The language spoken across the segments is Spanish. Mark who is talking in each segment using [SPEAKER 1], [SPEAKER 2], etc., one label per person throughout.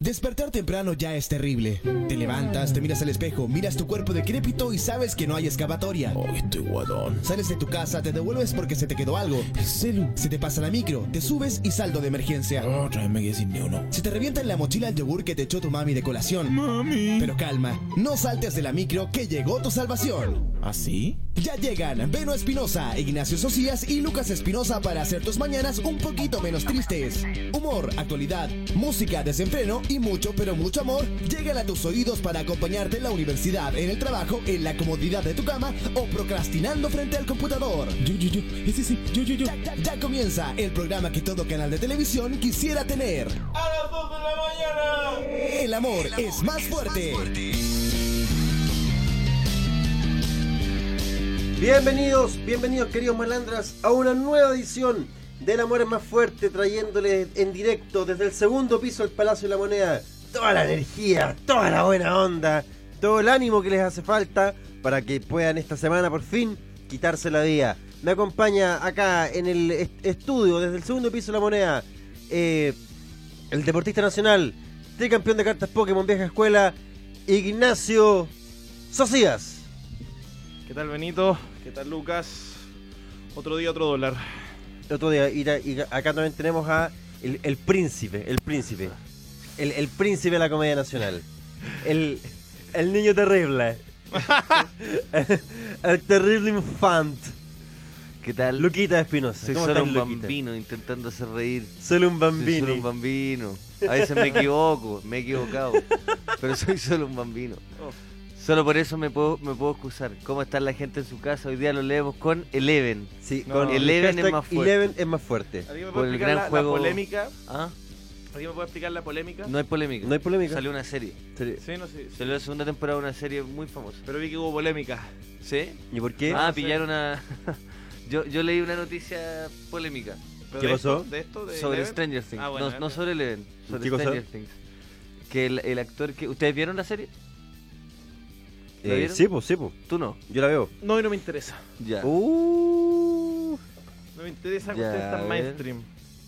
[SPEAKER 1] Despertar temprano ya es terrible. Te levantas, te miras al espejo, miras tu cuerpo decrépito y sabes que no hay excavatoria.
[SPEAKER 2] Ay, estoy Oh, este guadón.
[SPEAKER 1] Sales de tu casa, te devuelves porque se te quedó algo.
[SPEAKER 2] El celu.
[SPEAKER 1] Se te pasa la micro, te subes y saldo de emergencia.
[SPEAKER 2] Otra vez me quedé sin ni uno.
[SPEAKER 1] Se te revienta en la mochila el yogur que te echó tu mami de colación.
[SPEAKER 2] Mami.
[SPEAKER 1] Pero calma, no saltes de la micro que llegó tu salvación.
[SPEAKER 2] ¿Así?
[SPEAKER 1] Ya llegan Beno Espinosa, Ignacio Socias y Lucas Espinosa para hacer tus mañanas un poquito menos tristes. Humor, actualidad, música, desenfreno y mucho, pero mucho amor llegan a tus oídos para acompañarte en la universidad, en el trabajo, en la comodidad de tu cama o procrastinando frente al computador.
[SPEAKER 2] Yo, yo, yo. Ese sí. Yo, yo, yo.
[SPEAKER 1] Ya, ya- ya comienza el programa que todo canal de televisión quisiera tener.
[SPEAKER 3] a las 2 de la mañana.
[SPEAKER 1] El amor, es más fuerte.
[SPEAKER 4] Bienvenidos, bienvenidos queridos malandras a una nueva edición del Amor es más fuerte, trayéndoles en directo desde el segundo piso del Palacio de la Moneda toda la energía, toda la buena onda, todo el ánimo que les hace falta para que puedan esta semana por fin quitarse la vida. Me acompaña acá en el est- estudio desde el segundo piso de la Moneda eh, el deportista nacional, tricampeón de cartas Pokémon vieja escuela, Ignacio Socias.
[SPEAKER 5] ¿Qué tal Benito? ¿Qué tal Lucas? Otro día, otro dólar.
[SPEAKER 4] El otro día, y, ta- y acá también tenemos a el, el príncipe, el príncipe. El, el príncipe de la comedia nacional. El, el niño terrible. el terrible infant.
[SPEAKER 6] ¿Qué tal?
[SPEAKER 4] Luquita Espinosa.
[SPEAKER 6] Soy
[SPEAKER 4] ¿Cómo
[SPEAKER 6] solo
[SPEAKER 4] estás,
[SPEAKER 6] un
[SPEAKER 4] Luquita?
[SPEAKER 6] bambino intentando hacer reír.
[SPEAKER 4] Solo un
[SPEAKER 6] Soy
[SPEAKER 4] bambino.
[SPEAKER 6] solo un bambino. A veces me equivoco, me he equivocado. Pero soy solo un bambino.
[SPEAKER 5] Oh.
[SPEAKER 6] Solo por eso me puedo, me puedo excusar. ¿Cómo está la gente en su casa? Hoy día lo leemos con Eleven.
[SPEAKER 4] Sí,
[SPEAKER 5] No,
[SPEAKER 4] con el
[SPEAKER 6] Eleven es
[SPEAKER 4] hashtag
[SPEAKER 6] más fuerte.
[SPEAKER 4] Eleven es más fuerte.
[SPEAKER 5] ¿Alguien me
[SPEAKER 6] Por
[SPEAKER 5] puede
[SPEAKER 6] el
[SPEAKER 5] explicar
[SPEAKER 6] gran
[SPEAKER 5] la, la
[SPEAKER 6] juego-
[SPEAKER 5] polémica?
[SPEAKER 6] ¿Ah?
[SPEAKER 5] ¿Alguien me puede explicar la polémica?
[SPEAKER 6] No hay polémica.
[SPEAKER 4] No hay polémica.
[SPEAKER 6] Salió una serie.
[SPEAKER 5] Sí, no sé. sí.
[SPEAKER 6] Salió la segunda temporada de una serie muy famosa.
[SPEAKER 5] Pero vi que hubo polémica.
[SPEAKER 6] ¿Sí?
[SPEAKER 4] ¿Y por qué?
[SPEAKER 6] Ah,
[SPEAKER 5] No sé.
[SPEAKER 6] pillaron a... yo, yo leí una noticia polémica
[SPEAKER 5] Pero
[SPEAKER 4] ¿Qué
[SPEAKER 5] de
[SPEAKER 4] pasó?
[SPEAKER 5] esto- ¿De esto? De
[SPEAKER 6] sobre
[SPEAKER 5] Eleven?
[SPEAKER 6] Stranger Things.
[SPEAKER 5] Ah, bueno,
[SPEAKER 6] no,
[SPEAKER 5] ya,
[SPEAKER 6] no
[SPEAKER 5] ya.
[SPEAKER 6] sobre Eleven, sobre
[SPEAKER 4] ¿Qué cosa?
[SPEAKER 6] Stranger Things. Que el, el actor que... ¿Ustedes vieron la serie? ¿Lo
[SPEAKER 4] Eh,
[SPEAKER 6] vieron? Ah.
[SPEAKER 4] sí, pues, sí, pues.
[SPEAKER 6] Tú no.
[SPEAKER 4] Yo la veo.
[SPEAKER 5] No, y no me interesa.
[SPEAKER 6] Ya.
[SPEAKER 4] Uh,
[SPEAKER 5] No me interesa que
[SPEAKER 6] Ya,
[SPEAKER 5] ustedes están
[SPEAKER 6] a ver.
[SPEAKER 5] mainstream.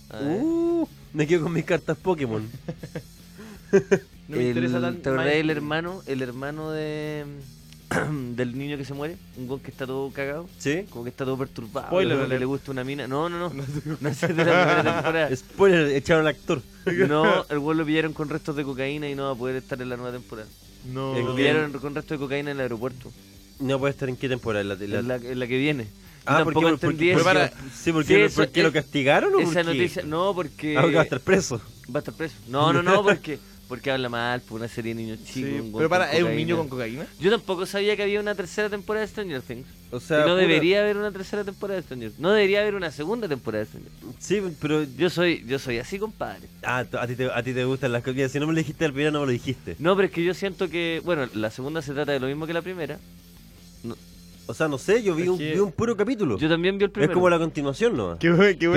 [SPEAKER 6] A ver.
[SPEAKER 4] uh, me quedo con mis cartas Pokémon.
[SPEAKER 5] No me interesa tan
[SPEAKER 6] el, ¿Te acordás del
[SPEAKER 5] mainstream.
[SPEAKER 6] hermano? El hermano de del niño que se muere, un gon que está todo cagado,
[SPEAKER 4] ¿Sí?
[SPEAKER 6] como que está todo perturbado,
[SPEAKER 5] Spoiler
[SPEAKER 6] como que
[SPEAKER 5] alert.
[SPEAKER 6] le gusta una mina. No, no, no. No es de la primera temporada.
[SPEAKER 4] Spoiler, echaron al actor.
[SPEAKER 6] No, el güey lo pillaron con restos de cocaína y no va a poder estar en la nueva temporada.
[SPEAKER 5] No.
[SPEAKER 6] Lo pillaron con restos de cocaína en el aeropuerto.
[SPEAKER 4] No puede estar en qué temporada la, la-
[SPEAKER 6] En, la, en la que viene.
[SPEAKER 4] Ah,
[SPEAKER 6] Tampoco
[SPEAKER 4] porque,
[SPEAKER 6] entendí
[SPEAKER 4] porque-
[SPEAKER 6] eso.
[SPEAKER 4] porque- sí, porque,
[SPEAKER 6] Sí,
[SPEAKER 4] lo-
[SPEAKER 6] eso-
[SPEAKER 4] porque lo
[SPEAKER 6] es-
[SPEAKER 4] castigaron o por
[SPEAKER 6] Esa
[SPEAKER 4] qué?
[SPEAKER 6] noticia. No, porque.
[SPEAKER 4] Ah, porque va a estar preso.
[SPEAKER 6] va a estar preso. No, no, no, porque. Porque habla mal, por una serie de niños
[SPEAKER 5] Sí,
[SPEAKER 6] chicos. un gon
[SPEAKER 5] pero
[SPEAKER 6] con
[SPEAKER 5] para, ¿es un
[SPEAKER 6] cocaína.
[SPEAKER 5] niño con cocaína?
[SPEAKER 6] Yo tampoco sabía que había una tercera temporada de Stranger Things.
[SPEAKER 4] O sea,
[SPEAKER 6] y no
[SPEAKER 4] puta-
[SPEAKER 6] debería haber una tercera temporada de Stranger Things. No debería haber una segunda temporada de Stranger Things.
[SPEAKER 4] Sí, pero.
[SPEAKER 6] Yo soy, yo soy así, compadre.
[SPEAKER 4] Ah, t- a ti, te, a ti te gustan las comidas. Si no me lo dijiste al final, no me lo dijiste.
[SPEAKER 6] No, pero es que yo siento que, bueno, la segunda se trata de lo mismo que la primera.
[SPEAKER 4] O sea, no sé, yo vi,
[SPEAKER 5] Es
[SPEAKER 4] un,
[SPEAKER 5] que-
[SPEAKER 4] vi un puro capítulo.
[SPEAKER 6] Yo también vi el
[SPEAKER 4] Es
[SPEAKER 6] primero.
[SPEAKER 4] como la continuación, ¿no?
[SPEAKER 6] pero viste, pero,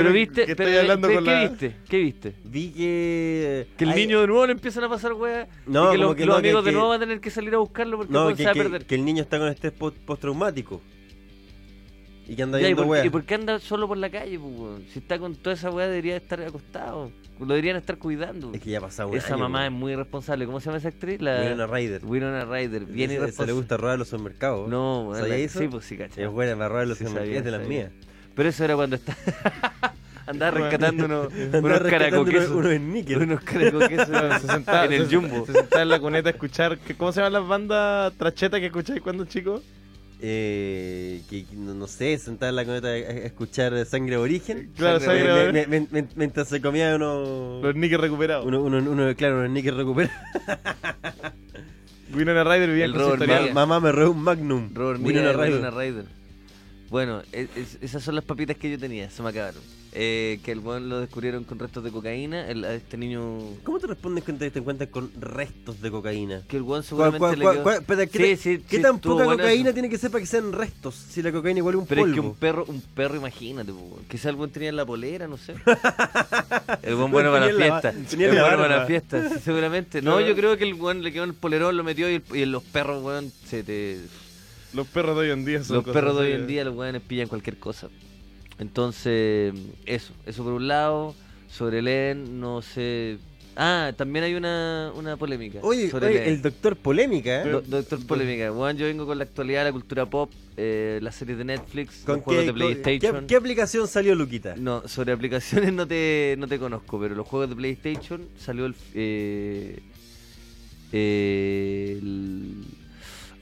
[SPEAKER 6] pero ¿qué viste? ¿Qué viste?
[SPEAKER 4] Vi que.
[SPEAKER 6] Que el
[SPEAKER 4] Ay,
[SPEAKER 6] niño de nuevo le empiezan a pasar weá.
[SPEAKER 4] No,
[SPEAKER 6] y que
[SPEAKER 4] como
[SPEAKER 6] los,
[SPEAKER 4] que
[SPEAKER 6] los
[SPEAKER 4] no, que-
[SPEAKER 6] amigos
[SPEAKER 4] que-
[SPEAKER 6] de nuevo van a tener que salir a buscarlo porque
[SPEAKER 4] No,
[SPEAKER 6] el
[SPEAKER 4] que,
[SPEAKER 6] se va a
[SPEAKER 4] que-
[SPEAKER 6] perder.
[SPEAKER 4] que el niño está con estrés post- postraumático. Y que anda
[SPEAKER 6] Ya, ¿y,
[SPEAKER 4] viendo
[SPEAKER 6] por,
[SPEAKER 4] weas.
[SPEAKER 6] qué- y por qué anda solo por la calle, pues, weón? Si está con toda esa weá debería estar acostado. Lo deberían estar cuidando.
[SPEAKER 4] Es que ya ha pasado un
[SPEAKER 6] Esa
[SPEAKER 4] año,
[SPEAKER 6] mamá
[SPEAKER 4] weón.
[SPEAKER 6] es muy irresponsable. ¿Cómo se llama esa actriz? La...
[SPEAKER 4] Winona Ryder.
[SPEAKER 6] Winona Ryder. Bien
[SPEAKER 4] Esa- esa
[SPEAKER 6] irresponsable.
[SPEAKER 4] le gusta robar a los supermercados.
[SPEAKER 6] No, weón,
[SPEAKER 4] ¿Sabía
[SPEAKER 6] la-
[SPEAKER 4] eso?
[SPEAKER 6] Sí, pues sí, cacha.
[SPEAKER 4] Es buena para robar a los
[SPEAKER 6] Sí,
[SPEAKER 4] supermercados, es de
[SPEAKER 6] sabía,
[SPEAKER 4] las
[SPEAKER 6] sabía.
[SPEAKER 4] mías.
[SPEAKER 6] Pero eso era cuando está... Andaba rescatando unos,
[SPEAKER 4] Andaba
[SPEAKER 6] unos
[SPEAKER 4] rescatando
[SPEAKER 6] caracoquesos.
[SPEAKER 4] unos- unos níquel.
[SPEAKER 6] Unos caracoquesos
[SPEAKER 5] Se sentaba-
[SPEAKER 6] en el
[SPEAKER 5] se-
[SPEAKER 6] jumbo.
[SPEAKER 5] Se sentaba en la cuneta a escuchar. que- ¿Cómo se llaman las bandas trachetas que escucháis cuando chico?
[SPEAKER 4] Eh, que que no, no sé, sentar en la cometa a a escuchar Sangre de
[SPEAKER 6] Eh,
[SPEAKER 4] Origen.
[SPEAKER 5] Claro,
[SPEAKER 4] Me-
[SPEAKER 5] sangre,
[SPEAKER 4] me- me- me- me- mientras se comía uno.
[SPEAKER 5] Los niques recuperados.
[SPEAKER 4] Uno, uno, uno- claro, unos níquel recuperados.
[SPEAKER 5] Winona Ryder vivía
[SPEAKER 6] El
[SPEAKER 5] con su
[SPEAKER 6] Robert
[SPEAKER 5] historial.
[SPEAKER 6] Mayer.
[SPEAKER 4] Mamá me robó un Magnum.
[SPEAKER 6] Robert
[SPEAKER 4] Vino
[SPEAKER 6] Miller,
[SPEAKER 4] una radio.
[SPEAKER 6] Winona Ryder. Bueno, es- es- esas son las papitas que yo tenía, se me acabaron. Eh, que el weón lo descubrieron con restos de cocaína, el- a este niño...
[SPEAKER 4] ¿Cómo te respondes cuando te encuentras con restos de cocaína?
[SPEAKER 6] Que el weón
[SPEAKER 4] ¿Cuál-
[SPEAKER 6] seguramente
[SPEAKER 4] cuál-
[SPEAKER 6] le
[SPEAKER 4] cuál-
[SPEAKER 6] quedó-
[SPEAKER 4] cuál- espera, ¿Qué,
[SPEAKER 6] Sí,
[SPEAKER 4] te-
[SPEAKER 6] sí,
[SPEAKER 4] qué
[SPEAKER 6] sí,
[SPEAKER 4] tan
[SPEAKER 6] estuvo
[SPEAKER 4] poca
[SPEAKER 6] bueno
[SPEAKER 4] cocaína
[SPEAKER 6] eso.
[SPEAKER 4] tiene que ser para que sean restos? Si la cocaína igual es un
[SPEAKER 6] Pero es que
[SPEAKER 4] polvo.
[SPEAKER 6] un perro, un perro, imagínate, po, quizás el buen tenía en la polera, no sé. El buen bueno para la
[SPEAKER 4] Tenía en la
[SPEAKER 6] fiesta.
[SPEAKER 4] ba-
[SPEAKER 6] El
[SPEAKER 4] tenía en
[SPEAKER 6] buen
[SPEAKER 4] la
[SPEAKER 6] bueno para
[SPEAKER 4] barba.
[SPEAKER 6] la fiesta, sí, seguramente. No, yo creo que el buen le quedó en el polerón, lo metió y, el- y los perros, weón, se te...
[SPEAKER 5] Los perros de hoy en día son
[SPEAKER 6] Los
[SPEAKER 5] cosas
[SPEAKER 6] perros de hoy en
[SPEAKER 5] serias.
[SPEAKER 6] día, los weones pillan cualquier cosa. Entonces, eso, eso por un lado. Sobre Len, no sé Ah, también hay una, una polémica.
[SPEAKER 4] Oye,
[SPEAKER 6] sobre
[SPEAKER 4] oye,
[SPEAKER 6] la-
[SPEAKER 4] el doctor polémica, ¿eh?
[SPEAKER 6] Do- Doctor Polémica, weón, yo vengo con la actualidad, la cultura pop, eh, las series de Netflix,
[SPEAKER 4] ¿Con
[SPEAKER 6] los juegos
[SPEAKER 4] qué,
[SPEAKER 6] de
[SPEAKER 4] con-
[SPEAKER 6] PlayStation.
[SPEAKER 4] ¿qué, qué aplicación salió Luquita?
[SPEAKER 6] No, sobre aplicaciones no te, no te conozco, pero los juegos de PlayStation salió el. eh, el-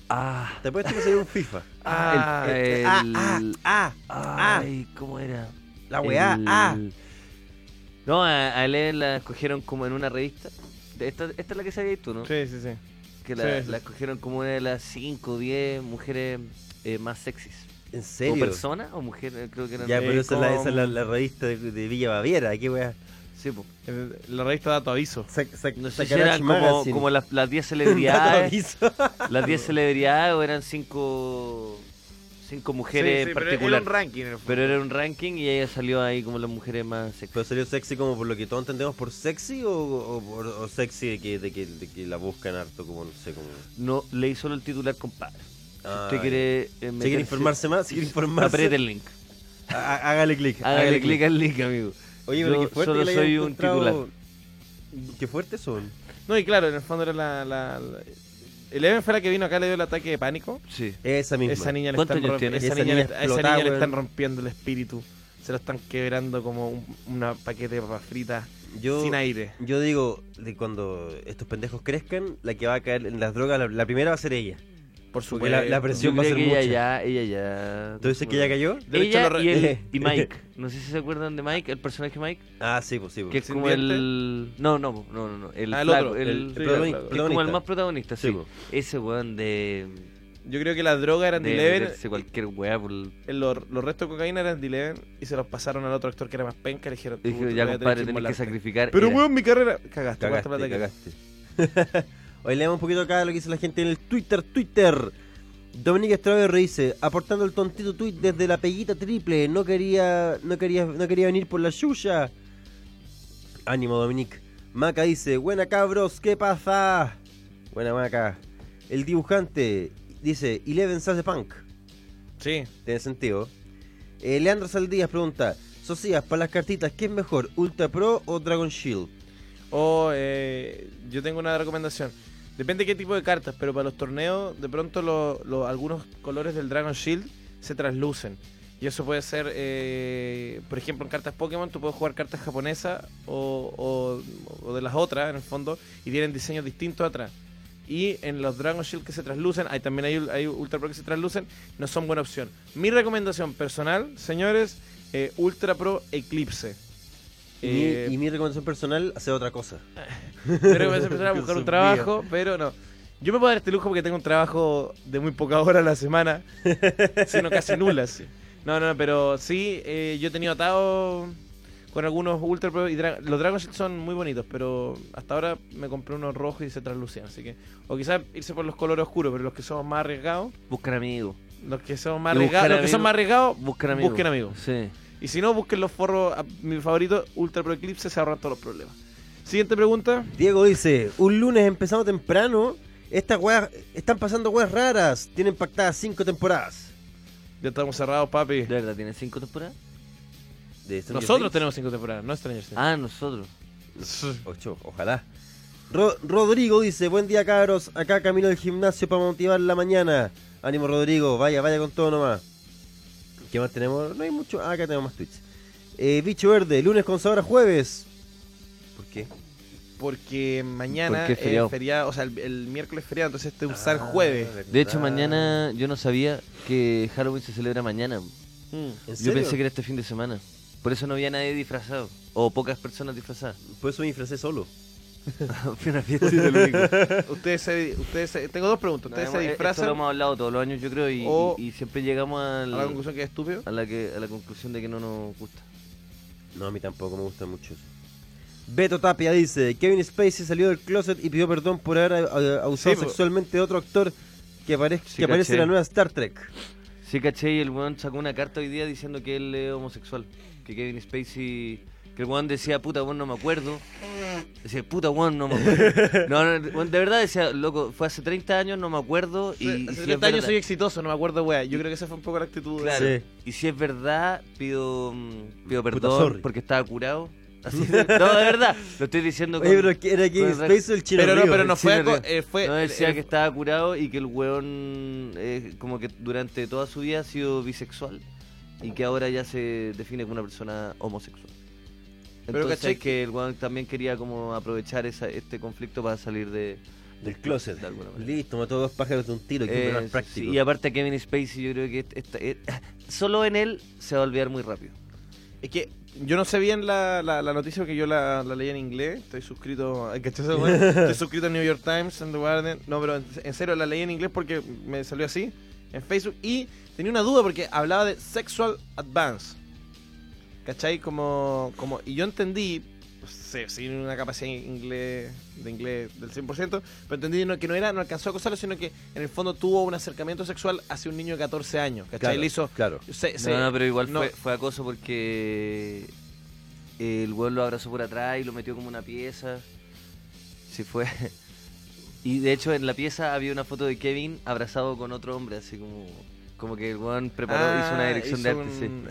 [SPEAKER 6] ah,
[SPEAKER 4] Te apuesto que salió un FIFA.
[SPEAKER 6] Ah, el-
[SPEAKER 4] eh,
[SPEAKER 6] el-
[SPEAKER 4] ah, ah, ah, ah,
[SPEAKER 6] ay, ¿cómo era?
[SPEAKER 4] la weá,
[SPEAKER 6] El-
[SPEAKER 4] ah.
[SPEAKER 6] No, a, a Eleven la escogieron como en una revista. Esta, esta es la que sabías tú, ¿no?
[SPEAKER 5] Sí, sí, sí.
[SPEAKER 6] Que la,
[SPEAKER 5] sí, sí.
[SPEAKER 6] la escogieron como una de las 5 o 10 mujeres eh, más sexys.
[SPEAKER 4] ¿En
[SPEAKER 6] ¿O
[SPEAKER 4] serio?
[SPEAKER 6] persona o mujer? eh, Creo que eran.
[SPEAKER 4] Ya, pero
[SPEAKER 5] Eh,
[SPEAKER 4] esa es la,
[SPEAKER 5] con-
[SPEAKER 4] esa es la, la revista de, de Villa Baviera, qué weá.
[SPEAKER 6] Sí, po.
[SPEAKER 5] El- La revista Dato Aviso.
[SPEAKER 4] Sac- sac-
[SPEAKER 6] No sé si
[SPEAKER 4] Sacarach
[SPEAKER 6] eran como,
[SPEAKER 4] Magazine.
[SPEAKER 6] como las las 10
[SPEAKER 4] Dato
[SPEAKER 6] celebridades.
[SPEAKER 4] aviso.
[SPEAKER 6] las 10 celebridades o eran 5 cinco mujeres en particular. Pero era,
[SPEAKER 5] ranking en el
[SPEAKER 6] un ranking y ella salió ahí como las mujeres más sexy.
[SPEAKER 4] ¿Pero salió sexy como por lo que todos entendemos por sexy o, o, por- o sexy de que, de, que, de que la buscan harto como, no sé, como...
[SPEAKER 6] No, leí solo el titular, compadre. Si
[SPEAKER 4] Ah,
[SPEAKER 6] usted quiere. eh, meterse-
[SPEAKER 4] quiere informarse más, si quiere informarse-
[SPEAKER 6] Apriete el link.
[SPEAKER 4] Há- Hágale clic.
[SPEAKER 6] Hágale clic al link, amigo.
[SPEAKER 4] Oye, pero
[SPEAKER 6] Yo
[SPEAKER 4] qué fuerte
[SPEAKER 6] solo
[SPEAKER 4] que le hayan
[SPEAKER 6] soy un
[SPEAKER 4] encontrado- Qué fuertes son.
[SPEAKER 5] No, y claro, en el fondo era la. la, la- Eleven fue la que vino acá, le dio el ataque de pánico.
[SPEAKER 6] Sí.
[SPEAKER 4] Esa misma.
[SPEAKER 5] Esa niña, le
[SPEAKER 6] ¿Cuántos
[SPEAKER 5] están,
[SPEAKER 6] años
[SPEAKER 5] romp-
[SPEAKER 6] tiene?
[SPEAKER 5] esa
[SPEAKER 4] Esa
[SPEAKER 5] niña,
[SPEAKER 4] niña
[SPEAKER 5] le- a esa
[SPEAKER 4] explotada,
[SPEAKER 5] niña le están
[SPEAKER 4] weón.
[SPEAKER 5] rompiendo el espíritu. Se lo están quebrando como un una paquete de papas fritas
[SPEAKER 4] Yo,
[SPEAKER 5] sin aire.
[SPEAKER 4] yo digo, de cuando estos pendejos crezcan, la que va a caer en las drogas, la, la primera va a ser ella.
[SPEAKER 5] Por
[SPEAKER 4] Porque la,
[SPEAKER 5] supuesto.
[SPEAKER 4] la presión
[SPEAKER 6] Yo
[SPEAKER 4] va a
[SPEAKER 6] creo
[SPEAKER 4] ser
[SPEAKER 6] que
[SPEAKER 4] mucha.
[SPEAKER 6] ella ya, ella ya.
[SPEAKER 4] ¿Tú dices que ya cayó?
[SPEAKER 5] De hecho,
[SPEAKER 6] Ella
[SPEAKER 5] lo re-
[SPEAKER 6] y, el- y Mike. No sé si se acuerdan de Mike, el personaje Mike,
[SPEAKER 4] Ah, sí, pues sí.
[SPEAKER 6] que
[SPEAKER 4] Pues.
[SPEAKER 6] es
[SPEAKER 5] ¿Sin
[SPEAKER 6] como el. No, no, po, no, no, no. El,
[SPEAKER 5] Ah, el
[SPEAKER 6] flaco,
[SPEAKER 5] otro,
[SPEAKER 6] el-
[SPEAKER 4] el-
[SPEAKER 6] que
[SPEAKER 5] sí,
[SPEAKER 4] protagoni-
[SPEAKER 5] claro. Es
[SPEAKER 6] es como el más
[SPEAKER 4] protagonista.
[SPEAKER 6] protagonista, sí.
[SPEAKER 4] Sí, po.
[SPEAKER 6] Ese weón de.
[SPEAKER 5] Yo creo que las drogas eran de
[SPEAKER 6] de
[SPEAKER 5] Eleven.
[SPEAKER 6] meterse cualquier weá pues, por. el-
[SPEAKER 5] el- Los, los restos de cocaína eran de Eleven y se los pasaron al otro actor que era más penca. Le dijeron, "Tú,
[SPEAKER 6] Dije,
[SPEAKER 5] tú
[SPEAKER 6] ya
[SPEAKER 5] voy a tener
[SPEAKER 6] compadre,
[SPEAKER 5] que
[SPEAKER 6] tenés que
[SPEAKER 5] inmolarte".
[SPEAKER 6] sacrificar.
[SPEAKER 5] Pero
[SPEAKER 6] era-
[SPEAKER 5] weón, mi carrera. Cagaste,
[SPEAKER 4] Cagaste,
[SPEAKER 5] cuánta plata que-
[SPEAKER 4] cagaste. Hoy leemos un poquito acá lo que dice la gente en el Twitter, Twitter. Dominica Strawberry dice, aportando el tontito tweet desde la peguita triple, no quería, no quería, no quería venir por la yuya. Ánimo Dominic. Maca dice, buena cabros, ¿qué pasa? Buena Maca. El dibujante dice, Eleven Sass Punk.
[SPEAKER 5] Sí.
[SPEAKER 4] Tiene sentido. Eh, Leandro Saldías pregunta, Socias, para las cartitas, ¿qué es mejor, Ultra Pro o Dragon Shield?
[SPEAKER 5] O eh, yo tengo una recomendación. Depende qué tipo de cartas, pero para los torneos, de pronto lo- lo- algunos colores del Dragon Shield se traslucen. Y eso puede ser, eh, por ejemplo, en cartas Pokémon, tú puedes jugar cartas japonesas o, o- o de las otras, en el fondo, y tienen diseños distintos atrás. Y en los Dragon Shield que se traslucen, hay también hay, ul- hay Ultra Pro que se traslucen, no son buena opción. Mi recomendación personal, señores, eh, Ultra Pro Eclipse.
[SPEAKER 4] Y,
[SPEAKER 5] Eh,
[SPEAKER 4] mi, y mi recomendación personal, hacer otra cosa.
[SPEAKER 5] yo creo que voy a empezar a buscar un
[SPEAKER 4] Dios
[SPEAKER 5] trabajo, pero no. Yo me puedo dar este lujo porque tengo un trabajo de muy pocas horas a la semana, sino casi nulas. No, no, no, pero sí, eh, yo he tenido atado con algunos Ultra Pro y dra- los Dragon Shield son muy bonitos, pero hasta ahora me compré unos rojos y se traslucían, así que... O quizás irse por los colores oscuros, pero los que somos más arriesgados,
[SPEAKER 6] Buscar amigos.
[SPEAKER 5] los que somos más
[SPEAKER 6] Y buscar
[SPEAKER 5] arriesgados, los que son
[SPEAKER 6] amigos.
[SPEAKER 5] más arriesgados,
[SPEAKER 6] Buscar amigos.
[SPEAKER 5] Busquen amigos.
[SPEAKER 6] Sí.
[SPEAKER 5] y si no, busquen los forros, a- mi favorito, Ultra Pro Eclipse, se ahorran todos los problemas. Siguiente pregunta.
[SPEAKER 4] Diego dice, un lunes empezando temprano, estas weas, están pasando weas raras, tienen pactadas cinco temporadas.
[SPEAKER 5] Ya estamos cerrados, papi.
[SPEAKER 6] ¿De verdad tiene cinco temporadas?
[SPEAKER 4] De Stranger
[SPEAKER 5] Nosotros
[SPEAKER 4] Things.
[SPEAKER 5] tenemos cinco temporadas, no Stranger Things.
[SPEAKER 6] Este Ah, nosotros.
[SPEAKER 4] Ocho, ojalá. Ro- Rodrigo dice, buen día cabros, acá camino al gimnasio para motivar la mañana. Ánimo Rodrigo, vaya, vaya con todo nomás. ¿Qué más tenemos? No hay mucho, ah, acá tenemos más tweets. Eh, Bicho Verde, lunes con sabor a jueves. ¿Por qué?
[SPEAKER 5] Porque mañana
[SPEAKER 6] Porque es
[SPEAKER 5] es
[SPEAKER 6] feriado.
[SPEAKER 5] feriado. o sea, el, el miércoles es feriado, entonces te usar jueves.
[SPEAKER 6] De hecho, mañana yo no sabía que Halloween se celebra mañana.
[SPEAKER 4] ¿En
[SPEAKER 6] Yo
[SPEAKER 4] serio?
[SPEAKER 6] pensé que era este fin de semana. Por eso no había nadie disfrazado. O pocas personas disfrazadas.
[SPEAKER 4] Por eso me disfracé solo.
[SPEAKER 6] Fue una fiesta del único.
[SPEAKER 5] Ustedes se, ustedes se- tengo dos preguntas. Ustedes se
[SPEAKER 6] eh, Esto lo
[SPEAKER 5] disfrazan
[SPEAKER 6] hemos hablado todos los años, yo creo, y,
[SPEAKER 5] O-
[SPEAKER 6] y- y siempre llegamos
[SPEAKER 5] a
[SPEAKER 6] al-
[SPEAKER 5] la conclusión que es estúpido.
[SPEAKER 6] a la que, a la conclusión de que no nos gusta.
[SPEAKER 4] No, a mí tampoco me gusta mucho eso. Beto Tapia dice, Kevin Spacey salió del closet y pidió perdón por haber eh, abusado
[SPEAKER 5] Sí, po.
[SPEAKER 4] sexualmente de otro actor que, aparez-
[SPEAKER 6] Sí,
[SPEAKER 4] que aparece en la
[SPEAKER 6] caché.
[SPEAKER 4] nueva Star Trek.
[SPEAKER 6] Sí, caché, y el weón sacó una carta hoy día diciendo que él es homosexual. Que Kevin Spacey. Que el weón decía, puta, weón, no me acuerdo. Decía, puta, weón, no me acuerdo. No, no, el weón, de verdad decía, loco, fue hace 30 años, no me acuerdo. Y, y
[SPEAKER 5] Hace
[SPEAKER 6] si es
[SPEAKER 5] 30 años
[SPEAKER 6] verdad-
[SPEAKER 5] soy exitoso, no me acuerdo, wea. Yo creo que esa fue un poco la actitud. de-
[SPEAKER 6] Claro.
[SPEAKER 4] Sí.
[SPEAKER 6] Y si es verdad, pido, mm,
[SPEAKER 4] Puta,
[SPEAKER 6] pido perdón
[SPEAKER 4] sorry.
[SPEAKER 6] porque estaba curado. Así, no, de verdad. Lo estoy diciendo con...
[SPEAKER 4] Oye, pero que era Kevin
[SPEAKER 6] con re-
[SPEAKER 4] Spacey o el chino
[SPEAKER 5] Pero no,
[SPEAKER 4] Río?
[SPEAKER 5] pero no
[SPEAKER 4] El
[SPEAKER 5] fue.
[SPEAKER 4] Chino
[SPEAKER 5] co-
[SPEAKER 4] Río.
[SPEAKER 5] eh, fue
[SPEAKER 6] No,
[SPEAKER 5] eh,
[SPEAKER 6] decía que
[SPEAKER 5] eh,
[SPEAKER 6] estaba curado y que el weón eh, como que durante toda su vida ha sido bisexual y que ahora ya se define como una persona homosexual.
[SPEAKER 5] Pero
[SPEAKER 6] Entonces
[SPEAKER 5] cachai
[SPEAKER 6] es que el weón también quería como aprovechar esa- este conflicto para salir de,
[SPEAKER 4] Del closet.
[SPEAKER 6] de alguna manera.
[SPEAKER 4] Listo, mató dos pájaros de un tiro. Que
[SPEAKER 6] Eh,
[SPEAKER 4] es más práctico.
[SPEAKER 6] sí, y aparte Kevin Spacey yo creo que est- esta- eh, solo en él se va a olvidar muy rápido.
[SPEAKER 5] Es que yo no sé bien la, la, la noticia porque yo la, la leí en inglés. Estoy suscrito. ay, ¿cachai esa weá? Estoy suscrito a New York Times, and The Guardian. No, pero en, en serio la leí en inglés porque me salió así en Facebook. Y tenía una duda porque hablaba de sexual advance. ¿Cachai? Como. como y yo entendí. no sé, sin una capacidad en inglés, de inglés del 100%, pero entendí no- que no era, no alcanzó a acosarlo, sino que en el fondo tuvo un acercamiento sexual hacia un niño de 14 años, ¿cachai?
[SPEAKER 4] Claro,
[SPEAKER 5] Le hizo...
[SPEAKER 4] claro.
[SPEAKER 5] se- se-
[SPEAKER 6] no, no, pero igual
[SPEAKER 5] no.
[SPEAKER 6] Fue, fue acoso porque el weón lo abrazó por atrás y lo metió como una pieza. Sí fue. Y de hecho en la pieza había una foto de Kevin abrazado con otro hombre, así como como que el weón preparó, hizo una
[SPEAKER 5] Ah,
[SPEAKER 6] dirección
[SPEAKER 5] hizo
[SPEAKER 6] de arte,
[SPEAKER 5] un-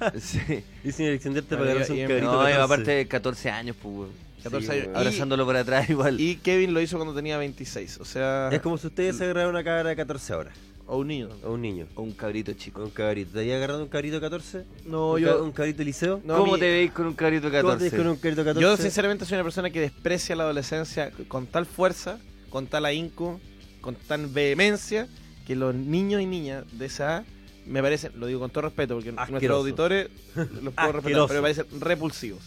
[SPEAKER 5] ah,
[SPEAKER 6] sí. Sí.
[SPEAKER 4] Y sin Alexanderte
[SPEAKER 5] Bueno,
[SPEAKER 4] para agarrarse
[SPEAKER 5] y- y-
[SPEAKER 4] un cabrito.
[SPEAKER 6] No, y
[SPEAKER 4] 14.
[SPEAKER 6] aparte 14 años, pues, weón.
[SPEAKER 5] 14
[SPEAKER 6] Sí,
[SPEAKER 5] años. Y-
[SPEAKER 6] Abrazándolo por atrás igual.
[SPEAKER 5] Y Kevin lo hizo cuando tenía 26, o sea,
[SPEAKER 4] Es como si ustedes se agarraran una cabra de 14 ahora.
[SPEAKER 5] o un niño.
[SPEAKER 4] O un niño.
[SPEAKER 6] O un cabrito chico.
[SPEAKER 4] O un cabrito. ¿Te habías agarrado un cabrito de 14?
[SPEAKER 5] No,
[SPEAKER 4] ¿Un
[SPEAKER 5] yo-
[SPEAKER 4] ca- ¿Un cabrito de liceo?
[SPEAKER 5] No, a
[SPEAKER 6] ¿Cómo
[SPEAKER 5] mí-
[SPEAKER 6] te veis con un cabrito de
[SPEAKER 4] ¿Cómo te ves
[SPEAKER 6] 14?
[SPEAKER 4] con un cabrito de 14?
[SPEAKER 5] Yo sinceramente soy una persona que desprecia la adolescencia con tal fuerza, con tal ahínco, con tal vehemencia, que los niños y niñas de esa edad me parecen, lo digo con todo respeto, porque nuestros
[SPEAKER 4] Asqueroso.
[SPEAKER 5] auditores los puedo respetar,
[SPEAKER 4] Asqueroso.
[SPEAKER 5] pero me parecen repulsivos.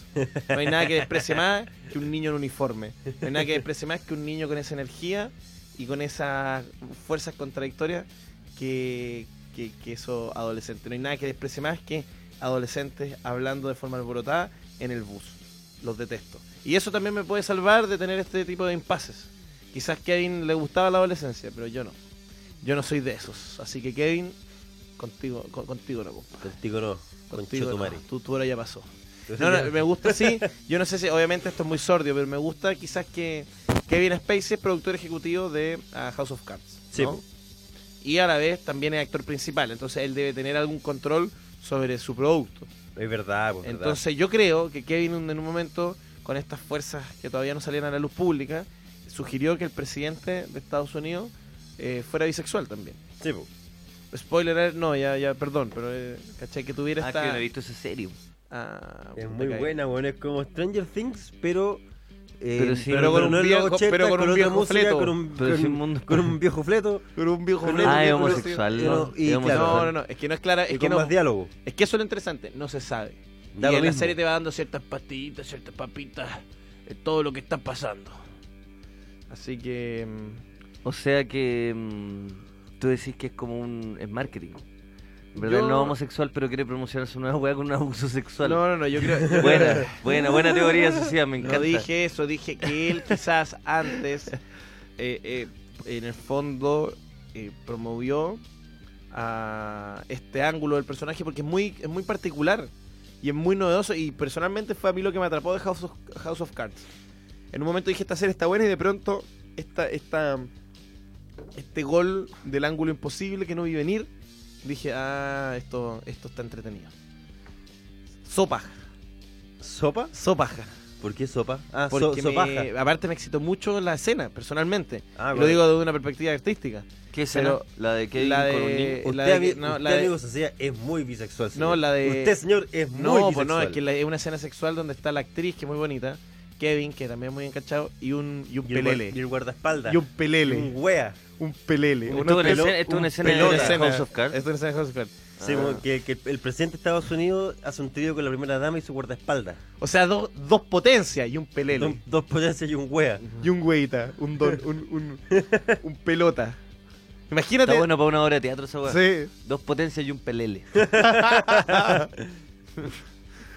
[SPEAKER 5] No hay nada que desprecie más que un niño en uniforme. No hay nada que desprecie más que un niño con esa energía y con esas fuerzas contradictorias que, que, que esos adolescentes. No hay nada que desprecie más que adolescentes hablando de forma alborotada en el bus. Los detesto. Y eso también me puede salvar de tener este tipo de impases. Quizás Kevin le gustaba la adolescencia, pero yo no. Yo no soy de esos. Así que Kevin, contigo, con- contigo no, compadre.
[SPEAKER 4] Contigo no. Con
[SPEAKER 5] Contigo no.
[SPEAKER 4] Chotumare.
[SPEAKER 5] Tú, tú ahora ya pasó. No, no, me gusta, sí. Yo no sé si, obviamente esto es muy sordio, pero me gusta quizás que Kevin Spacey es productor ejecutivo de ah, House of Cards.
[SPEAKER 4] Sí.
[SPEAKER 5] ¿no? Y a la vez también es actor principal, entonces él debe tener algún control sobre su producto.
[SPEAKER 4] Es verdad, pues, verdad.
[SPEAKER 5] Entonces yo creo que Kevin en un momento, con estas fuerzas que todavía no salían a la luz pública, sugirió que el presidente de Estados Unidos eh, fuera bisexual también.
[SPEAKER 4] Sí, pues.
[SPEAKER 5] Spoiler, alert, no, ya, ya, perdón, pero eh, caché que tuviera
[SPEAKER 6] Ah, que
[SPEAKER 5] esta...
[SPEAKER 6] yo no he visto esa serie.
[SPEAKER 5] Ah,
[SPEAKER 4] Es
[SPEAKER 5] puta,
[SPEAKER 4] muy
[SPEAKER 5] caí.
[SPEAKER 4] buena, bueno, es como Stranger Things, pero. eh,
[SPEAKER 6] Pero sí,
[SPEAKER 5] pero con
[SPEAKER 4] no
[SPEAKER 5] un
[SPEAKER 4] en los
[SPEAKER 5] viejo- pero con un
[SPEAKER 4] otra
[SPEAKER 5] viejo
[SPEAKER 4] música,
[SPEAKER 5] fleto.
[SPEAKER 4] Con un,
[SPEAKER 6] Pero
[SPEAKER 4] con-
[SPEAKER 6] sin mundo.
[SPEAKER 4] con un viejo fleto.
[SPEAKER 5] Pero un viejo
[SPEAKER 4] Pero
[SPEAKER 5] fleto,
[SPEAKER 6] Ah, es
[SPEAKER 5] pero-
[SPEAKER 6] homosexual. No,
[SPEAKER 4] y claro.
[SPEAKER 5] No,
[SPEAKER 6] Es homosexual.
[SPEAKER 5] no, no, es que no es clara,
[SPEAKER 4] y
[SPEAKER 5] es que
[SPEAKER 4] con
[SPEAKER 5] no.
[SPEAKER 4] más diálogo.
[SPEAKER 5] Es que eso es lo interesante, no se sabe.
[SPEAKER 4] Da
[SPEAKER 5] y
[SPEAKER 4] lo
[SPEAKER 5] en la
[SPEAKER 4] mismo.
[SPEAKER 5] serie te va dando ciertas pastillitas, ciertas papitas, de todo lo que está pasando. Así que. mm,
[SPEAKER 6] O sea que mm, tú decís que es como un es marketing. En ¿Verdad?
[SPEAKER 5] Yo-
[SPEAKER 6] No homosexual, pero quiere promocionar su nueva weá con un abuso
[SPEAKER 5] No,
[SPEAKER 6] sexual.
[SPEAKER 5] no, no, yo creo. yo
[SPEAKER 6] Buena,
[SPEAKER 5] creo-
[SPEAKER 6] buena, buena teoría social, me encanta.
[SPEAKER 5] No dije eso, dije que él quizás antes, eh, eh, en el fondo, eh, promovió a este ángulo del personaje porque es muy, es muy particular y es muy novedoso. Y personalmente fue a mí lo que me atrapó de House of, House of Cards. En un momento dije, esta serie está buena y de pronto esta, esta, este gol del ángulo imposible que no vi venir, dije, ah, esto, esto está entretenido. Sopaja,
[SPEAKER 4] ¿Sopa?
[SPEAKER 5] sopaja.
[SPEAKER 4] ¿Por qué sopa? Ah, so-
[SPEAKER 5] Porque
[SPEAKER 4] sopaja.
[SPEAKER 5] me- aparte me excitó mucho la escena, personalmente.
[SPEAKER 4] Ah,
[SPEAKER 5] Y
[SPEAKER 4] bueno.
[SPEAKER 5] lo digo de una perspectiva artística.
[SPEAKER 6] ¿Qué escena?
[SPEAKER 5] Pero-
[SPEAKER 6] la de Kevin
[SPEAKER 5] la
[SPEAKER 6] con un
[SPEAKER 5] de-
[SPEAKER 6] niño.
[SPEAKER 4] Usted,
[SPEAKER 5] la de que-
[SPEAKER 4] ami-
[SPEAKER 5] no,
[SPEAKER 4] usted,
[SPEAKER 5] la de-
[SPEAKER 4] amigo Sociedad, es muy bisexual. señor.
[SPEAKER 5] No, la de-
[SPEAKER 4] Usted, señor, es muy
[SPEAKER 5] No,
[SPEAKER 4] bisexual.
[SPEAKER 5] pues no, es que la- es una escena sexual donde está la actriz, que es muy bonita, Kevin, que también es muy encachado, y un, y un
[SPEAKER 4] Y el, guar-
[SPEAKER 5] pelele.
[SPEAKER 4] y el guardaespaldas.
[SPEAKER 5] Y un pelele.
[SPEAKER 4] Un wea.
[SPEAKER 5] Un pelele.
[SPEAKER 6] Esto es una
[SPEAKER 5] pelo-
[SPEAKER 6] escena- esto es una escena
[SPEAKER 5] pelota.
[SPEAKER 6] de House of Cards.
[SPEAKER 5] Esto es una escena de House of Cards.
[SPEAKER 4] Sí,
[SPEAKER 6] Ah.
[SPEAKER 4] como que, que el presidente de Estados Unidos hace un trío con la primera dama y su guardaespaldas.
[SPEAKER 5] O sea, dos- dos potencias y un pelele.
[SPEAKER 4] Son dos potencias y un wea.
[SPEAKER 5] Y un güeyita, un don, un, un, un pelota. Imagínate.
[SPEAKER 6] Está bueno para una obra de teatro esa weá.
[SPEAKER 5] Sí.
[SPEAKER 6] Dos potencias y un pelele.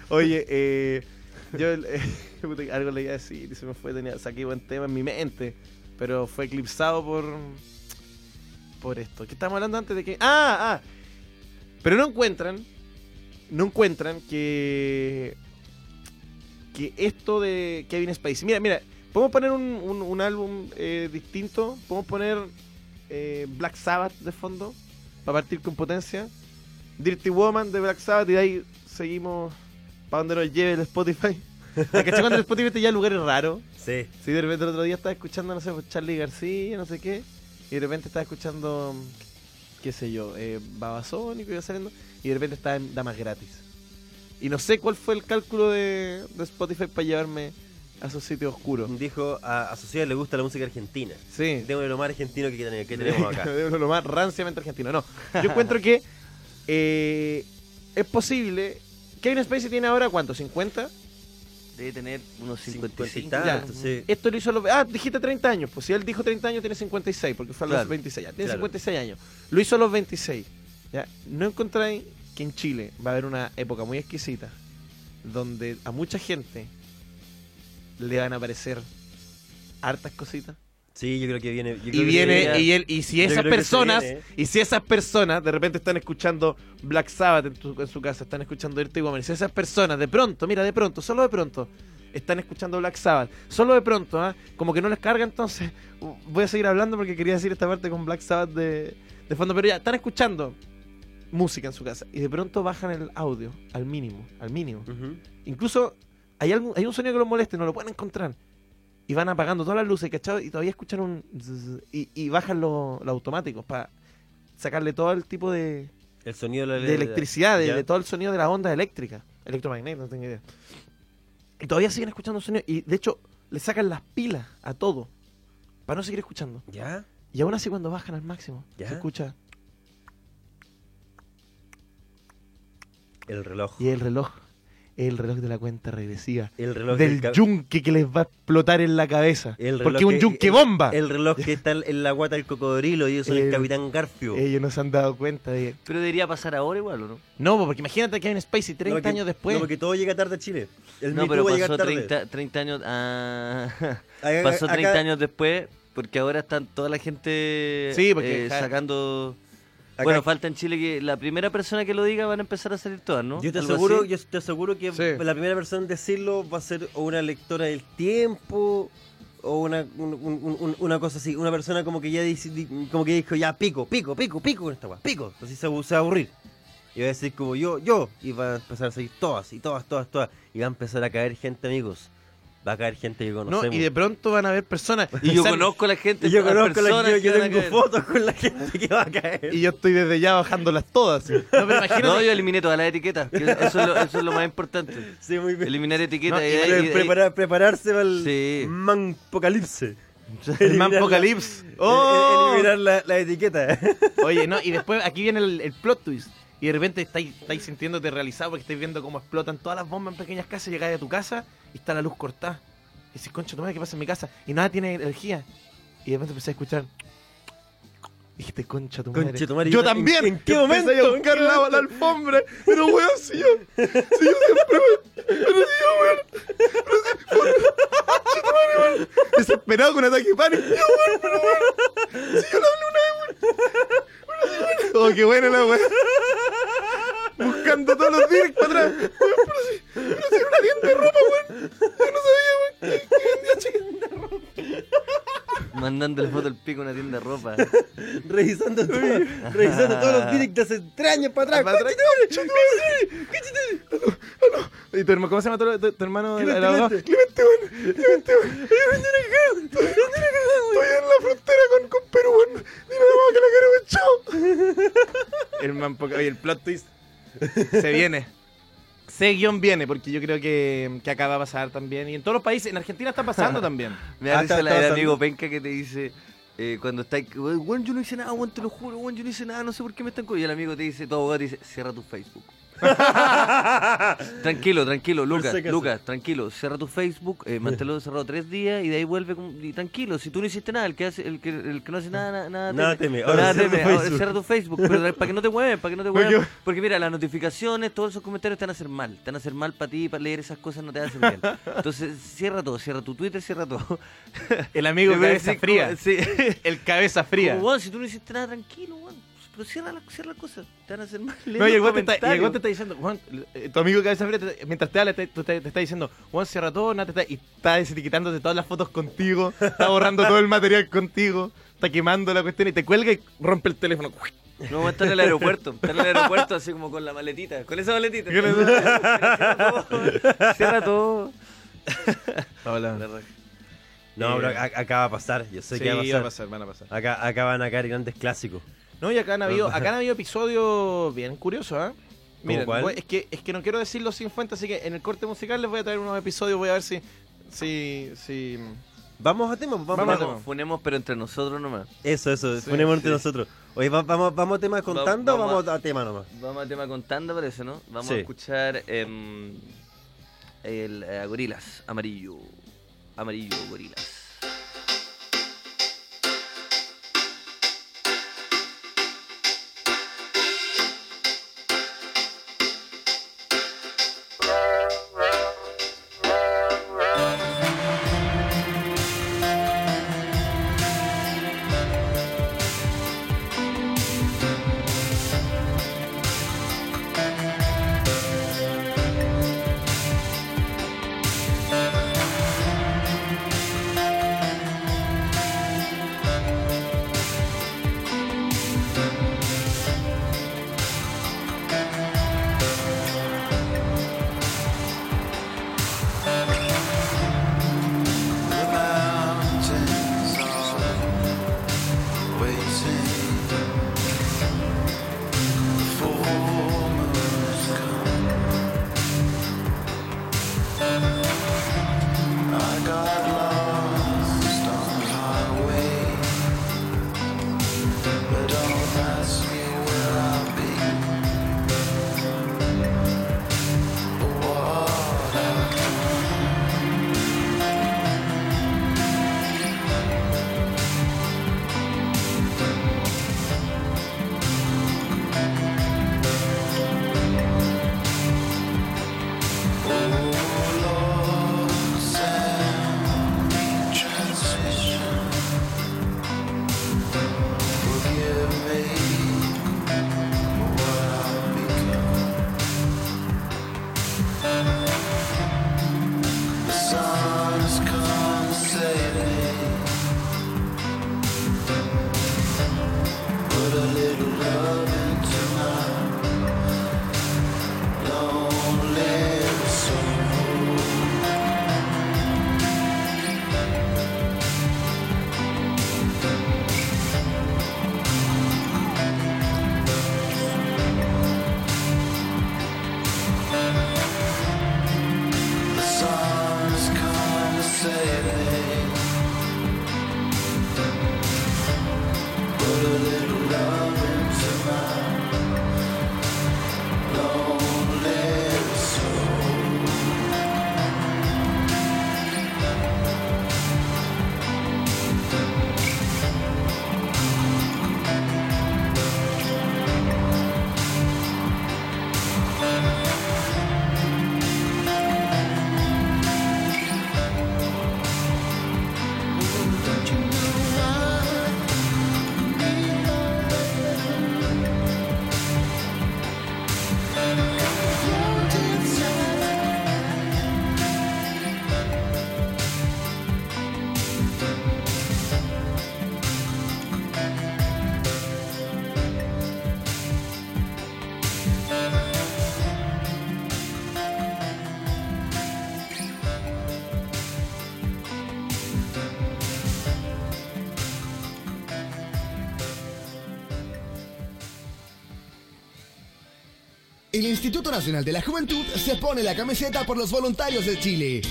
[SPEAKER 5] Oye, eh, yo eh, puta, algo le iba a decir y se me fue, tenía, saqué buen tema en mi mente, pero fue eclipsado por por esto. ¿Qué estábamos hablando antes de que? Ah, ah. Pero no encuentran, no encuentran que que esto de Kevin Spacey. Mira, mira, podemos poner un, un- un álbum eh, distinto, podemos poner eh, Black Sabbath de fondo para partir con potencia. Dirty Woman de Black Sabbath y de ahí seguimos ¿Para dónde nos lleve el Spotify? ¿Cachai cuando el Spotify te lleva a lugares raros?
[SPEAKER 4] Sí.
[SPEAKER 5] Sí, de repente el otro día estaba escuchando, no sé, pues, Charlie García, no sé qué. Y de repente estaba escuchando, mm, qué sé yo, eh, Babasónico iba saliendo. Y de repente estaba en Damas Gratis. Y no sé cuál fue el cálculo de, de Spotify para llevarme a esos sitios oscuros.
[SPEAKER 4] Dijo, a, a Sociedad le gusta la música argentina.
[SPEAKER 5] Sí.
[SPEAKER 4] Démosle lo más argentino que, tenemos- que tenemos acá.
[SPEAKER 5] Uno de lo más ranciamente argentino. No, yo encuentro que eh, es posible... Kevin Spacey tiene ahora, ¿cuánto? ¿50?
[SPEAKER 6] Debe tener unos 55.
[SPEAKER 4] 50 y
[SPEAKER 5] ya.
[SPEAKER 4] tanto, sí.
[SPEAKER 5] Esto lo hizo a los... Ah, dijiste 30 años. Pues si él dijo 30 años, tiene 56, porque fue a los
[SPEAKER 6] Claro,
[SPEAKER 5] 26. Ya, tiene
[SPEAKER 4] claro.
[SPEAKER 5] 56 años. Lo hizo a los 26. ¿ya? ¿No encontráis que en Chile va a haber una época muy exquisita donde a mucha gente le van a aparecer hartas cositas?
[SPEAKER 4] Sí, yo creo que viene. yo creo
[SPEAKER 5] Y
[SPEAKER 4] que
[SPEAKER 5] viene,
[SPEAKER 4] viene-
[SPEAKER 5] y, él, y si
[SPEAKER 4] Yo
[SPEAKER 5] esas
[SPEAKER 4] creo que se
[SPEAKER 5] personas,
[SPEAKER 4] viene, ¿eh?
[SPEAKER 5] y si esas personas de repente están escuchando Black Sabbath en, tu- en su casa, están escuchando Dirty Woman, y si esas personas de pronto, mira, de pronto, solo de pronto, están escuchando Black Sabbath, solo de pronto, ¿ah? como que no les carga, entonces uh, voy a seguir hablando porque quería decir esta parte con Black Sabbath de, de fondo, pero ya, están escuchando música en su casa, y de pronto bajan el audio al mínimo, al mínimo.
[SPEAKER 4] Ujú.
[SPEAKER 5] Incluso hay, algún, hay un sonido que los moleste, no lo pueden encontrar. Y van apagando todas las luces, ¿cachado? Y todavía escuchan un... zzzz, y, y bajan los los automáticos para sacarle todo el tipo de,
[SPEAKER 4] El sonido
[SPEAKER 5] de electricidad, de,
[SPEAKER 4] ya.
[SPEAKER 5] de todo el sonido de las ondas eléctricas. Electromagnéticas, no tengo idea. Y todavía siguen escuchando sonido. Y de hecho, le sacan las pilas a todo para no seguir escuchando.
[SPEAKER 4] ¿Ya?
[SPEAKER 5] Y aún así cuando bajan al máximo,
[SPEAKER 4] Ya.
[SPEAKER 5] se escucha...
[SPEAKER 4] El reloj.
[SPEAKER 5] Y el reloj, el reloj de la cuenta regresiva.
[SPEAKER 4] El reloj
[SPEAKER 5] del
[SPEAKER 4] cab-
[SPEAKER 5] yunque que les va a explotar en la cabeza.
[SPEAKER 4] el reloj
[SPEAKER 5] porque es un
[SPEAKER 4] que-
[SPEAKER 5] yunque
[SPEAKER 4] el-
[SPEAKER 5] bomba.
[SPEAKER 4] El reloj que está en la guata del cocodrilo y eso es el
[SPEAKER 5] El-
[SPEAKER 4] capitán Garfio.
[SPEAKER 5] Ellos no se han dado cuenta de...
[SPEAKER 6] Pero debería pasar ahora igual, ¿o no?
[SPEAKER 5] No, porque imagínate que hay un Spacey 30 años después.
[SPEAKER 4] No, porque todo llega tarde a Chile. El
[SPEAKER 6] no,
[SPEAKER 4] Me
[SPEAKER 6] pero
[SPEAKER 4] Too va a llegar
[SPEAKER 6] pasó
[SPEAKER 4] tarde.
[SPEAKER 6] 30, 30 años. ah,
[SPEAKER 4] Acá-
[SPEAKER 6] pasó
[SPEAKER 4] acá-
[SPEAKER 6] 30 años después, porque ahora están toda la gente
[SPEAKER 5] Sí, porque
[SPEAKER 6] eh,
[SPEAKER 5] ja-
[SPEAKER 6] sacando.
[SPEAKER 4] acá-
[SPEAKER 6] Bueno, falta en Chile que la primera persona que lo diga van a empezar a salir todas, ¿no?
[SPEAKER 4] Yo te
[SPEAKER 6] Algo
[SPEAKER 4] aseguro,
[SPEAKER 6] así.
[SPEAKER 4] yo te aseguro que
[SPEAKER 5] Sí.
[SPEAKER 4] la primera persona en decirlo va a ser o una lectora del tiempo o una, un- un- un- una cosa así. Una persona como que ya dice- di- como que dijo ya pico, pico, pico, pico con esta weá, pico. Entonces se, va- se va a aburrir. Y va a decir como yo, yo. Y va a empezar a salir todas y todas, todas, todas. Y va a empezar a caer gente, amigos. Va a caer gente que
[SPEAKER 5] No,
[SPEAKER 4] conocemos.
[SPEAKER 5] y de pronto van a haber personas.
[SPEAKER 6] Y yo
[SPEAKER 5] quizás-
[SPEAKER 6] conozco a la gente.
[SPEAKER 4] Y yo
[SPEAKER 6] a las
[SPEAKER 4] conozco la
[SPEAKER 6] personas
[SPEAKER 4] yo, yo
[SPEAKER 6] que van a
[SPEAKER 4] tengo
[SPEAKER 6] caer.
[SPEAKER 4] fotos con la gente que va a caer.
[SPEAKER 5] Y yo estoy desde ya bajándolas todas. No, pero imagínate.
[SPEAKER 6] No, yo eliminé todas las etiquetas. que Eso es lo, eso es lo más importante.
[SPEAKER 4] Sí, muy bien.
[SPEAKER 6] Eliminar etiquetas.
[SPEAKER 5] No,
[SPEAKER 6] y-
[SPEAKER 5] y
[SPEAKER 4] Pre-
[SPEAKER 6] y- y-
[SPEAKER 4] preparar- prepararse para el
[SPEAKER 6] Sí.
[SPEAKER 4] manpocalipse.
[SPEAKER 6] pues,
[SPEAKER 5] el man
[SPEAKER 4] Eliminar la-
[SPEAKER 5] apocalipsis.
[SPEAKER 4] El-
[SPEAKER 5] ¡Oh!
[SPEAKER 4] el- Eh, Eliminar la, la etiqueta.
[SPEAKER 5] Oye, no, y después aquí viene el, el plot twist. Y de repente estáis, estáis sintiéndote realizado porque estáis viendo cómo explotan todas las bombas en pequeñas casas. Llegáis a tu casa y está la luz cortada. Y dices, concha, tu madre, ¿qué pasa en mi casa? Y nada tiene energía. Y de repente empecé a escuchar. Dijiste, concha tu madre.
[SPEAKER 4] Concha tu madre,
[SPEAKER 5] yo
[SPEAKER 4] ¿en-
[SPEAKER 5] también.
[SPEAKER 4] en qué
[SPEAKER 5] Empecé
[SPEAKER 4] momento?
[SPEAKER 5] a buscar la, la alfombra. Pero weón, si yo. Si yo siempre me. Pero si yo, weón. Pero si. concha tu madre, weón. Desesperado con ataque de pánico. Yo, weón, pero weón. Si yo la hablé una vez, weón. Oh, qué buena la weá. Buscando todos los directs para atrás. Weón, pero si, pero si era una tienda de ropa, weón. Yo no sabía, weón, que- que vendía chicas.
[SPEAKER 6] Mandándole foto al pico a una tienda de ropa.
[SPEAKER 4] revisando, todo- revisando todos los directs de hace tres años para
[SPEAKER 5] Para
[SPEAKER 4] atrás.
[SPEAKER 5] atrás. ¿Y tu hermano, cómo se llama tu, tu- tu hermano? el- el
[SPEAKER 4] Clemente,
[SPEAKER 5] abogado? Clemente, weón. Clemente, weón. Estoy en la frontera con, con Perú, weón. Dile a la mamá que la quiero, weón. Chao. El man, poca- oye, el plot twist se viene. Se guión viene, porque yo creo que, que acá va a pasar también. Y en todos los países, en Argentina está pasando también.
[SPEAKER 6] Me da
[SPEAKER 4] Ah,
[SPEAKER 6] risa
[SPEAKER 4] está-
[SPEAKER 6] la-
[SPEAKER 4] está
[SPEAKER 6] el
[SPEAKER 4] pasando.
[SPEAKER 6] amigo penca que te dice eh, cuando está. Bueno, yo no hice nada, bueno, te lo juro, bueno, yo no hice nada, no sé por qué me están. co-". Y el amigo te dice, tu abogado te dice, cierra tu Facebook. tranquilo, tranquilo, Lucas,
[SPEAKER 4] si acaso.
[SPEAKER 6] Lucas, tranquilo, cierra tu Facebook, eh, manténlo cerrado tres días y de ahí vuelve con- y tranquilo, si tú no hiciste nada, el que hace, el que, el que no hace nada, na- nada,
[SPEAKER 4] Nada teme, ahora
[SPEAKER 6] nada
[SPEAKER 4] cierra tu
[SPEAKER 6] teme, ahora
[SPEAKER 4] Facebook.
[SPEAKER 6] cierra tu Facebook, pero para que no te mueven, para que no te
[SPEAKER 5] Porque-
[SPEAKER 6] muevan, porque mira, las notificaciones, todos esos comentarios te van a hacer mal, te van a hacer mal para ti, para leer esas cosas no te hacen bien, entonces cierra todo, cierra tu Twitter, cierra todo.
[SPEAKER 5] El amigo
[SPEAKER 6] Yo
[SPEAKER 5] cabeza
[SPEAKER 6] pensé,
[SPEAKER 5] fría.
[SPEAKER 6] como- Sí.
[SPEAKER 5] El cabeza fría.
[SPEAKER 6] Como, weón, si tú no hiciste nada, tranquilo, weón. Pero cierra la, cierra la cosa. Te van a hacer mal.
[SPEAKER 5] No, y el weón te está, y el weón te está diciendo, Juan, tu amigo cabeza fría, te- mientras te habla, te, tú te, te está diciendo, Juan, cierra todo, nada, te está, y está desetiquetándote todas las fotos contigo, está borrando todo el material contigo, está quemando la cuestión y te cuelga y rompe el teléfono.
[SPEAKER 6] No, va a estar en el aeropuerto. Está en el aeropuerto así como con la maletita. Con esa maletita. Cierra todo. Cierra todo. La raja.
[SPEAKER 4] No, pero a- acá va a pasar. Yo sé
[SPEAKER 5] Sí,
[SPEAKER 4] que Eh. va a
[SPEAKER 5] va
[SPEAKER 4] pasar.
[SPEAKER 5] a pasar, van a pasar.
[SPEAKER 4] Acá, acá van a caer grandes clásicos.
[SPEAKER 5] No, y acá han habido, acá han habido episodios bien curiosos, ¿ah? Miren,
[SPEAKER 4] cuál?
[SPEAKER 5] voy- es, que, es que no quiero decir los 50, así que en el corte musical les voy a traer unos episodios, voy a ver si... si, si...
[SPEAKER 4] Vamos a temas, vamos,
[SPEAKER 5] Vamos
[SPEAKER 4] a
[SPEAKER 5] a
[SPEAKER 4] temas.
[SPEAKER 5] tema.
[SPEAKER 6] Funemos, pero entre nosotros nomás.
[SPEAKER 4] Eso, eso,
[SPEAKER 5] Sí,
[SPEAKER 4] ponémonos entre nosotros. Oye, va- vamos, vamos a temas contando o
[SPEAKER 6] vamos
[SPEAKER 4] vamos
[SPEAKER 6] a-
[SPEAKER 4] a tema nomás.
[SPEAKER 6] Vamos a tema contando, parece, ¿no? Vamos a
[SPEAKER 4] Sí.
[SPEAKER 6] escuchar em, el eh, Gorilas, amarillo. Amarillo, Gorilas.
[SPEAKER 1] El Instituto Nacional de la Juventud se pone la camiseta por los voluntarios de Chile.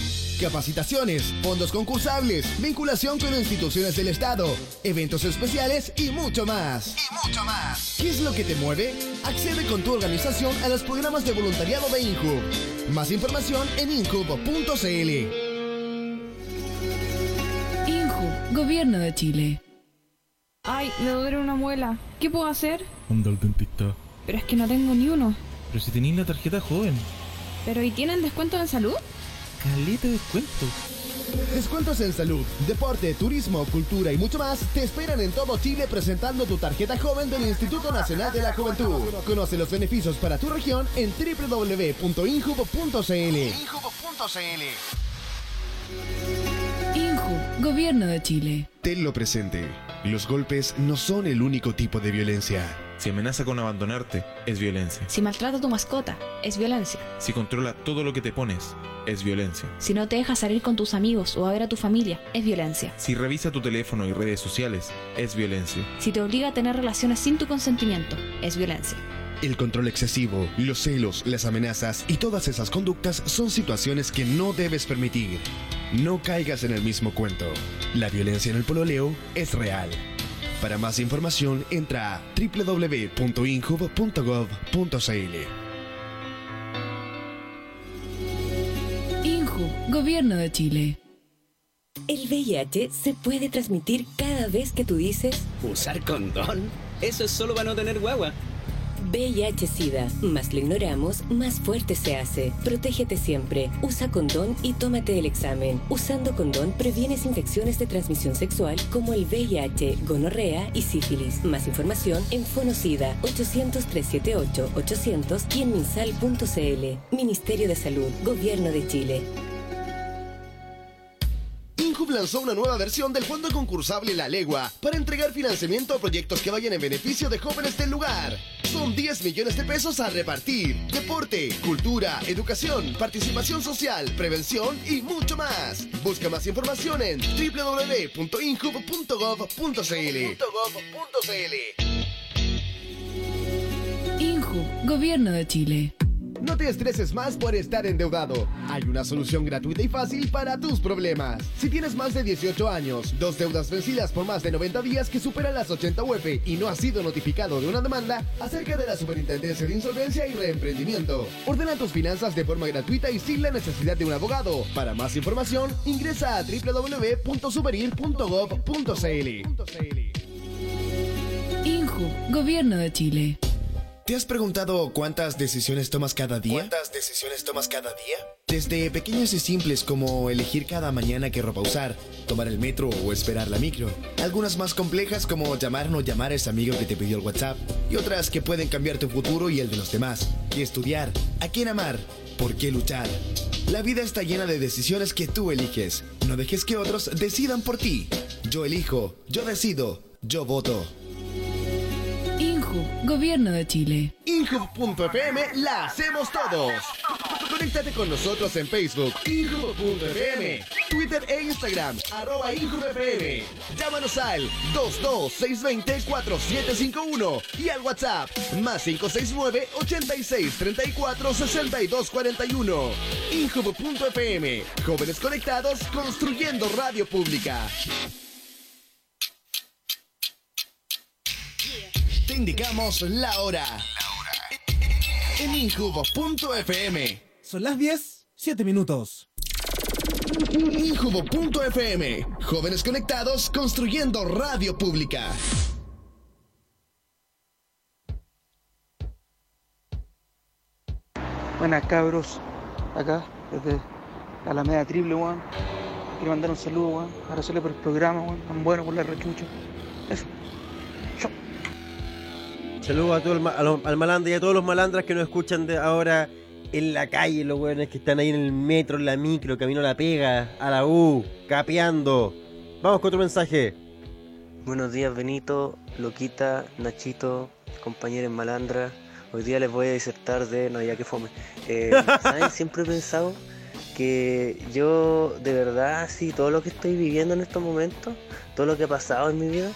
[SPEAKER 1] Capacitaciones, fondos concursables, vinculación con instituciones del Estado, eventos especiales y mucho más. Y mucho más. ¿Qué es lo que te mueve? Accede con tu organización a los programas de voluntariado de INCUB. Más información en incub.cl.
[SPEAKER 7] INJU, Gobierno de Chile.
[SPEAKER 8] Ay, me duele una muela. ¿Qué puedo hacer?
[SPEAKER 2] Anda al dentista.
[SPEAKER 8] Pero es que no tengo ni uno.
[SPEAKER 2] Pero si tenéis la tarjeta joven.
[SPEAKER 8] ¿Pero y tienen descuento en salud?
[SPEAKER 2] Caleta de descuento.
[SPEAKER 1] Descuentos en salud, deporte, turismo, cultura y mucho más te esperan en todo Chile presentando tu tarjeta joven del Instituto Nacional de la Juventud. Conoce los beneficios para tu región en www.injubo.cl.
[SPEAKER 7] INJU, Gobierno de Chile.
[SPEAKER 1] Tenlo presente. Los golpes no son el único tipo de violencia.
[SPEAKER 2] Si amenaza con abandonarte, es violencia.
[SPEAKER 9] Si maltrata a tu mascota, es violencia.
[SPEAKER 2] Si controla todo lo que te pones, es violencia.
[SPEAKER 9] Si no te deja salir con tus amigos o a ver a tu familia, es violencia.
[SPEAKER 2] Si revisa tu teléfono y redes sociales, es violencia.
[SPEAKER 9] Si te obliga a tener relaciones sin tu consentimiento, es violencia.
[SPEAKER 1] El control excesivo, los celos, las amenazas y todas esas conductas son situaciones que no debes permitir. No caigas en el mismo cuento. La violencia en el pololeo es real. Para más información, entra a www.inhub.gov.cl.
[SPEAKER 7] Inju, Gobierno de Chile.
[SPEAKER 10] El VIH se puede transmitir cada vez que tú dices
[SPEAKER 11] ¿Usar condón? Eso es solo para no tener guagua.
[SPEAKER 10] VIH-Sida. Más lo ignoramos, más fuerte se hace. Protégete siempre. Usa condón y tómate el examen. Usando condón previenes infecciones de transmisión sexual como el VIH, gonorrea y sífilis. Más información en Fonosida 800-378-800 y en minsal.cl. Ministerio de Salud, Gobierno de Chile.
[SPEAKER 1] Inhub lanzó una nueva versión del fondo concursable La Legua para entregar financiamiento a proyectos que vayan en beneficio de jóvenes del lugar. Son 10 millones de pesos a repartir. Deporte, cultura, educación, participación social, prevención y mucho más. Busca más información en www.inhub.gov.cl.
[SPEAKER 7] Inju, Gobierno de Chile.
[SPEAKER 1] No te estreses más por estar endeudado. Hay una solución gratuita y fácil para tus problemas. Si tienes más de 18 años, dos deudas vencidas por más de 90 días que superan las 80 UF E y no has sido notificado de una demanda, acerca de la Superintendencia de Insolvencia y Reemprendimiento. Ordena tus finanzas de forma gratuita y sin la necesidad de un abogado. Para más información, ingresa a www.superir.gov.cl.
[SPEAKER 7] Inju, Gobierno de Chile.
[SPEAKER 1] ¿Te has preguntado cuántas decisiones tomas cada día? ¿Cuántas decisiones tomas cada día? Desde pequeñas y simples como elegir cada mañana qué ropa usar, tomar el metro o esperar la micro. Algunas más complejas como llamar o no llamar a ese amigo que te pidió el WhatsApp. Y otras que pueden cambiar tu futuro y el de los demás. ¿Qué estudiar? ¿A quién amar? ¿Por qué luchar? La vida está llena de decisiones que tú eliges. No dejes que otros decidan por ti. Yo elijo, yo decido, yo voto.
[SPEAKER 7] Inju, Gobierno de Chile.
[SPEAKER 1] Inhub.fm la hacemos todos. Conéctate con nosotros en Facebook, Inhub.fm, Twitter e Instagram, arroba Inhub.fm. Llámanos al 22620-4751 y al WhatsApp, más 569-8634-6241. Inhub.fm, jóvenes conectados construyendo radio pública. Te indicamos la hora. En injubo.fm.
[SPEAKER 12] Son las 10, 7 minutos.
[SPEAKER 1] Injubo.fm. Jóvenes conectados construyendo radio pública.
[SPEAKER 13] Buenas cabros, acá desde la Alameda Triple, weón. Quiero mandar un saludo, weón. Agradecerle por el programa, weón. Tan bueno por la rechucha. Eso.
[SPEAKER 4] Saludos a todo el ma- a los- al malandro y a todos los malandras que nos escuchan de ahora en la calle, los weones que están ahí en el metro, en la micro, camino a la pega, a la U, capeando. Vamos con otro mensaje.
[SPEAKER 14] Buenos días Benito, Loquita, Nachito, compañeros en Malandra. Hoy día les voy a disertar de... No, ya que fome. Eh, ¿Saben? Siempre he pensado que yo de verdad, sí, todo lo que estoy viviendo en estos momentos, todo lo que ha pasado en mi vida,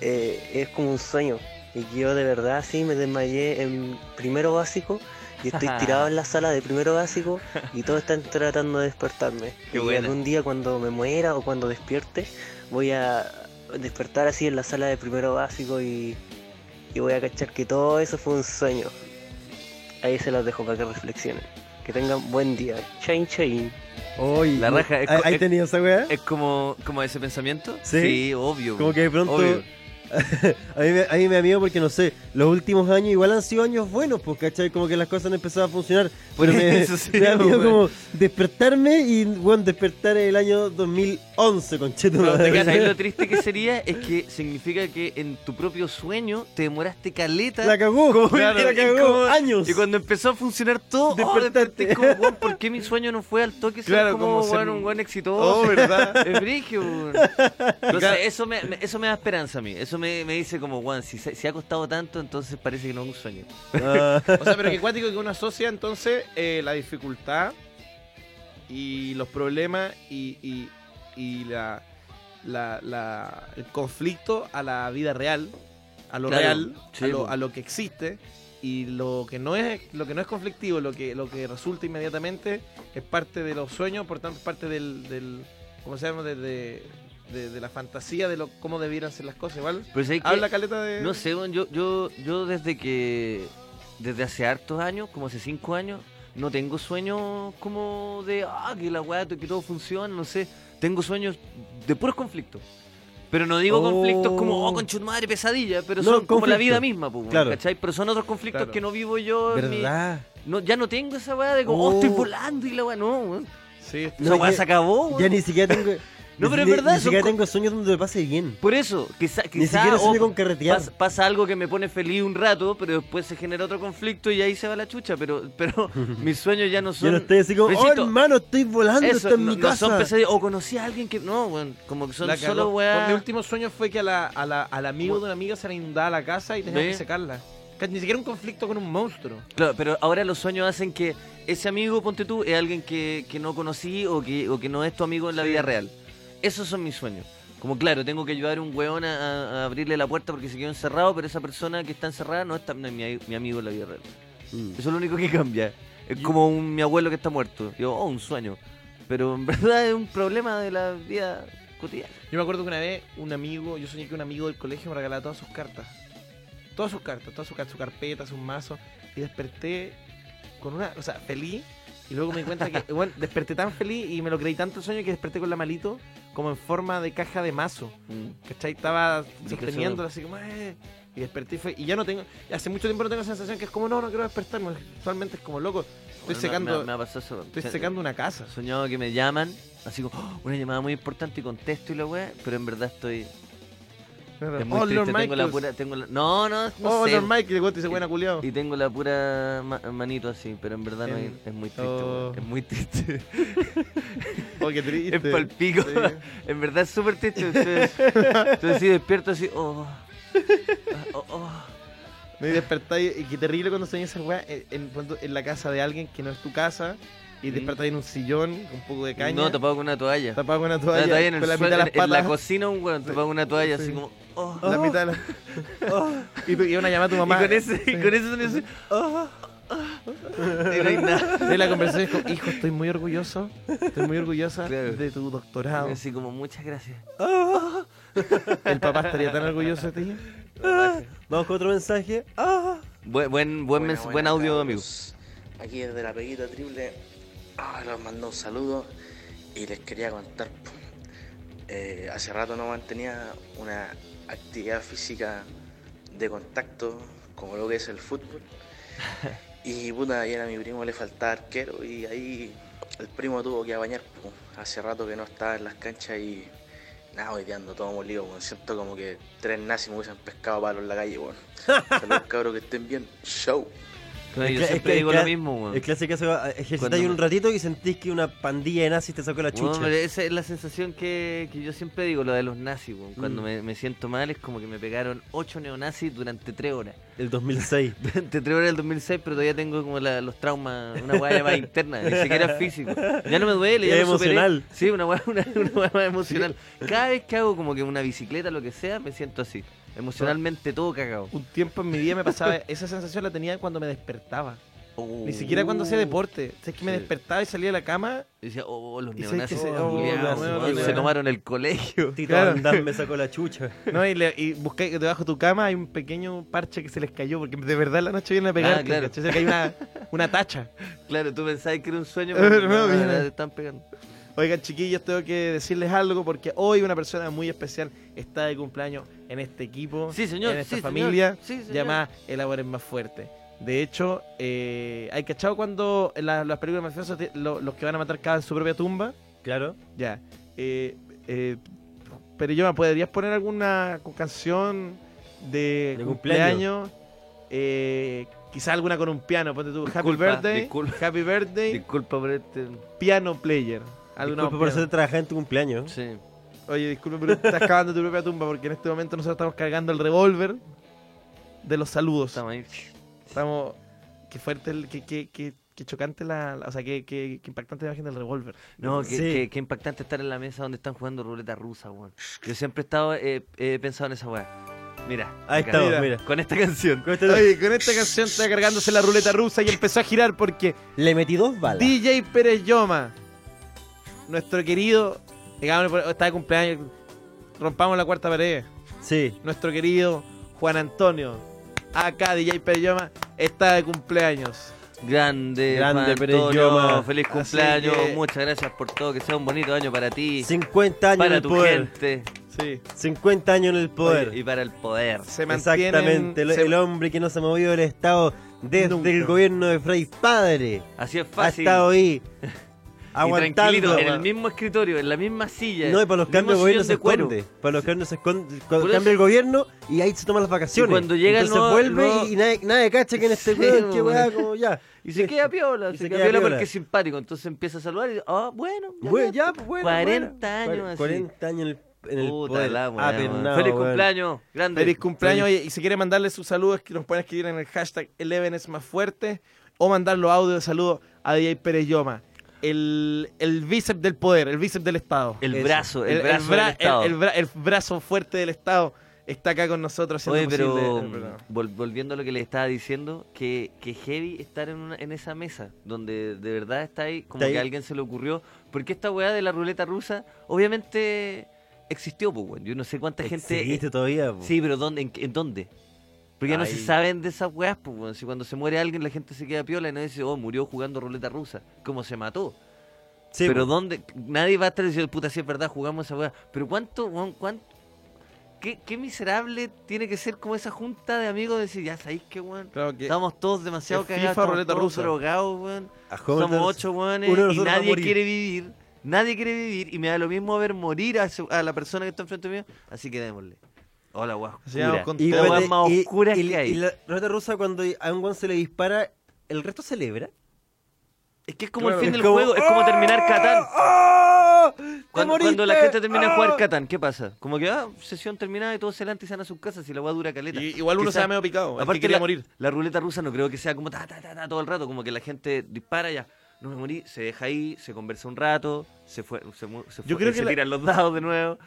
[SPEAKER 14] eh, es como un sueño. Y que yo de verdad, sí, me desmayé en primero básico y estoy tirado en la sala de primero básico y todos están tratando de despertarme.
[SPEAKER 6] Qué
[SPEAKER 14] y
[SPEAKER 6] buena.
[SPEAKER 14] algún día cuando me muera o cuando despierte, voy a despertar así en la sala de primero básico y, y voy a cachar que todo eso fue un sueño. Ahí se los dejo para que reflexionen. Que tengan buen día. Chain, chain.
[SPEAKER 4] Hoy,
[SPEAKER 6] La raja, es co-
[SPEAKER 4] ¿Hay
[SPEAKER 6] es-
[SPEAKER 4] tenido esa weá?
[SPEAKER 6] ¿Es como, como ese pensamiento?
[SPEAKER 4] Sí.
[SPEAKER 6] obvio.
[SPEAKER 4] Como que de pronto
[SPEAKER 6] obvio.
[SPEAKER 4] a, mí, me- a mí me da miedo porque no sé, los últimos años igual han sido años buenos, porque ¿cachai? Como que las cosas han empezado a funcionar. Pero me,
[SPEAKER 6] Eso sí, pues,
[SPEAKER 4] me da miedo
[SPEAKER 6] weón.
[SPEAKER 4] como despertarme y, bueno, despertar el año 2011, concheto.
[SPEAKER 6] No, te quedas ahí. lo triste que sería es que significa que en tu propio sueño te demoraste caleta.
[SPEAKER 4] La cagó,
[SPEAKER 6] Como-
[SPEAKER 4] claro, la
[SPEAKER 6] y
[SPEAKER 4] cagó,
[SPEAKER 6] como-
[SPEAKER 4] años.
[SPEAKER 6] Y cuando empezó a funcionar todo, oh,
[SPEAKER 4] Despertaste.
[SPEAKER 6] desperté como, weón, ¿por qué mi sueño no fue al toque? ser
[SPEAKER 5] Claro,
[SPEAKER 6] como,
[SPEAKER 5] como ser
[SPEAKER 6] weón,
[SPEAKER 5] un-
[SPEAKER 6] un buen exitoso.
[SPEAKER 5] Oh, ¿verdad?
[SPEAKER 6] Es brigio, weón. No sé, eso me, me- eso me da esperanza a mí. Eso me, me dice como, Juan, si, se- si ha costado tanto, entonces parece que no es un sueño.
[SPEAKER 5] O sea, pero que cuático que uno asocia entonces eh, la dificultad y los problemas y, y- y la, la- la- el conflicto a la vida real, a lo
[SPEAKER 6] Claro,
[SPEAKER 5] real,
[SPEAKER 6] sí, pues.
[SPEAKER 5] a, lo,
[SPEAKER 6] po.
[SPEAKER 5] a lo que existe y lo que no es lo que no es conflictivo, lo que lo que resulta inmediatamente es parte de los sueños, por tanto parte del, del ¿cómo se llama? De, de- de- de la fantasía de lo, cómo debieran ser las cosas, igual.
[SPEAKER 6] Pero ¿sabes qué?
[SPEAKER 5] Habla caleta de
[SPEAKER 6] No sé, weón, yo, yo, yo desde que. Desde hace hartos años, como hace cinco años, no tengo sueños como de. Ah, que la weá, que todo funciona, no sé. Tengo sueños de puros conflictos. Pero no digo
[SPEAKER 5] Oh.
[SPEAKER 6] conflictos como, oh, conchut madre, pesadilla, pero
[SPEAKER 5] No,
[SPEAKER 6] son como la
[SPEAKER 5] conflictos.
[SPEAKER 6] vida misma, pues, weón,
[SPEAKER 5] Claro.
[SPEAKER 6] ¿cachai? Pero son otros conflictos
[SPEAKER 5] Claro.
[SPEAKER 6] que no vivo yo. en mi-
[SPEAKER 4] ¿Verdad?
[SPEAKER 6] no, ya no tengo esa weá de como, oh,
[SPEAKER 4] Oh.
[SPEAKER 6] estoy volando y la weá, no, weón.
[SPEAKER 5] Sí,
[SPEAKER 6] esa weá
[SPEAKER 4] ya-
[SPEAKER 6] se acabó, oh, weón.
[SPEAKER 4] Ya ni siquiera tengo.
[SPEAKER 6] No, pero es
[SPEAKER 4] ni-
[SPEAKER 6] verdad,
[SPEAKER 4] Ni
[SPEAKER 6] son
[SPEAKER 4] siquiera
[SPEAKER 6] co-
[SPEAKER 4] tengo sueños donde me pase bien.
[SPEAKER 6] Por eso, quizá, quizá
[SPEAKER 4] Ni siquiera sueño
[SPEAKER 6] ojo,
[SPEAKER 4] con carretear.
[SPEAKER 6] Pasa, pasa algo que me pone feliz un rato, pero después se genera otro conflicto y ahí se va la chucha. Pero, pero mis sueños ya no son.
[SPEAKER 4] Yo no estoy así como,
[SPEAKER 6] Besito,
[SPEAKER 4] oh hermano, estoy volando,
[SPEAKER 6] eso,
[SPEAKER 4] estoy en
[SPEAKER 6] no-
[SPEAKER 4] mi
[SPEAKER 6] no
[SPEAKER 4] casa.
[SPEAKER 6] son pesadillas. O conocí a alguien que. No, weón. Como que son
[SPEAKER 5] La
[SPEAKER 6] solo
[SPEAKER 5] cagó. Pues
[SPEAKER 6] weá.
[SPEAKER 5] Mi último sueño fue que a la, a la- al amigo de una amiga se le inundaba la casa y tenía
[SPEAKER 6] ¿Ve?
[SPEAKER 5] que secarla. Ca- Ni siquiera un conflicto con un monstruo.
[SPEAKER 6] Claro, pero ahora los sueños hacen que ese amigo, ponte tú, es alguien que, que no conocí o que, o que no es tu amigo en la vida real. Esos son mis sueños. Como claro, tengo que ayudar a un weón a, a abrirle la puerta porque se quedó encerrado, pero esa persona que está encerrada no es, tan- no es mi, mi amigo en la vida real.
[SPEAKER 5] Mm.
[SPEAKER 6] Eso es lo único que cambia. Es como un, mi abuelo que está muerto. Yo, oh, un sueño. Pero en verdad es un problema de la vida cotidiana.
[SPEAKER 5] Yo me acuerdo que una vez un amigo, yo soñé que un amigo del colegio me regalaba todas sus cartas. Todas sus cartas, todas sus cartas, su carpeta, sus mazos. Y desperté con una, o sea, feliz. Y luego me di cuenta que, bueno, desperté tan feliz y me lo creí tanto el sueño que desperté con la malito como en forma de caja de mazo. ¿Cachai? Estaba sosteniéndola así como, eh. Y desperté y, fue- y ya no tengo, hace mucho tiempo no tengo la sensación que es como, no, no quiero despertarme. Actualmente es como loco. Estoy
[SPEAKER 6] Bueno, me-
[SPEAKER 5] secando.
[SPEAKER 6] me- me ha pasado eso.
[SPEAKER 5] Estoy
[SPEAKER 6] Se-
[SPEAKER 5] secando una casa.
[SPEAKER 6] soñado que me llaman, así como ¡oh! una llamada muy importante y contesto y la weá, pero en verdad estoy.
[SPEAKER 5] Claro.
[SPEAKER 6] Es muy
[SPEAKER 5] Oh,
[SPEAKER 6] triste,
[SPEAKER 5] Lord
[SPEAKER 6] tengo la
[SPEAKER 5] Michaels.
[SPEAKER 6] pura. Tengo la- No, no, no
[SPEAKER 5] Oh,
[SPEAKER 6] sé.
[SPEAKER 5] Lord Michael, weón, te dice, "Buena, culiao".
[SPEAKER 6] Y tengo la pura ma- manito así, pero en verdad no
[SPEAKER 5] En-
[SPEAKER 6] hay- es muy triste,
[SPEAKER 5] Oh.
[SPEAKER 6] weón, Es muy triste.
[SPEAKER 5] Oh, qué triste.
[SPEAKER 6] Es palpico.
[SPEAKER 5] Sí.
[SPEAKER 6] En verdad es súper triste. Entonces, entonces sí, despierto así, oh.
[SPEAKER 5] Me despertáis y qué terrible cuando soñé esa weá en, en- cuando- en la casa de alguien que no es tu casa y despertáis en un sillón con un poco de caña.
[SPEAKER 6] Mm. No, tapado con una toalla.
[SPEAKER 5] Tapado con una
[SPEAKER 6] Una
[SPEAKER 5] toalla,
[SPEAKER 6] en, el
[SPEAKER 5] con la mitad de
[SPEAKER 6] suelo,
[SPEAKER 5] las
[SPEAKER 6] en- en la
[SPEAKER 5] patas.
[SPEAKER 6] cocina, un weón, tapado con una toalla así como. oh.
[SPEAKER 5] La mitad de la... y tú- y una llamada a tu mamá.
[SPEAKER 6] Y con ese, y con ese sonido así, oh, oh, y no hay nada.
[SPEAKER 5] De la conversación es como, hijo, estoy muy orgulloso, estoy muy orgullosa de tu doctorado.
[SPEAKER 6] Así como, muchas gracias.
[SPEAKER 5] El papá estaría tan orgulloso de ti.
[SPEAKER 4] Vamos con otro mensaje.
[SPEAKER 6] Buen, buen, buen, mens- buen audio, amigos.
[SPEAKER 15] Aquí desde la peguita triple, ah, los mando un saludo y les quería contar. po. Eh, hace rato no mantenía una actividad física de contacto como lo que es el fútbol. Y puta, ayer a mi primo le faltaba arquero y ahí el primo tuvo que bañar. po. Hace rato que no estaba en las canchas y nada, hoy día ando todo molido. po. Siento como que tres nazis me hubiesen pescado palo en la calle. po. Saludos cabros, que estén bien. Show.
[SPEAKER 6] Claro, yo
[SPEAKER 4] cla-
[SPEAKER 6] siempre
[SPEAKER 4] cla-
[SPEAKER 6] digo
[SPEAKER 4] cla-
[SPEAKER 6] lo mismo, weón.
[SPEAKER 4] Es clásico, se va- ejercitáis
[SPEAKER 6] Cuando
[SPEAKER 4] un
[SPEAKER 6] me-
[SPEAKER 4] ratito y sentís que una pandilla de nazis te sacó la
[SPEAKER 6] Bueno,
[SPEAKER 4] chucha.
[SPEAKER 6] pero esa es la sensación que, que yo siempre digo, lo de los nazis. weón. Cuando
[SPEAKER 4] Mm.
[SPEAKER 6] me, me siento mal es como que me pegaron ocho neonazis durante tres horas.
[SPEAKER 4] El 2006.
[SPEAKER 6] Durante tres horas del 2006, pero todavía tengo como la- los traumas, una guaya más interna, ni siquiera físico. Ya no me duele, ya
[SPEAKER 4] Es
[SPEAKER 6] lo superé.
[SPEAKER 4] emocional.
[SPEAKER 6] Sí, una guaya, una, una guaya más emocional. Cada vez que hago como que una bicicleta, lo que sea, me siento así. Emocionalmente todo cagado.
[SPEAKER 5] Un tiempo en mi día me pasaba, esa sensación la tenía cuando me despertaba. Oh.
[SPEAKER 6] Oh,
[SPEAKER 5] Ni siquiera cuando hacía deporte. O sea, es que me
[SPEAKER 6] Uh. Sí.
[SPEAKER 5] despertaba y salía de la cama.
[SPEAKER 6] Y decía, oh, los
[SPEAKER 5] Y sabes que
[SPEAKER 6] neonazis
[SPEAKER 5] se- oh, los
[SPEAKER 6] culiaos, weón,
[SPEAKER 5] neonazis,
[SPEAKER 6] se
[SPEAKER 5] weón.
[SPEAKER 6] tomaron el colegio.
[SPEAKER 4] Tito Andam me sacó la chucha.
[SPEAKER 5] No, y, le- y busqué debajo de tu cama hay un pequeño parche que se les cayó, porque de verdad la noche viene a pegarte.
[SPEAKER 6] Ah, claro.
[SPEAKER 5] ¿cachai? Se le cayó una, una tacha.
[SPEAKER 6] Claro, tú pensabas que era un sueño,
[SPEAKER 5] Eh,
[SPEAKER 6] pero
[SPEAKER 5] no,
[SPEAKER 6] no,
[SPEAKER 5] mira.
[SPEAKER 6] era- te están pegando.
[SPEAKER 5] Oigan, chiquillos, tengo que decirles algo porque hoy una persona muy especial está de cumpleaños en este equipo,
[SPEAKER 6] Sí, señor,
[SPEAKER 5] en esta
[SPEAKER 6] sí, señor,
[SPEAKER 5] familia,
[SPEAKER 6] sí, señor.
[SPEAKER 5] llamada Elaboren Más Fuerte. De hecho, eh, ¿hay cachado cuando en la- las películas mafiosas te- lo- los que van a matar cavan en su propia tumba? Claro. Ya. Eh, eh, pero yo, ¿podrías poner alguna co- canción de,
[SPEAKER 6] De
[SPEAKER 5] cumpleaños?
[SPEAKER 6] cumpleaños.
[SPEAKER 5] Eh, quizá alguna con un piano, ponte tú, Happy
[SPEAKER 6] Disculpa,
[SPEAKER 5] Birthday,
[SPEAKER 6] disculpa.
[SPEAKER 5] Happy Birthday,
[SPEAKER 6] Disculpa por este.
[SPEAKER 5] Piano Player. Alguna
[SPEAKER 16] Disculpe por
[SPEAKER 5] piano.
[SPEAKER 16] ser trabajada en tu cumpleaños.
[SPEAKER 6] Sí.
[SPEAKER 5] Oye, disculpe, pero estás cavando tu propia tumba porque en este momento nosotros estamos cargando el revólver de los saludos. Estamos
[SPEAKER 6] ahí.
[SPEAKER 5] Estamos. Qué fuerte, el, qué, qué, qué- qué chocante la. la- o sea, qué, qué- qué impactante la imagen del revólver.
[SPEAKER 6] No, que,
[SPEAKER 5] Sí.
[SPEAKER 6] que- que impactante estar en la mesa donde están jugando ruleta rusa, weón. Yo siempre he estado, eh, he pensado en esa weá. Mira.
[SPEAKER 16] Ahí
[SPEAKER 6] acá.
[SPEAKER 16] estamos, mira.
[SPEAKER 6] Con esta canción.
[SPEAKER 5] Oye, con esta canción está cargándose la ruleta rusa y empezó a girar porque
[SPEAKER 16] Le metí dos balas.
[SPEAKER 5] DJ Pérez Yoma, nuestro querido, digamos, por- está de cumpleaños, rompamos la cuarta pared.
[SPEAKER 16] Sí.
[SPEAKER 5] Nuestro querido Juan Antonio, acá DJ Pérez Yoma, está de cumpleaños.
[SPEAKER 6] Grande,
[SPEAKER 16] Grande
[SPEAKER 6] Juan
[SPEAKER 16] Pérez
[SPEAKER 6] Antonio,
[SPEAKER 16] Lloma.
[SPEAKER 6] Feliz
[SPEAKER 5] Así
[SPEAKER 6] cumpleaños,
[SPEAKER 5] que-
[SPEAKER 6] muchas gracias por todo, que sea un bonito año para ti.
[SPEAKER 16] 50 años en
[SPEAKER 6] para
[SPEAKER 16] el
[SPEAKER 6] tu
[SPEAKER 16] poder.
[SPEAKER 6] gente.
[SPEAKER 5] Sí.
[SPEAKER 16] 50 años en el poder.
[SPEAKER 6] Y para el poder.
[SPEAKER 5] Se
[SPEAKER 16] Exactamente, el, el hombre que no se ha movido del Estado desde
[SPEAKER 6] Nunca.
[SPEAKER 16] el gobierno de Frey Padre.
[SPEAKER 6] Así es
[SPEAKER 16] Ha
[SPEAKER 6] fácil.
[SPEAKER 16] estado ahí.
[SPEAKER 6] Y tranquilito,
[SPEAKER 16] aguantando.
[SPEAKER 6] en el mismo escritorio, en la misma silla.
[SPEAKER 16] No, y para los
[SPEAKER 6] el
[SPEAKER 16] cambios de
[SPEAKER 6] mismo
[SPEAKER 16] gobierno
[SPEAKER 6] sillón
[SPEAKER 16] se
[SPEAKER 6] de cuero.
[SPEAKER 16] esconde. Para los cambios se esconde. Cuando
[SPEAKER 6] Por eso-
[SPEAKER 16] cambia el gobierno y ahí se toman las vacaciones.
[SPEAKER 6] Y cuando llega el
[SPEAKER 16] Entonces
[SPEAKER 6] nuevo-
[SPEAKER 16] vuelve
[SPEAKER 6] nuevo-
[SPEAKER 16] y nadie, nadie cacha que en este
[SPEAKER 6] Sí,
[SPEAKER 16] weón, que
[SPEAKER 6] weón.
[SPEAKER 16] weá, como ya.
[SPEAKER 6] Y se queda piola, se,
[SPEAKER 16] se
[SPEAKER 6] queda
[SPEAKER 16] queda
[SPEAKER 6] piola
[SPEAKER 16] piola.
[SPEAKER 6] porque es simpático. Entonces empieza a saludar y ah, bueno, ya,
[SPEAKER 16] Bueno,
[SPEAKER 6] ya,
[SPEAKER 16] ya, pues, bueno,
[SPEAKER 6] 40
[SPEAKER 16] bueno.
[SPEAKER 6] años así.
[SPEAKER 16] 40 años en el, en el
[SPEAKER 6] Puta
[SPEAKER 16] poder.
[SPEAKER 6] la
[SPEAKER 4] Ah,
[SPEAKER 6] weá,
[SPEAKER 16] Apernado,
[SPEAKER 6] weón. Ah, Feliz
[SPEAKER 16] weón.
[SPEAKER 6] cumpleaños, grande.
[SPEAKER 5] Feliz cumpleaños. Oye, y si quiere mandarle sus saludos, que nos pueden escribir en el hashtag Eleven es más fuerte o mandar los audios de saludos a DJ Pérez Yoma. El, el bíceps del poder, el bíceps del Estado.
[SPEAKER 6] El
[SPEAKER 5] Eso.
[SPEAKER 6] brazo, el brazo
[SPEAKER 5] bra-
[SPEAKER 6] del Estado.
[SPEAKER 5] el- el bra- el brazo fuerte del Estado está acá con nosotros. haciendo
[SPEAKER 6] Oye, pero
[SPEAKER 5] posible el programa.
[SPEAKER 6] vol- volviendo a lo que les estaba diciendo, que, que heavy estar en, una- en esa mesa donde de verdad está ahí, como
[SPEAKER 16] Está ahí.
[SPEAKER 6] que a alguien se le ocurrió, porque esta weá de la ruleta rusa obviamente existió, pues, weón. Yo no sé cuánta gente... eh,
[SPEAKER 16] Existe todavía,
[SPEAKER 4] pues.
[SPEAKER 16] po.
[SPEAKER 6] Sí, pero ¿dónde, en, en dónde? Porque ya no se
[SPEAKER 16] Ahí.
[SPEAKER 6] saben de esas weas, pues, weón. Si cuando se muere alguien la gente se queda piola y nadie dice, oh, murió jugando ruleta rusa, como se mató.
[SPEAKER 16] Sí,
[SPEAKER 6] pero
[SPEAKER 16] po.
[SPEAKER 6] ¿dónde? Nadie va a estar diciendo, puta, si es verdad, jugamos esa wea. Pero ¿cuánto, weón, cuánto? ¿Qué, qué miserable tiene que ser como esa junta de amigos de decir, ya sabéis que, weón,
[SPEAKER 5] Claro que-
[SPEAKER 6] estamos todos demasiado
[SPEAKER 5] que
[SPEAKER 6] cagados,
[SPEAKER 5] FIFA,
[SPEAKER 6] estamos
[SPEAKER 5] ruleta
[SPEAKER 6] todos
[SPEAKER 5] rusa.
[SPEAKER 6] drogados, weón.
[SPEAKER 16] A
[SPEAKER 6] Somos
[SPEAKER 16] jóvenes,
[SPEAKER 6] ocho weones
[SPEAKER 16] uno de
[SPEAKER 6] y
[SPEAKER 16] nosotros va a
[SPEAKER 6] nadie
[SPEAKER 16] morir.
[SPEAKER 6] quiere vivir. Nadie quiere vivir y me da lo mismo ver morir a, su- a la persona que está enfrente mío, así que démosle. Hola, weón.
[SPEAKER 16] Y
[SPEAKER 6] la
[SPEAKER 16] cuando-
[SPEAKER 6] wea más
[SPEAKER 16] y-
[SPEAKER 6] oscura
[SPEAKER 16] y-
[SPEAKER 6] que hay.
[SPEAKER 16] Y la ruleta rusa, cuando a un guan se le dispara, el resto celebra.
[SPEAKER 6] Es que es como
[SPEAKER 16] Claro.
[SPEAKER 6] el fin
[SPEAKER 16] Es
[SPEAKER 6] del
[SPEAKER 16] como, ¡Ah!
[SPEAKER 6] juego, es como terminar Catán. Cuando,
[SPEAKER 16] moriste!
[SPEAKER 6] cuando la gente termina de
[SPEAKER 5] Ah.
[SPEAKER 6] jugar Catán, ¿qué pasa? Como que, ah, sesión terminada y todos se lanzan y se van a sus casas y la weá dura caleta.
[SPEAKER 5] Y- igual uno
[SPEAKER 6] Quizá-
[SPEAKER 5] se va medio picado, el que
[SPEAKER 6] Aparte
[SPEAKER 5] quería
[SPEAKER 6] la,
[SPEAKER 5] morir.
[SPEAKER 6] La ruleta rusa no creo que sea como ta, ta, ta, ta, todo el rato, como que la gente dispara ya. No me morí, se deja ahí, se conversa un rato, se fue, se, mu- se,
[SPEAKER 5] Yo
[SPEAKER 6] fue-
[SPEAKER 5] creo
[SPEAKER 6] se
[SPEAKER 5] que la-
[SPEAKER 6] tiran los dados de nuevo.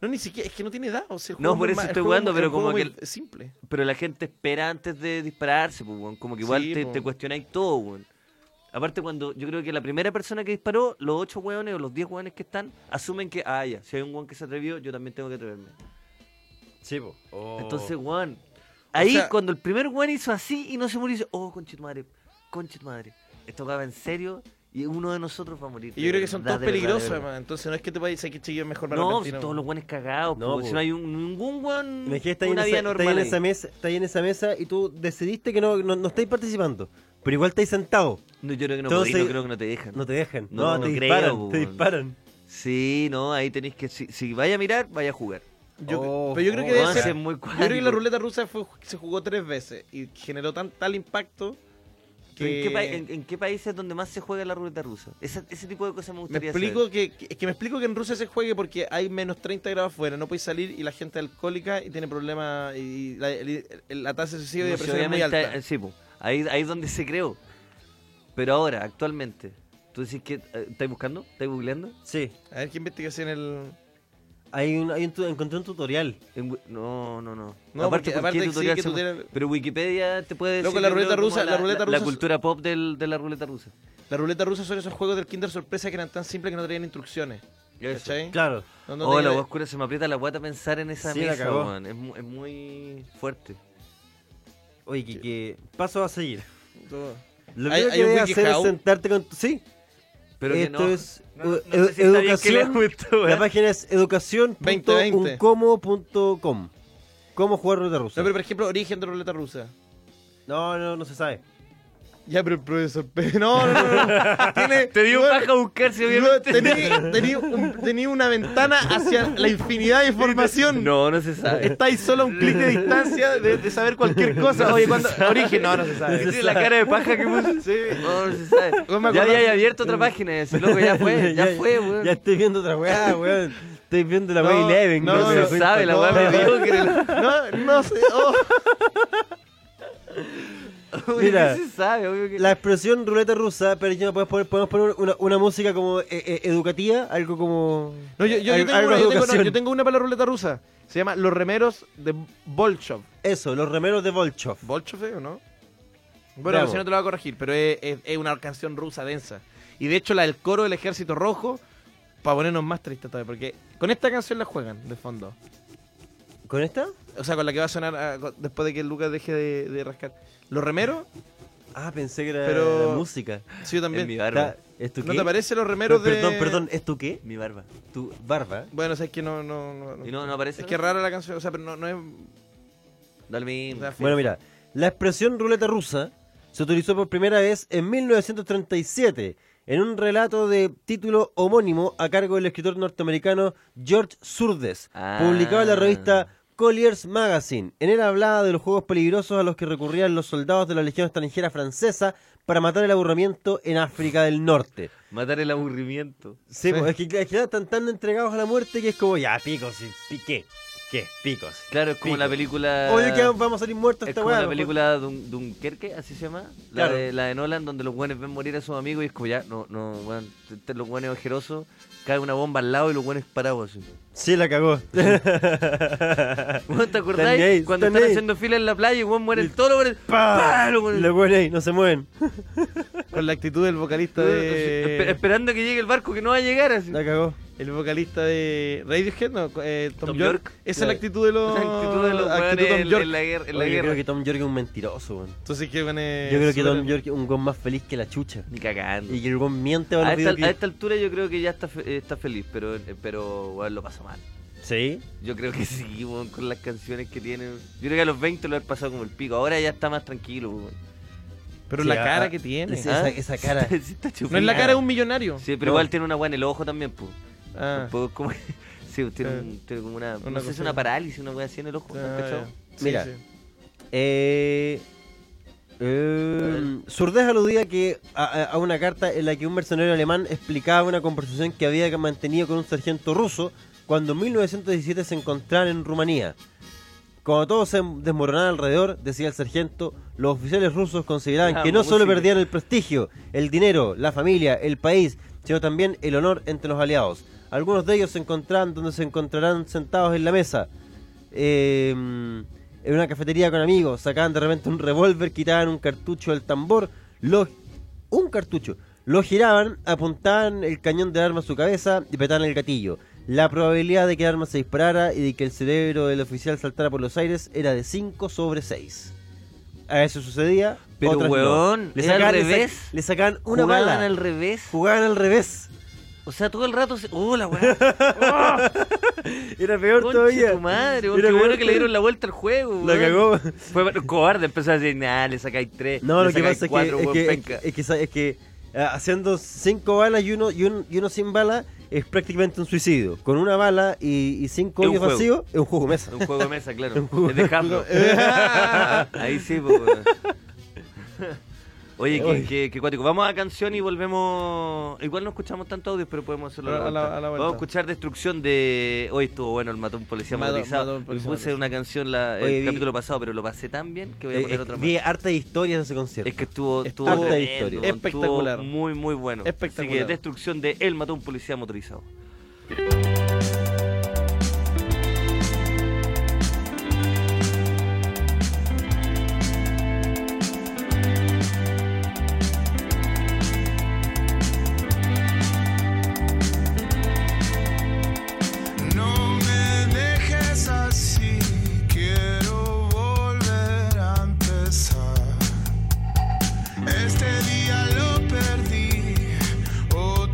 [SPEAKER 5] No, ni siquiera, es que no tiene edad. O sea, el juego
[SPEAKER 6] No,
[SPEAKER 5] es
[SPEAKER 6] por
[SPEAKER 5] muy
[SPEAKER 6] eso
[SPEAKER 5] ma- el
[SPEAKER 6] estoy
[SPEAKER 5] juego es
[SPEAKER 6] jugando,
[SPEAKER 5] muy- el
[SPEAKER 6] pero
[SPEAKER 5] juego
[SPEAKER 6] como que.
[SPEAKER 5] es muy simple.
[SPEAKER 6] Pero la gente espera antes de dispararse, pues, weón. Como que igual
[SPEAKER 5] Sí,
[SPEAKER 6] te,
[SPEAKER 5] po.
[SPEAKER 6] te cuestionáis todo, weón. Aparte, cuando yo creo que la primera persona que disparó, los ocho weones o los 10 weones que están, asumen que, ah, ya, si hay un weón que se atrevió, yo también tengo que atreverme.
[SPEAKER 16] Sí, po. Oh.
[SPEAKER 6] Entonces, weón. Ahí,
[SPEAKER 16] sea-
[SPEAKER 6] cuando el primer weón hizo así y no se murió, dice, oh, conchit madre, conchit madre. Esto acaba en serio y uno de nosotros va a morir.
[SPEAKER 5] Y yo
[SPEAKER 6] de
[SPEAKER 5] creo que son
[SPEAKER 6] verdad,
[SPEAKER 5] todos
[SPEAKER 6] de verdad, de
[SPEAKER 5] peligrosos,
[SPEAKER 6] verdad".
[SPEAKER 5] además. Entonces no es que te vayas a decir que chiquillos mejor me
[SPEAKER 6] No,
[SPEAKER 5] arrepentí,
[SPEAKER 6] si todos los weones cagados,
[SPEAKER 16] No,
[SPEAKER 6] po,
[SPEAKER 16] po.
[SPEAKER 6] si no hay un- ningún weón.
[SPEAKER 16] Oh. Me dijiste, está ahí, en
[SPEAKER 6] una
[SPEAKER 16] esa,
[SPEAKER 6] vida
[SPEAKER 16] está ahí
[SPEAKER 6] normal.
[SPEAKER 16] en
[SPEAKER 6] ahí.
[SPEAKER 16] esa mesa, está ahí en esa mesa y tú decidiste que no, no, no estáis participando. Pero igual estáis sentado.
[SPEAKER 6] No, yo creo que no
[SPEAKER 16] Entonces-
[SPEAKER 6] podéis, no creo que no te dejan.
[SPEAKER 16] No te dejan.
[SPEAKER 6] No,
[SPEAKER 16] No,
[SPEAKER 6] no
[SPEAKER 16] te
[SPEAKER 6] creo,
[SPEAKER 16] disparan.
[SPEAKER 6] po,
[SPEAKER 16] te
[SPEAKER 6] weón.
[SPEAKER 16] disparan.
[SPEAKER 6] Sí, no, ahí tenéis que. Si, si vaya a mirar, vaya a jugar. Oh,
[SPEAKER 5] Yo- pero yo creo que debe
[SPEAKER 6] Weón,
[SPEAKER 5] ser-
[SPEAKER 6] si es muy
[SPEAKER 5] yo creo que la
[SPEAKER 6] cuático.
[SPEAKER 5] ruleta rusa fue- se jugó tres veces y generó tan, tal impacto
[SPEAKER 6] Pero
[SPEAKER 5] que...
[SPEAKER 6] ¿En, qué pa- en- en qué país es donde más se juega la ruleta rusa? Esa- ese tipo de cosas me
[SPEAKER 5] me
[SPEAKER 6] gustaría
[SPEAKER 5] explico que, que- es que me explico que en Rusia se juegue porque hay menos 30 grados afuera, no puedes salir y la gente es alcohólica y tiene problemas y la, el- el- la tasa de suicidio y
[SPEAKER 6] saber. No, si
[SPEAKER 5] depresión es muy
[SPEAKER 6] obviamente,
[SPEAKER 5] alta.
[SPEAKER 6] eh, sí, po. ahí, ahí es donde se creó. Pero ahora, actualmente, ¿tú decís que. eh, ¿Estáis buscando? ¿Estáis googleando?
[SPEAKER 16] Sí.
[SPEAKER 5] A ver qué investigación el...
[SPEAKER 16] Hay un, hay un tu- encontré un tutorial.
[SPEAKER 6] no, no, no.
[SPEAKER 5] No, porque
[SPEAKER 6] ¿por qué
[SPEAKER 5] aparte exige
[SPEAKER 6] se
[SPEAKER 5] que
[SPEAKER 6] pone-
[SPEAKER 5] tutorial-
[SPEAKER 6] Pero Wikipedia te puede decir.
[SPEAKER 5] Loco, la
[SPEAKER 6] yo
[SPEAKER 5] ruleta
[SPEAKER 6] creo, como
[SPEAKER 5] rusa- la ruleta rusa
[SPEAKER 6] La
[SPEAKER 5] es-
[SPEAKER 6] cultura pop del- de la ruleta rusa.
[SPEAKER 5] La ruleta rusa son esos juegos del Kinder Sorpresa que eran tan simples que no traían instrucciones.
[SPEAKER 6] Eso.
[SPEAKER 5] ¿Cachai?
[SPEAKER 16] Claro.
[SPEAKER 5] No, no
[SPEAKER 6] oh, la
[SPEAKER 5] tenía-
[SPEAKER 6] wea oscura se me aprieta la guata pensar en esa
[SPEAKER 16] Sí, la
[SPEAKER 6] mesa,
[SPEAKER 16] cagó.
[SPEAKER 6] weón. Es, mu- es muy fuerte.
[SPEAKER 16] Oye, que, que paso a seguir.
[SPEAKER 5] Todo.
[SPEAKER 16] Lo
[SPEAKER 5] Hay-
[SPEAKER 16] primero
[SPEAKER 5] hay
[SPEAKER 16] que
[SPEAKER 5] un
[SPEAKER 16] debes
[SPEAKER 5] wiki
[SPEAKER 16] hacer es
[SPEAKER 5] how.
[SPEAKER 16] sentarte con tu... Sí.
[SPEAKER 6] Pero que
[SPEAKER 4] Esto
[SPEAKER 6] no-
[SPEAKER 4] es
[SPEAKER 6] no- no
[SPEAKER 4] eh,
[SPEAKER 6] sé si está bien que le
[SPEAKER 4] educación.
[SPEAKER 6] guste, weón.
[SPEAKER 4] la página es educación.uncomo.com. ¿Cómo jugar ruleta rusa?
[SPEAKER 5] No, pero por ejemplo, origen de ruleta rusa.
[SPEAKER 4] No, no, no se sabe.
[SPEAKER 5] Ya, pero el profesor Pérez. No, no, no. no. Tiene,
[SPEAKER 6] Te dio
[SPEAKER 5] weón,
[SPEAKER 6] paja buscarse,
[SPEAKER 5] weón,
[SPEAKER 6] obviamente.
[SPEAKER 5] Tenía tenía un- tenía una ventana hacia la infinidad de información.
[SPEAKER 6] No, no se sabe.
[SPEAKER 5] Estáis solo a un clic de distancia de, de saber cualquier cosa.
[SPEAKER 6] No
[SPEAKER 5] Oye,
[SPEAKER 6] se
[SPEAKER 5] cuando.
[SPEAKER 6] sabe.
[SPEAKER 5] Origen, no, no se sabe.
[SPEAKER 6] Esa es la cara de paja que puso.
[SPEAKER 5] Sí.
[SPEAKER 6] No, no se sabe.
[SPEAKER 5] Weón, me
[SPEAKER 6] Ya
[SPEAKER 5] acordaba-
[SPEAKER 6] había abierto otra página ese loco, ya fue, ya fue, weón.
[SPEAKER 4] Ya estoy viendo otra weá, weón. Estoy viendo la
[SPEAKER 6] No,
[SPEAKER 4] weá Eleven.
[SPEAKER 6] no se sabe, la weá mediocre,
[SPEAKER 5] No, no sé. oh.
[SPEAKER 6] Obvio
[SPEAKER 4] Mira,
[SPEAKER 6] que se sabe, obvio que-
[SPEAKER 4] La expresión ruleta rusa, pero yo podemos poner, podemos poner una, una música como eh, eh, educativa, algo como.
[SPEAKER 5] No, yo, yo- yo
[SPEAKER 4] al-
[SPEAKER 5] tengo
[SPEAKER 4] algo
[SPEAKER 5] una, yo tengo- no,
[SPEAKER 4] educación.
[SPEAKER 5] yo tengo una para la ruleta rusa. Se llama Los Remeros de Bolchov.
[SPEAKER 4] Eso, los remeros de Volchov.
[SPEAKER 5] ¿Bolchov eh, o no? Bueno,
[SPEAKER 4] Bravo.
[SPEAKER 5] si no te lo voy a corregir, pero es, es- es una canción rusa densa. Y de hecho la del coro del Ejército Rojo, para ponernos más tristes todavía, porque con esta canción la juegan de fondo.
[SPEAKER 4] ¿Con esta?
[SPEAKER 5] O sea, con la que va a sonar ah, con- después de que Lucas deje de, de rascar. Los Remeros,
[SPEAKER 4] Ah, pensé que era
[SPEAKER 5] Pero-
[SPEAKER 4] música.
[SPEAKER 5] sí, yo también.
[SPEAKER 6] Es mi barba.
[SPEAKER 4] Está- ¿Es tu
[SPEAKER 5] ¿No
[SPEAKER 4] qué?
[SPEAKER 5] te parece los remeros
[SPEAKER 4] Per-
[SPEAKER 5] de-
[SPEAKER 4] Perdón, perdón, ¿es tu qué? Mi barba. ¿Tu barba?
[SPEAKER 5] Bueno, o sea, es que no... no, no,
[SPEAKER 6] ¿Y no- no aparece,
[SPEAKER 5] Es
[SPEAKER 6] no?
[SPEAKER 5] que es rara la canción, o sea, pero no, no es...
[SPEAKER 6] Dale
[SPEAKER 5] o
[SPEAKER 6] mismo.
[SPEAKER 5] sea,
[SPEAKER 4] Bueno, mira, la expresión ruleta rusa se utilizó por primera vez en 1937 en un relato de título homónimo a cargo del escritor norteamericano George Surdes,
[SPEAKER 6] Ah.
[SPEAKER 4] publicado en la revista Collier's Magazine. En él hablaba de los juegos peligrosos a los que recurrían los soldados de la Legión extranjera francesa para matar el aburrimiento en África del Norte.
[SPEAKER 6] Matar el aburrimiento.
[SPEAKER 4] Sí, pues, es que, es que están tan entregados a la muerte que es como, ya, picos, y pi- ¿qué? ¿Qué? Picos.
[SPEAKER 6] Claro, es como
[SPEAKER 4] Pico.
[SPEAKER 6] la película.
[SPEAKER 4] Oye, que vamos a salir muertos
[SPEAKER 6] Es
[SPEAKER 4] esta
[SPEAKER 6] como
[SPEAKER 4] weá.
[SPEAKER 6] la
[SPEAKER 4] pues.
[SPEAKER 6] película Dun- Dunkerque, así se llama. La,
[SPEAKER 4] Claro.
[SPEAKER 6] de, la de Nolan, donde los guanes ven morir a sus amigos y es como ya, no, no, weón, te- te- los guanes ojerosos, cae una bomba al lado y los guanes parados así.
[SPEAKER 4] Sí, la cagó.
[SPEAKER 6] Weón, ¿Te acordás?
[SPEAKER 4] Están ahí,
[SPEAKER 6] Cuando
[SPEAKER 4] están
[SPEAKER 6] están
[SPEAKER 4] ahí.
[SPEAKER 6] haciendo fila en la playa y weón mueren todos los guanes.
[SPEAKER 4] ¡Pah!
[SPEAKER 6] ¡Pah! Los guanes-
[SPEAKER 4] Los güeyes ahí, no se mueven.
[SPEAKER 5] Con la actitud del vocalista eh,
[SPEAKER 6] Espe-
[SPEAKER 5] de...
[SPEAKER 6] esperando que llegue el barco que no va a llegar así.
[SPEAKER 4] La cagó.
[SPEAKER 5] El vocalista de Radiohead, no, eh, Tom,
[SPEAKER 6] Tom
[SPEAKER 5] York.
[SPEAKER 6] York.
[SPEAKER 5] Esa es la
[SPEAKER 6] Claro.
[SPEAKER 5] actitud de los...
[SPEAKER 6] Esa es la actitud de los
[SPEAKER 5] actitud
[SPEAKER 6] weones
[SPEAKER 5] Tom
[SPEAKER 6] en-
[SPEAKER 5] York.
[SPEAKER 6] en la guerra. en la
[SPEAKER 4] Oye, yo
[SPEAKER 6] guerra. Eh,
[SPEAKER 4] creo que Tom York es un mentiroso, weón.
[SPEAKER 5] Entonces que van a-
[SPEAKER 4] Yo creo que Tom
[SPEAKER 5] superan-
[SPEAKER 4] York es un weón más feliz que la chucha.
[SPEAKER 6] Ni cagando.
[SPEAKER 4] Y que el weón miente a
[SPEAKER 6] A
[SPEAKER 4] los
[SPEAKER 6] esta, a
[SPEAKER 4] videoclips.
[SPEAKER 6] esta altura yo creo que ya está, fe- está feliz, pero, pero weón, lo pasó mal.
[SPEAKER 4] Sí.
[SPEAKER 6] Yo creo que sí, weón, con las canciones que tiene. Yo creo que a los 20 lo han pasado como el pico. Ahora ya está más tranquilo, weón. ¿Ah?
[SPEAKER 5] Pero
[SPEAKER 4] Sí, ah,
[SPEAKER 5] la
[SPEAKER 4] a-
[SPEAKER 5] cara
[SPEAKER 4] a-
[SPEAKER 5] que tiene.
[SPEAKER 4] sí, esa- esa cara.
[SPEAKER 6] Sí está chupado.
[SPEAKER 5] No es la cara de un millonario.
[SPEAKER 6] Sí, pero
[SPEAKER 5] No.
[SPEAKER 6] igual tiene una weá en el ojo también, pues.
[SPEAKER 5] Ah,
[SPEAKER 6] como... Sí, pues, tiene,
[SPEAKER 5] Eh.
[SPEAKER 6] un- tiene como una...
[SPEAKER 5] Una
[SPEAKER 6] no sé, es
[SPEAKER 5] cosa-
[SPEAKER 6] una parálisis, una weá así en el ojo. ¿no
[SPEAKER 5] ah,
[SPEAKER 6] has cachado?
[SPEAKER 5] ya. Sí,
[SPEAKER 4] Mira.
[SPEAKER 5] sí.
[SPEAKER 4] Eh, eh, Surdez aludía que a, a- a una carta en la que un mercenario alemán explicaba una conversación que había mantenido con un sargento ruso cuando en 1917 se encontraban en Rumanía. Cuando todo se desmoronaba alrededor, decía el sargento, los oficiales rusos consideraban
[SPEAKER 6] Ah,
[SPEAKER 4] que no solo
[SPEAKER 6] música.
[SPEAKER 4] perdían el prestigio, el dinero, la familia, el país, sino también el honor entre los aliados. Algunos de ellos se encontraban donde se encontrarán sentados en la mesa, eh, en una cafetería con amigos, sacaban de repente un revólver, quitaban un cartucho del tambor, lo, un cartucho, lo giraban, apuntaban el cañón del arma a su cabeza y petaban el gatillo. La probabilidad de que el arma se disparara y de que el cerebro del oficial saltara por los aires era de 5 sobre 6. A eso sucedía.
[SPEAKER 6] Pero,
[SPEAKER 4] otras no.
[SPEAKER 6] weón, era al
[SPEAKER 4] le
[SPEAKER 6] revés.
[SPEAKER 4] sa- Le sacaban una
[SPEAKER 6] Jugaban
[SPEAKER 4] bala.
[SPEAKER 6] al revés.
[SPEAKER 4] Jugaban al revés.
[SPEAKER 6] O sea, todo el rato se... ¡Oh, la weá!
[SPEAKER 4] Era peor
[SPEAKER 6] Concha
[SPEAKER 4] todavía.
[SPEAKER 6] tu madre, weón,
[SPEAKER 4] Era
[SPEAKER 6] qué
[SPEAKER 4] peor
[SPEAKER 6] bueno que le dieron
[SPEAKER 4] todavía.
[SPEAKER 6] la vuelta al juego,
[SPEAKER 4] La
[SPEAKER 6] weón.
[SPEAKER 4] cagó.
[SPEAKER 6] Fue cobarde, empezó a decir, nah, le sacáis tres,
[SPEAKER 4] No,
[SPEAKER 6] le
[SPEAKER 4] lo que
[SPEAKER 6] sacáis
[SPEAKER 4] pasa es
[SPEAKER 6] cuatro,
[SPEAKER 4] que, es
[SPEAKER 6] weón,
[SPEAKER 4] que,
[SPEAKER 6] penca.
[SPEAKER 4] es que, sa- es que, ah, haciendo cinco balas y uno, y, un- y uno sin bala es prácticamente un suicidio. Con una bala y, y cinco
[SPEAKER 6] Es un
[SPEAKER 4] hoyos
[SPEAKER 6] juego.
[SPEAKER 4] vacíos es un juego de mesa.
[SPEAKER 6] Un juego de mesa, claro.
[SPEAKER 4] Un juego
[SPEAKER 6] es de Hasbro. Ahí sí, pues. weón. Oye, qué,
[SPEAKER 4] Oye.
[SPEAKER 6] qué- qué cuático. Vamos a canción y volvemos. Igual no escuchamos tanto audio, pero podemos hacerlo
[SPEAKER 5] Pero a la- a la vuelta.
[SPEAKER 6] Vamos a escuchar Destrucción de. Hoy estuvo bueno el matón policía
[SPEAKER 5] Matón-
[SPEAKER 6] motorizado.
[SPEAKER 5] matón policía
[SPEAKER 6] Puse
[SPEAKER 5] motorizado.
[SPEAKER 6] una canción la, el
[SPEAKER 4] Oye, vi-
[SPEAKER 6] capítulo pasado, pero lo pasé tan bien que voy a
[SPEAKER 4] Eh,
[SPEAKER 6] poner
[SPEAKER 4] eh,
[SPEAKER 6] otra más.
[SPEAKER 4] vi harta historia de ese concierto.
[SPEAKER 6] Es que estuvo, estuvo
[SPEAKER 4] Harta
[SPEAKER 6] tremendo,
[SPEAKER 4] historia.
[SPEAKER 6] weón. Estuvo
[SPEAKER 5] Espectacular.
[SPEAKER 6] muy, muy bueno. Así
[SPEAKER 5] Espectacular.
[SPEAKER 6] que Destrucción de El matón policía motorizado.
[SPEAKER 3] No me dejes así, quiero volver a empezar. Este día lo perdí, otro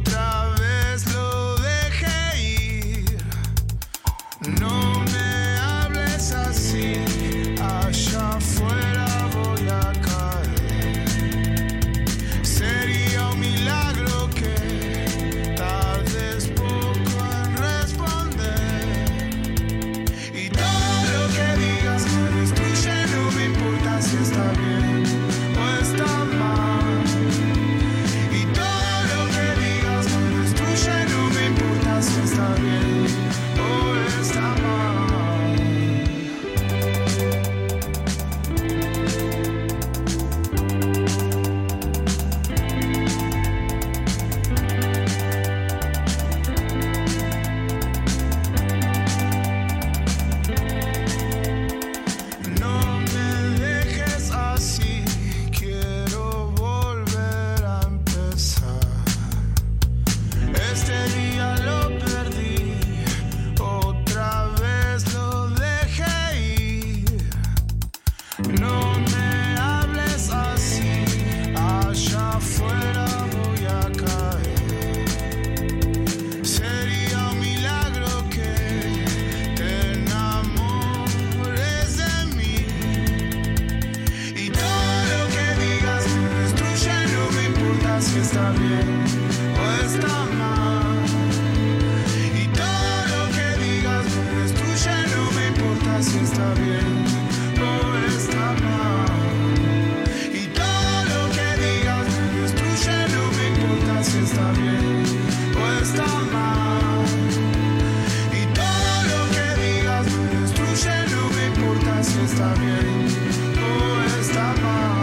[SPEAKER 5] Este
[SPEAKER 3] si está bien o está mal. Y todo lo que digas me destruye, no me importa si está bien o está mal. Y todo lo que digas me destruye, no me importa si está bien o está mal.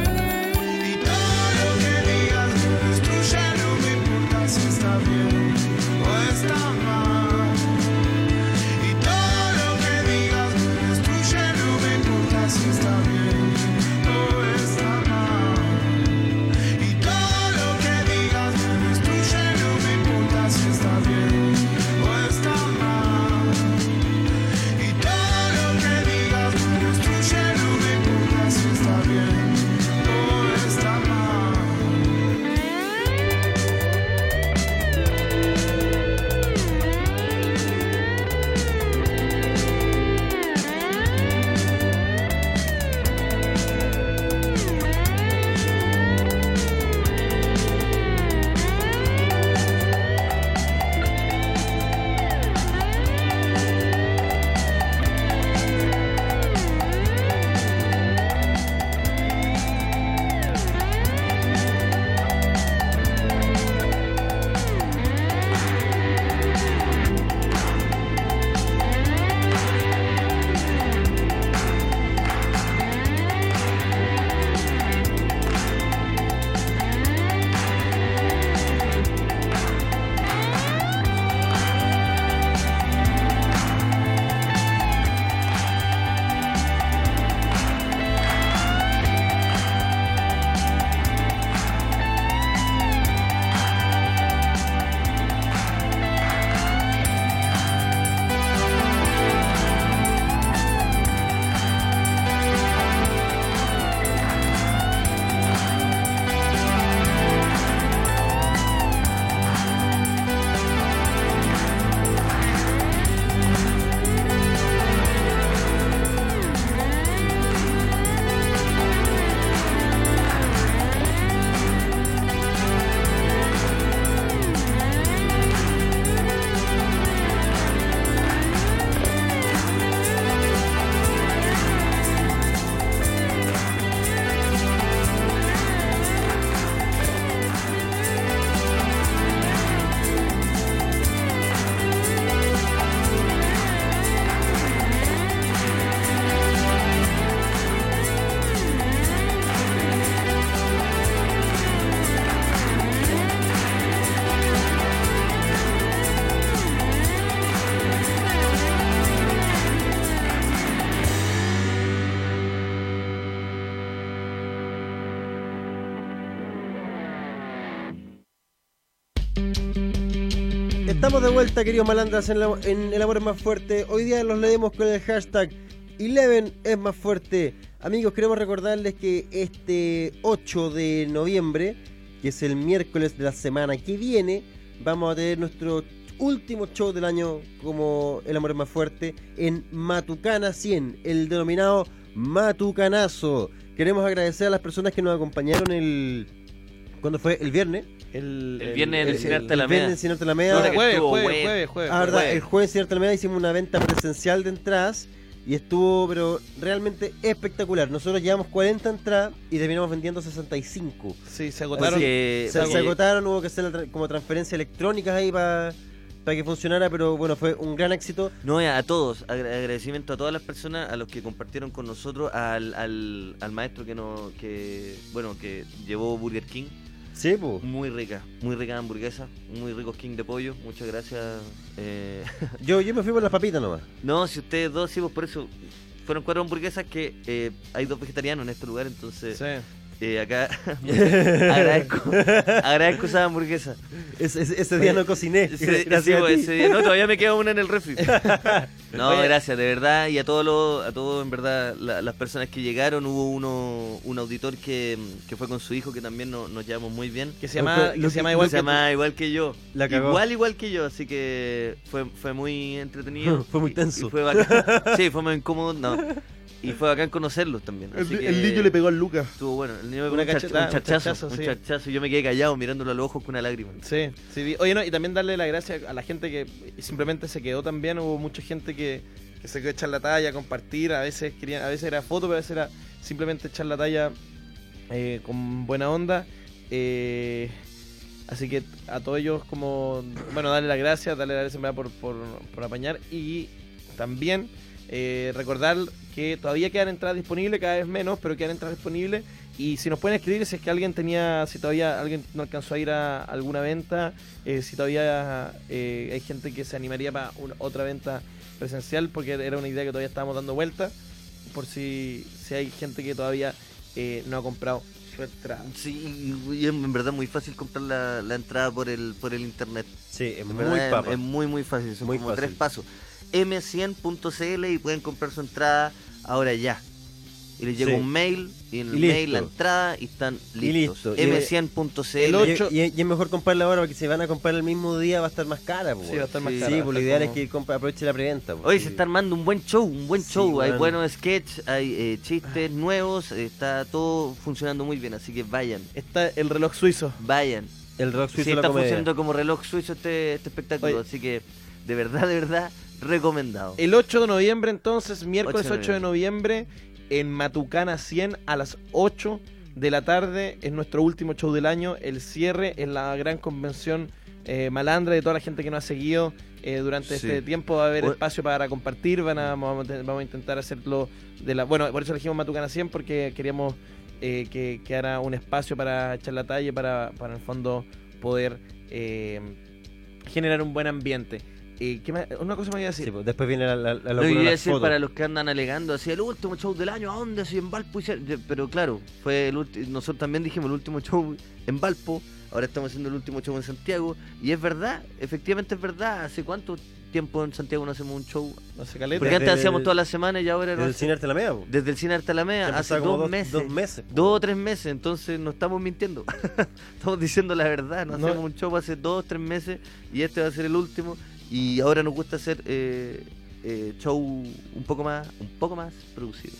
[SPEAKER 3] Todo lo que digas me destruye, no me importa si está bien o está mal. Y todo lo que digas me destruye, no me importa si está bien o está mal. Y todo lo que digas me destruye, no me importa si está bien o está mal. Y todo lo que digas me destruye, no me importa si está bien o está mal.
[SPEAKER 4] Estamos de vuelta, queridos malandras, en, la- en El Amor es más fuerte. Hoy día los leemos con el hashtag Eleven es más fuerte. Amigos, queremos recordarles que este 8 de noviembre, que es el miércoles de la semana que viene, vamos a tener nuestro último show del año como El Amor es más fuerte en Matucana 100, el denominado Matucanazo. Queremos agradecer a las personas que nos acompañaron el... ¿Cuándo fue? ¿El viernes?
[SPEAKER 5] El,
[SPEAKER 6] El viernes en el Cine Arte Alameda.
[SPEAKER 4] viernes en Cine Arte Alameda.
[SPEAKER 6] Puta que Jueves, estuvo jueves, bueno. jueves, jueves,
[SPEAKER 4] Ah, verdad,
[SPEAKER 6] jueves.
[SPEAKER 4] el jueves en Cine Arte Alameda hicimos una venta presencial de entradas y estuvo, pero realmente espectacular. Nosotros llevamos 40 entradas y terminamos vendiendo 65.
[SPEAKER 5] Sí, se agotaron.
[SPEAKER 4] Así que- se,
[SPEAKER 5] Se
[SPEAKER 4] se
[SPEAKER 5] agotó.
[SPEAKER 4] agotaron, hubo que hacer la tra- como transferencias electrónicas ahí para que funcionara, pero bueno, fue un gran éxito.
[SPEAKER 6] No, a todos, agra- agradecimiento a todas las personas, a los que compartieron con nosotros, al, al, al maestro que nos, que, bueno, que llevó Burger King.
[SPEAKER 4] Sí, pues.
[SPEAKER 6] Muy rica, muy rica hamburguesa, muy ricos King de pollo, muchas gracias. eh.
[SPEAKER 4] Yo, yo me fui por las papitas nomás.
[SPEAKER 6] No, si ustedes dos, sí, pues por eso, fueron cuatro hamburguesas que eh, hay dos vegetarianos en este lugar, entonces... Eh, acá agradezco, agradezco esa hamburguesa.
[SPEAKER 16] Ese- ese- ese día no cociné,
[SPEAKER 6] Ese,
[SPEAKER 16] gracias
[SPEAKER 6] sí,
[SPEAKER 16] a
[SPEAKER 6] pues,
[SPEAKER 16] ti.
[SPEAKER 6] ese día- no, todavía me queda una en el refri. No,
[SPEAKER 16] Oye.
[SPEAKER 6] gracias, de verdad. Y a todos, los- a todos en verdad, la- las personas que llegaron, hubo uno, un auditor que, que fue con su hijo que también no- nos llevamos muy bien.
[SPEAKER 5] Que se llama- que se llama igual
[SPEAKER 6] se
[SPEAKER 5] que
[SPEAKER 6] llama
[SPEAKER 5] tú.
[SPEAKER 6] igual que yo.
[SPEAKER 5] La cagó.
[SPEAKER 6] Igual, igual que yo, así que fue, fue muy entretenido.
[SPEAKER 16] Fue muy
[SPEAKER 6] Y- y
[SPEAKER 16] tenso.
[SPEAKER 6] fue bacán. Sí, fue muy incómodo. No. Y fue bacán conocerlos también.
[SPEAKER 5] El-
[SPEAKER 6] así que-
[SPEAKER 5] el niño le pegó al Lucas.
[SPEAKER 6] Estuvo bueno. El niño me
[SPEAKER 5] Una
[SPEAKER 6] pegó un chach-
[SPEAKER 5] cachetada,
[SPEAKER 6] un
[SPEAKER 5] un
[SPEAKER 6] chachazo.
[SPEAKER 5] chachazo,
[SPEAKER 6] un
[SPEAKER 5] sí.
[SPEAKER 6] chachazo. Yo me quedé callado mirándolo a los ojos con una lágrima.
[SPEAKER 5] Sí, sí, vi- Oye, no, y también darle las gracias a la gente que simplemente se quedó también. Hubo mucha gente que, que se quedó a echar la talla, compartir. A veces querían, a veces era foto, pero a veces era simplemente echar la talla eh, con buena onda. Eh, así que a todos ellos, como, bueno, darle las gracias, darle las gracias en verdad, por, por, por apañar. Y también eh, recordar que todavía quedan entradas disponibles, cada vez menos, pero quedan entradas disponibles. Y si nos pueden escribir, si es que alguien tenía, si todavía alguien no alcanzó a ir a alguna venta, eh, si todavía eh, hay gente que se animaría para una- otra venta presencial, porque era una idea que todavía estábamos dando vuelta, por si, si hay gente que todavía eh, no ha comprado su entrada.
[SPEAKER 6] Sí, y- y en verdad muy fácil comprar la, la entrada por el por el internet.
[SPEAKER 16] Sí, es
[SPEAKER 6] En
[SPEAKER 16] muy
[SPEAKER 6] verdad es-
[SPEAKER 16] papa.
[SPEAKER 6] Es, muy muy fácil, son
[SPEAKER 16] Muy
[SPEAKER 6] como
[SPEAKER 16] fácil.
[SPEAKER 6] tres pasos. m100.cl y pueden comprar su entrada ahora ya. Y les llega
[SPEAKER 16] Sí.
[SPEAKER 6] un mail y en el
[SPEAKER 16] Y
[SPEAKER 6] mail la
[SPEAKER 16] listo.
[SPEAKER 6] entrada y están
[SPEAKER 16] Y
[SPEAKER 6] listos.
[SPEAKER 16] listo.
[SPEAKER 6] m100.cl.
[SPEAKER 16] El ocho- Y, y es mejor comprarla ahora porque si van a comprar el mismo día va a estar más cara. po,
[SPEAKER 6] Sí, va a estar más cara,
[SPEAKER 16] Sí,
[SPEAKER 6] va a
[SPEAKER 16] pues lo
[SPEAKER 6] estar
[SPEAKER 16] ideal es
[SPEAKER 6] como-
[SPEAKER 16] que compre- aproveche la preventa. po.
[SPEAKER 6] Hoy se está armando un buen show, un buen
[SPEAKER 16] Sí,
[SPEAKER 6] show. hay
[SPEAKER 16] weón.
[SPEAKER 6] buenos sketches, hay eh, chistes nuevos, está todo funcionando muy bien, así que vayan.
[SPEAKER 5] Está el reloj suizo.
[SPEAKER 6] Vayan.
[SPEAKER 16] El reloj suizo
[SPEAKER 6] Sí,
[SPEAKER 16] de la
[SPEAKER 6] está
[SPEAKER 16] comedia.
[SPEAKER 6] funcionando como reloj suizo este, este espectáculo,
[SPEAKER 5] Oye.
[SPEAKER 6] así que de verdad, de verdad, recomendado.
[SPEAKER 5] El 8 de noviembre, entonces, miércoles
[SPEAKER 6] 8 de
[SPEAKER 5] 8 de noviembre, en Matucana 100 a las 8 de la tarde. Es nuestro último show del año. El cierre en la gran convención eh, malandra de toda la gente que nos ha seguido eh, durante
[SPEAKER 6] Sí.
[SPEAKER 5] este tiempo. Va a haber
[SPEAKER 6] O-
[SPEAKER 5] espacio para compartir. Van a, vamos, a, te- vamos a intentar hacerlo de la. Bueno, por eso elegimos Matucana 100 porque queríamos eh, que quedara un espacio para echar la talla, y para, para en el fondo poder. eh, generar un buen ambiente. Eh, ¿qué más? Una cosa me voy a decir.
[SPEAKER 16] Sí, pues, después viene la, la, la
[SPEAKER 6] Lo
[SPEAKER 16] locura
[SPEAKER 6] que
[SPEAKER 16] de
[SPEAKER 6] quería
[SPEAKER 16] las
[SPEAKER 6] decir
[SPEAKER 16] fotos.
[SPEAKER 6] para los que andan alegando así, el último show del año, ¿a dónde? Si en Valpo hicieron- de- Pero claro, fue el ulti- nosotros también dijimos el último show en Valpo, ahora estamos haciendo el último show en Santiago, y es verdad, efectivamente es verdad, ¿hace cuánto tiempo en Santiago no hacemos un show?
[SPEAKER 5] Hace caleta.
[SPEAKER 6] Porque antes
[SPEAKER 5] Desde
[SPEAKER 6] hacíamos
[SPEAKER 5] el-
[SPEAKER 6] todas las semanas y ahora...
[SPEAKER 5] desde el cine
[SPEAKER 16] Arte Alameda, po.
[SPEAKER 6] Desde el Cine Arte Alameda,
[SPEAKER 16] Ya
[SPEAKER 6] hace
[SPEAKER 16] pasaba como
[SPEAKER 6] dos,
[SPEAKER 16] dos-
[SPEAKER 6] meses.
[SPEAKER 16] dos meses,
[SPEAKER 6] Dos o tres meses, entonces no estamos mintiendo, estamos diciendo la verdad, no,
[SPEAKER 5] No.
[SPEAKER 6] hacemos un show hace dos o tres meses y este va a ser el último y ahora nos gusta hacer... eh, eh, show un poco más un poco más producido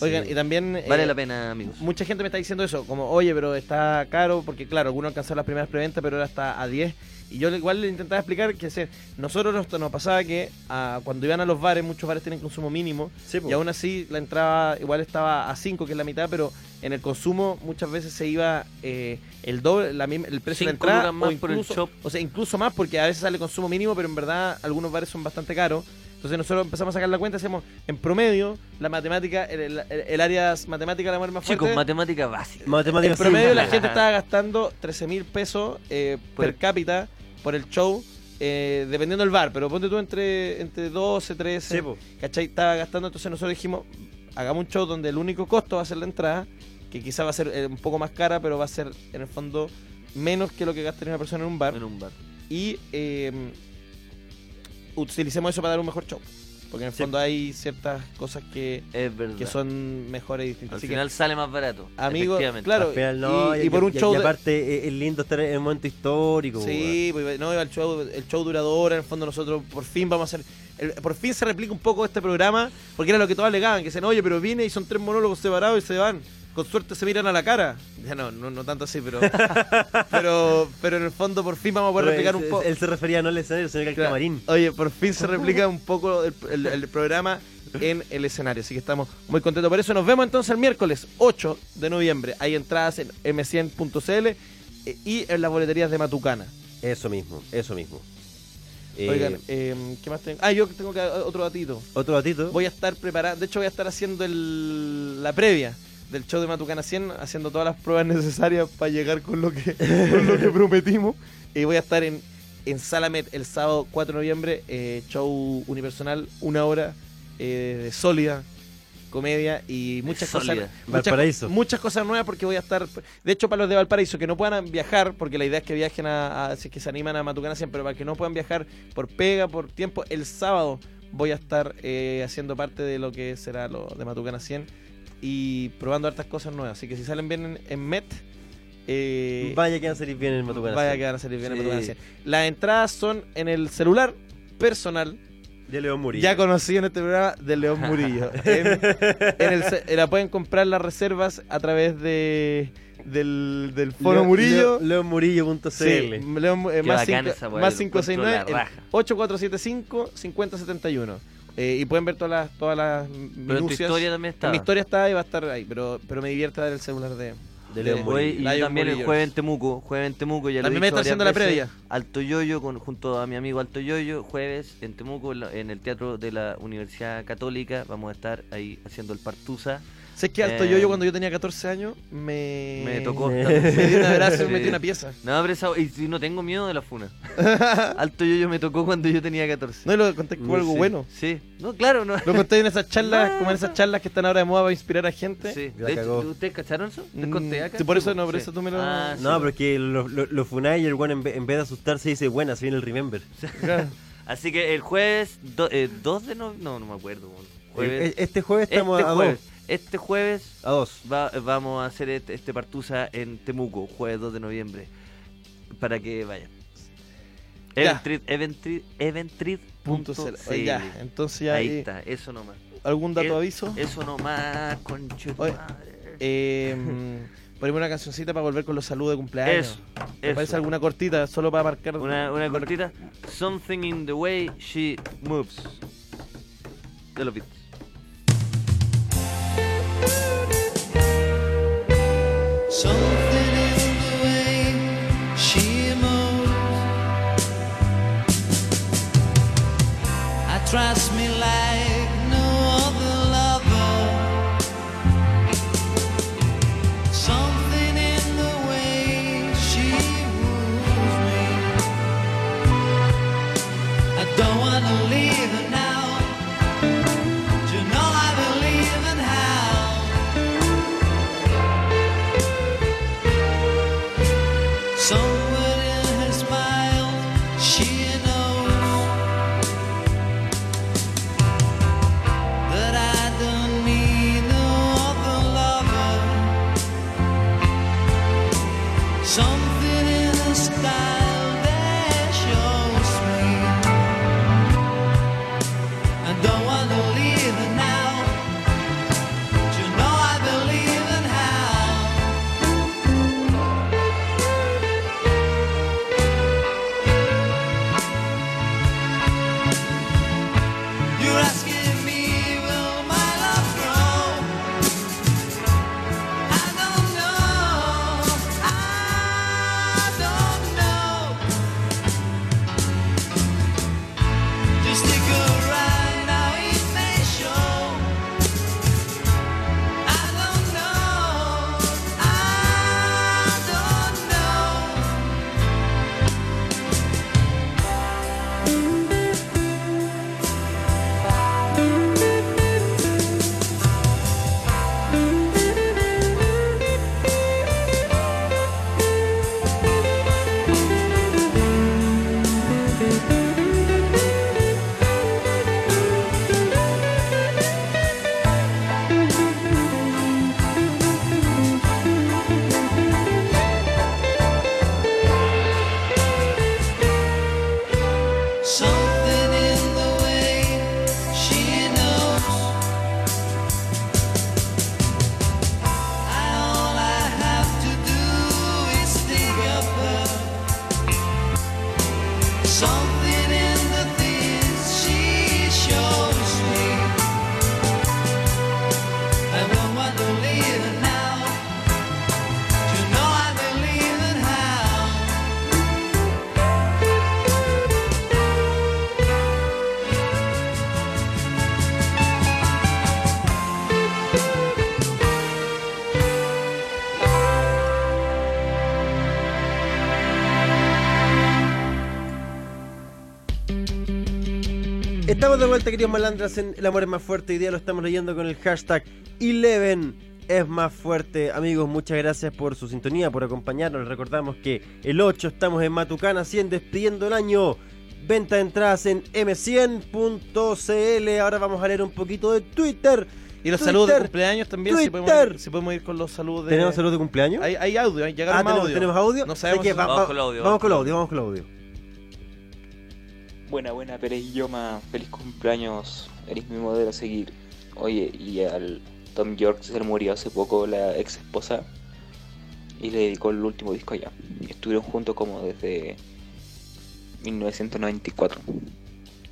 [SPEAKER 5] Oigan,
[SPEAKER 6] Sí.
[SPEAKER 5] y también... eh,
[SPEAKER 6] Vale la pena, amigos.
[SPEAKER 5] Mucha gente me está diciendo eso, como, oye, pero está caro, porque claro, algunos alcanzaron las primeras preventas, pero ahora está a 10. Y yo igual le intentaba explicar que se- nosotros nos, nos pasaba que ah, cuando iban a los bares, muchos bares tienen consumo mínimo,
[SPEAKER 16] po.
[SPEAKER 5] y aún así la entrada igual estaba a 5, que es la mitad, pero en el consumo muchas veces se iba eh, el doble, la misma- el precio de la
[SPEAKER 6] Cinco
[SPEAKER 5] entrada,
[SPEAKER 6] lucas más
[SPEAKER 5] o
[SPEAKER 6] por el
[SPEAKER 5] incluso-
[SPEAKER 6] shop.
[SPEAKER 5] o sea, incluso más porque a veces sale consumo mínimo, pero en verdad algunos bares son bastante caros. Entonces nosotros empezamos a sacar la cuenta, hacemos en promedio la matemática, el, el- el área matemática de la mujer más fuerte.
[SPEAKER 6] Chicos, matemática básica.
[SPEAKER 5] en promedio la gente estaba gastando 13 mil pesos eh,
[SPEAKER 6] Por-
[SPEAKER 5] per cápita por el show, eh, dependiendo del bar, pero ponte tú entre, entre 12, 13,
[SPEAKER 16] Sí, po.
[SPEAKER 5] ¿cachai? Estaba gastando, entonces nosotros dijimos, hagamos un show donde el único costo va a ser la entrada, que quizá va a ser eh, un poco más cara, pero va a ser en el fondo menos que lo que gastaría una persona en un bar.
[SPEAKER 6] En un bar.
[SPEAKER 5] Y eh, utilicemos eso para dar un mejor show. Porque en el fondo hay ciertas cosas que,
[SPEAKER 6] verdad.
[SPEAKER 5] que son mejores y distintas.
[SPEAKER 6] Al
[SPEAKER 5] Así que-
[SPEAKER 6] final sale más barato.
[SPEAKER 5] Amigo,
[SPEAKER 6] efectivamente.
[SPEAKER 5] claro,
[SPEAKER 16] Al final no,
[SPEAKER 5] y- y por un show
[SPEAKER 16] Y
[SPEAKER 5] de-
[SPEAKER 16] aparte eh, es lindo estar en un momento histórico.
[SPEAKER 5] Sí, pues, no, el show, el show durador, en el fondo nosotros por fin vamos a hacer, el- por fin se replica un poco este programa, porque era lo que todos alegaban, que decían, oye, pero viene y son tres monólogos separados y se van, con suerte se miran a la cara. Ya no, no, no tanto así, pero, pero, pero en el fondo por fin vamos a poder
[SPEAKER 16] Pero
[SPEAKER 5] replicar
[SPEAKER 16] él-
[SPEAKER 5] un poco.
[SPEAKER 16] Él se refería no al escenario, sino que al
[SPEAKER 5] Claro.
[SPEAKER 16] camarín.
[SPEAKER 5] Oye, por fin se replica un poco el, el- el programa en el escenario. Así que estamos muy contentos por eso. Nos vemos entonces el miércoles 8 de noviembre. Hay entradas en m100.cl eh, y en las boleterías de Matucana.
[SPEAKER 16] Eso mismo, eso mismo. Eh,
[SPEAKER 5] Oigan, eh, ¿qué más tengo? Ah, yo tengo que, otro datito.
[SPEAKER 16] Otro ratito.
[SPEAKER 5] Voy a estar preparando, de hecho voy a estar haciendo el- la previa del show de Matucana 100, haciendo todas las pruebas necesarias para llegar con lo que, con lo que prometimos. Y voy a estar en, en Salamet el sábado 4 de noviembre, eh, show unipersonal, una hora eh, sólida, comedia y muchas cosas,
[SPEAKER 4] sólida.
[SPEAKER 5] muchas,
[SPEAKER 4] Valparaíso.
[SPEAKER 5] muchas cosas nuevas porque voy a estar. De hecho, para los de Valparaíso que no puedan viajar, porque la idea es que viajen a, a- si es que se animan a Matucana siempre, pero para que no puedan viajar por pega, por tiempo, el sábado voy a estar eh, haciendo parte de lo que será lo de Matucana 100 y probando hartas cosas nuevas. Así que si salen bien en, en Met. eh,
[SPEAKER 4] Vaya que van a salir bien en Matucana.
[SPEAKER 5] Vaya
[SPEAKER 4] 100.
[SPEAKER 5] que van a salir bien en
[SPEAKER 4] Sí.
[SPEAKER 5] Matucana 100. Las entradas son en el celular personal
[SPEAKER 4] De León Murillo.
[SPEAKER 5] ya conocido en este programa de León Murillo. En- en el ce- eh, la pueden comprar las reservas a través de del, del Foro
[SPEAKER 4] Leo-
[SPEAKER 5] Murillo.
[SPEAKER 4] Leo- leonmurillo.cl.
[SPEAKER 5] León, eh,
[SPEAKER 4] Qué
[SPEAKER 5] más
[SPEAKER 4] bacán
[SPEAKER 5] cinco-
[SPEAKER 4] esa weá,
[SPEAKER 5] más
[SPEAKER 4] lo encuentro
[SPEAKER 5] 569
[SPEAKER 4] la
[SPEAKER 5] el
[SPEAKER 4] raja.
[SPEAKER 5] 8475 5071. Eh, y pueden ver todas las todas las minucias.
[SPEAKER 6] historia también está.
[SPEAKER 5] En mi historia está y va a estar ahí, pero pero me divierte dar el celular de
[SPEAKER 6] De León Murillo. Y yo
[SPEAKER 5] Lion
[SPEAKER 6] también el
[SPEAKER 5] Murillo.
[SPEAKER 6] jueves en Temuco, jueves en Temuco, ya lo he
[SPEAKER 5] También me
[SPEAKER 6] dicho
[SPEAKER 5] está haciendo
[SPEAKER 6] varias
[SPEAKER 5] la
[SPEAKER 6] veces, Alto Yoyo, con, junto a mi amigo Alto Yoyo, jueves en Temuco, en la- en el Teatro de la Universidad Católica, vamos a estar ahí haciendo el Partusa.
[SPEAKER 5] Sé que Alto
[SPEAKER 6] Eh,
[SPEAKER 5] Yoyo cuando yo tenía 14 años me
[SPEAKER 6] Me tocó.
[SPEAKER 5] me dio un abrazo y
[SPEAKER 6] Sí.
[SPEAKER 5] me metió una pieza.
[SPEAKER 6] No, pero esa- y si no tengo miedo de la funa. Alto yo, yo me tocó cuando yo tenía 14.
[SPEAKER 5] No, y lo conté como algo
[SPEAKER 6] Sí,
[SPEAKER 5] bueno.
[SPEAKER 6] Sí. No, claro, no.
[SPEAKER 5] Lo conté en esas charlas, como en esas charlas que están ahora de moda para inspirar a gente.
[SPEAKER 6] Sí. De hecho, ¿ustedes cacharon eso? ¿Les conté
[SPEAKER 5] Mm,
[SPEAKER 6] acá?
[SPEAKER 5] sí, por eso
[SPEAKER 6] Sí,
[SPEAKER 5] no, por
[SPEAKER 6] sí.
[SPEAKER 5] eso tú me lo...
[SPEAKER 6] Ah, sí.
[SPEAKER 4] No, porque lo, lo, lo funai y el weón en, ve- en vez de asustarse dice, buena, se viene el remember.
[SPEAKER 6] Así que el jueves do- eh, 2 de noviembre. No, no me acuerdo. bueno.
[SPEAKER 4] Eh, este jueves estamos
[SPEAKER 6] Este
[SPEAKER 4] a
[SPEAKER 6] jueves.
[SPEAKER 4] dos.
[SPEAKER 6] Este jueves.
[SPEAKER 4] A dos.
[SPEAKER 6] va- vamos a hacer este, este Partusa en Temuco, jueves 2 de noviembre. Para que vayan.
[SPEAKER 5] Ya.
[SPEAKER 6] Eventrid, eventrid,
[SPEAKER 5] Punto
[SPEAKER 6] eventrid.cl.
[SPEAKER 5] cero. Ya, entonces ya
[SPEAKER 6] Ahí
[SPEAKER 5] ahí-
[SPEAKER 6] está, eso nomás.
[SPEAKER 5] ¿Algún dato
[SPEAKER 6] Eh,
[SPEAKER 5] aviso?
[SPEAKER 6] Eso nomás, conche.
[SPEAKER 5] Oye, eh, ponemos una cancioncita para volver con los saludos de cumpleaños.
[SPEAKER 6] Eso,
[SPEAKER 5] ¿Te
[SPEAKER 6] eso.
[SPEAKER 5] parece alguna cortita? Solo para marcar...
[SPEAKER 6] Una, una cortita. Something in the way she moves. De los Beatles.
[SPEAKER 16] Something in the way she moves attracts me like no other lover. Something in the way she moves me. I don't wanna leave her now. You know I believe in how. Somewhere in her smile, she knows that I don't need no other lover. Something in her style that shows me I don't want to leave her now. But you know I believe in how. You're asking me, will my love grow? I don't know. I don't know. Just stick around, now it may show. I don't know. I don't know.
[SPEAKER 4] Estamos de vuelta, queridos malandras, en El Amor es más fuerte. Hoy día lo estamos leyendo con el hashtag 11 es más fuerte. Amigos, muchas gracias por su sintonía, por acompañarnos. Les recordamos que el 8 estamos en Matucana 100, despidiendo el año. Venta de entradas en m100.cl. Ahora vamos a leer un poquito de Twitter.
[SPEAKER 5] Y los saludos de cumpleaños también, si podemos, ir- si podemos ir con los saludos de...
[SPEAKER 4] ¿Tenemos saludos de cumpleaños?
[SPEAKER 5] Hay, hay audio, hay- llegaron
[SPEAKER 4] Ah,
[SPEAKER 5] más
[SPEAKER 4] tenemos, tenemos
[SPEAKER 5] audio.
[SPEAKER 4] audio.
[SPEAKER 5] No
[SPEAKER 4] Sé
[SPEAKER 5] sabemos...
[SPEAKER 4] que
[SPEAKER 5] si-
[SPEAKER 4] va- va- Vamos con el audio, vamos con el audio.
[SPEAKER 17] Buena, buena, Pérez Guilloma. Feliz cumpleaños. Eres mi modelo a seguir. Oye, y al Tom York se le murió hace poco la ex esposa y le dedicó el último disco allá. Estuvieron juntos como desde 1994.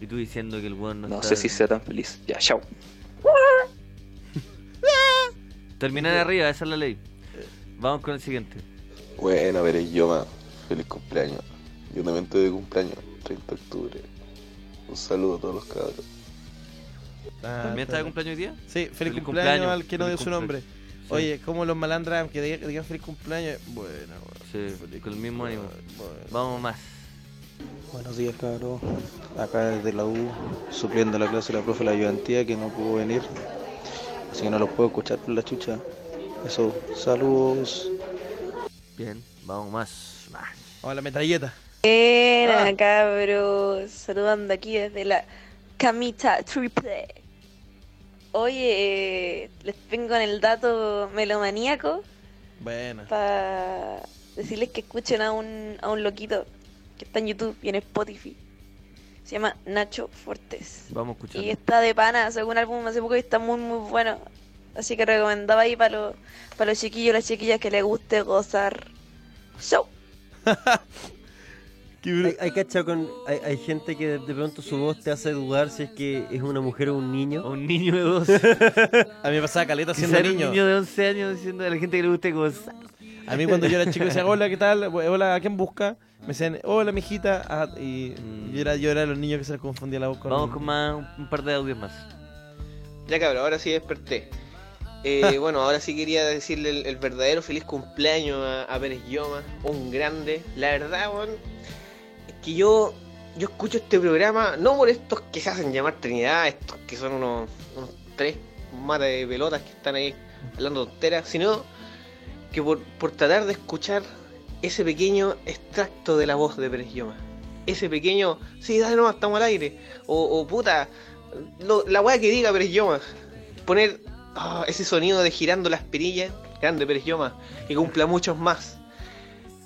[SPEAKER 6] Y tú diciendo que el weón no,
[SPEAKER 17] No
[SPEAKER 6] está-
[SPEAKER 17] sé si sea tan feliz. Ya, chao.
[SPEAKER 6] Terminar arriba, esa es la ley.
[SPEAKER 5] Eh.
[SPEAKER 6] Vamos con el siguiente.
[SPEAKER 18] Bueno, veréis yo más. Feliz cumpleaños. Yo también estoy de cumpleaños, 30 de octubre. Un saludo a todos los cabros.
[SPEAKER 4] Ah,
[SPEAKER 6] ¿También está de cumpleaños hoy día?
[SPEAKER 5] Sí, feliz,
[SPEAKER 6] Feliz
[SPEAKER 5] cumpleaños,
[SPEAKER 6] cumpleaños,
[SPEAKER 5] al que no dio
[SPEAKER 6] feliz
[SPEAKER 5] su nombre.
[SPEAKER 6] cumpleaños. Sí.
[SPEAKER 5] Oye, como los malandras, aunque digan digan feliz cumpleaños, bueno,
[SPEAKER 6] Sí, con el mismo ánimo. Vamos más.
[SPEAKER 19] Buenos días, cabrón. Acá desde la U, supliendo la clase de la profe de la ayudantía que no pudo venir. Así que no los puedo escuchar por la chucha. Eso, saludos.
[SPEAKER 6] Bien, vamos más. más.
[SPEAKER 5] Vamos a la metralleta.
[SPEAKER 20] Buena, cabros. Saludando aquí desde la camita triple. Oye, eh, les vengo en el dato melomaníaco
[SPEAKER 5] Buena.
[SPEAKER 20] para decirles que escuchen a un, a un loquito que está en YouTube y en Spotify. Se llama Nacho Fortes.
[SPEAKER 6] Vamos a escuchar.
[SPEAKER 20] Y está de pana, según álbum hace poco y está muy muy bueno. Así que recomendaba ahí para los, para los chiquillos, las chiquillas que les guste gozar. Show.
[SPEAKER 4] Hay, hay cachao con. Hay, hay gente que de, de pronto su voz te hace dudar si es que es una mujer o un niño.
[SPEAKER 6] Un niño de dos.
[SPEAKER 5] A mí me pasaba caleta siendo
[SPEAKER 6] Quizá era
[SPEAKER 5] niño.
[SPEAKER 6] un niño de 11 años diciendo a la gente que le guste gozar.
[SPEAKER 5] A mí cuando yo era chico decía, hola, ¿qué tal? Hola, ¿a quién busca? Me decían, hola, mijita. Ah, y yo, era, yo era de los niños que se les confundía la voz con...
[SPEAKER 6] Mm. Vamos con más, un- un par de audios más.
[SPEAKER 21] Ya cabrón, ahora sí desperté. Eh, bueno, ahora sí quería decirle el, el verdadero feliz cumpleaños a, a Pérez Yoma, un grande. La verdad, weón, es que yo, yo escucho este programa, no por estos que se hacen llamar Trinidad, estos que son unos, unos tres mata de pelotas que están ahí hablando tonteras, sino que por, por tratar de escuchar ese pequeño extracto de la voz de Pérez Yoma. Ese pequeño, sí, dale nomás, estamos al aire. O, o puta, lo- la weá que diga Pérez Yoma. Poner ah, ese sonido de girando las perillas. Grande Pérez Yoma. Que cumpla muchos más.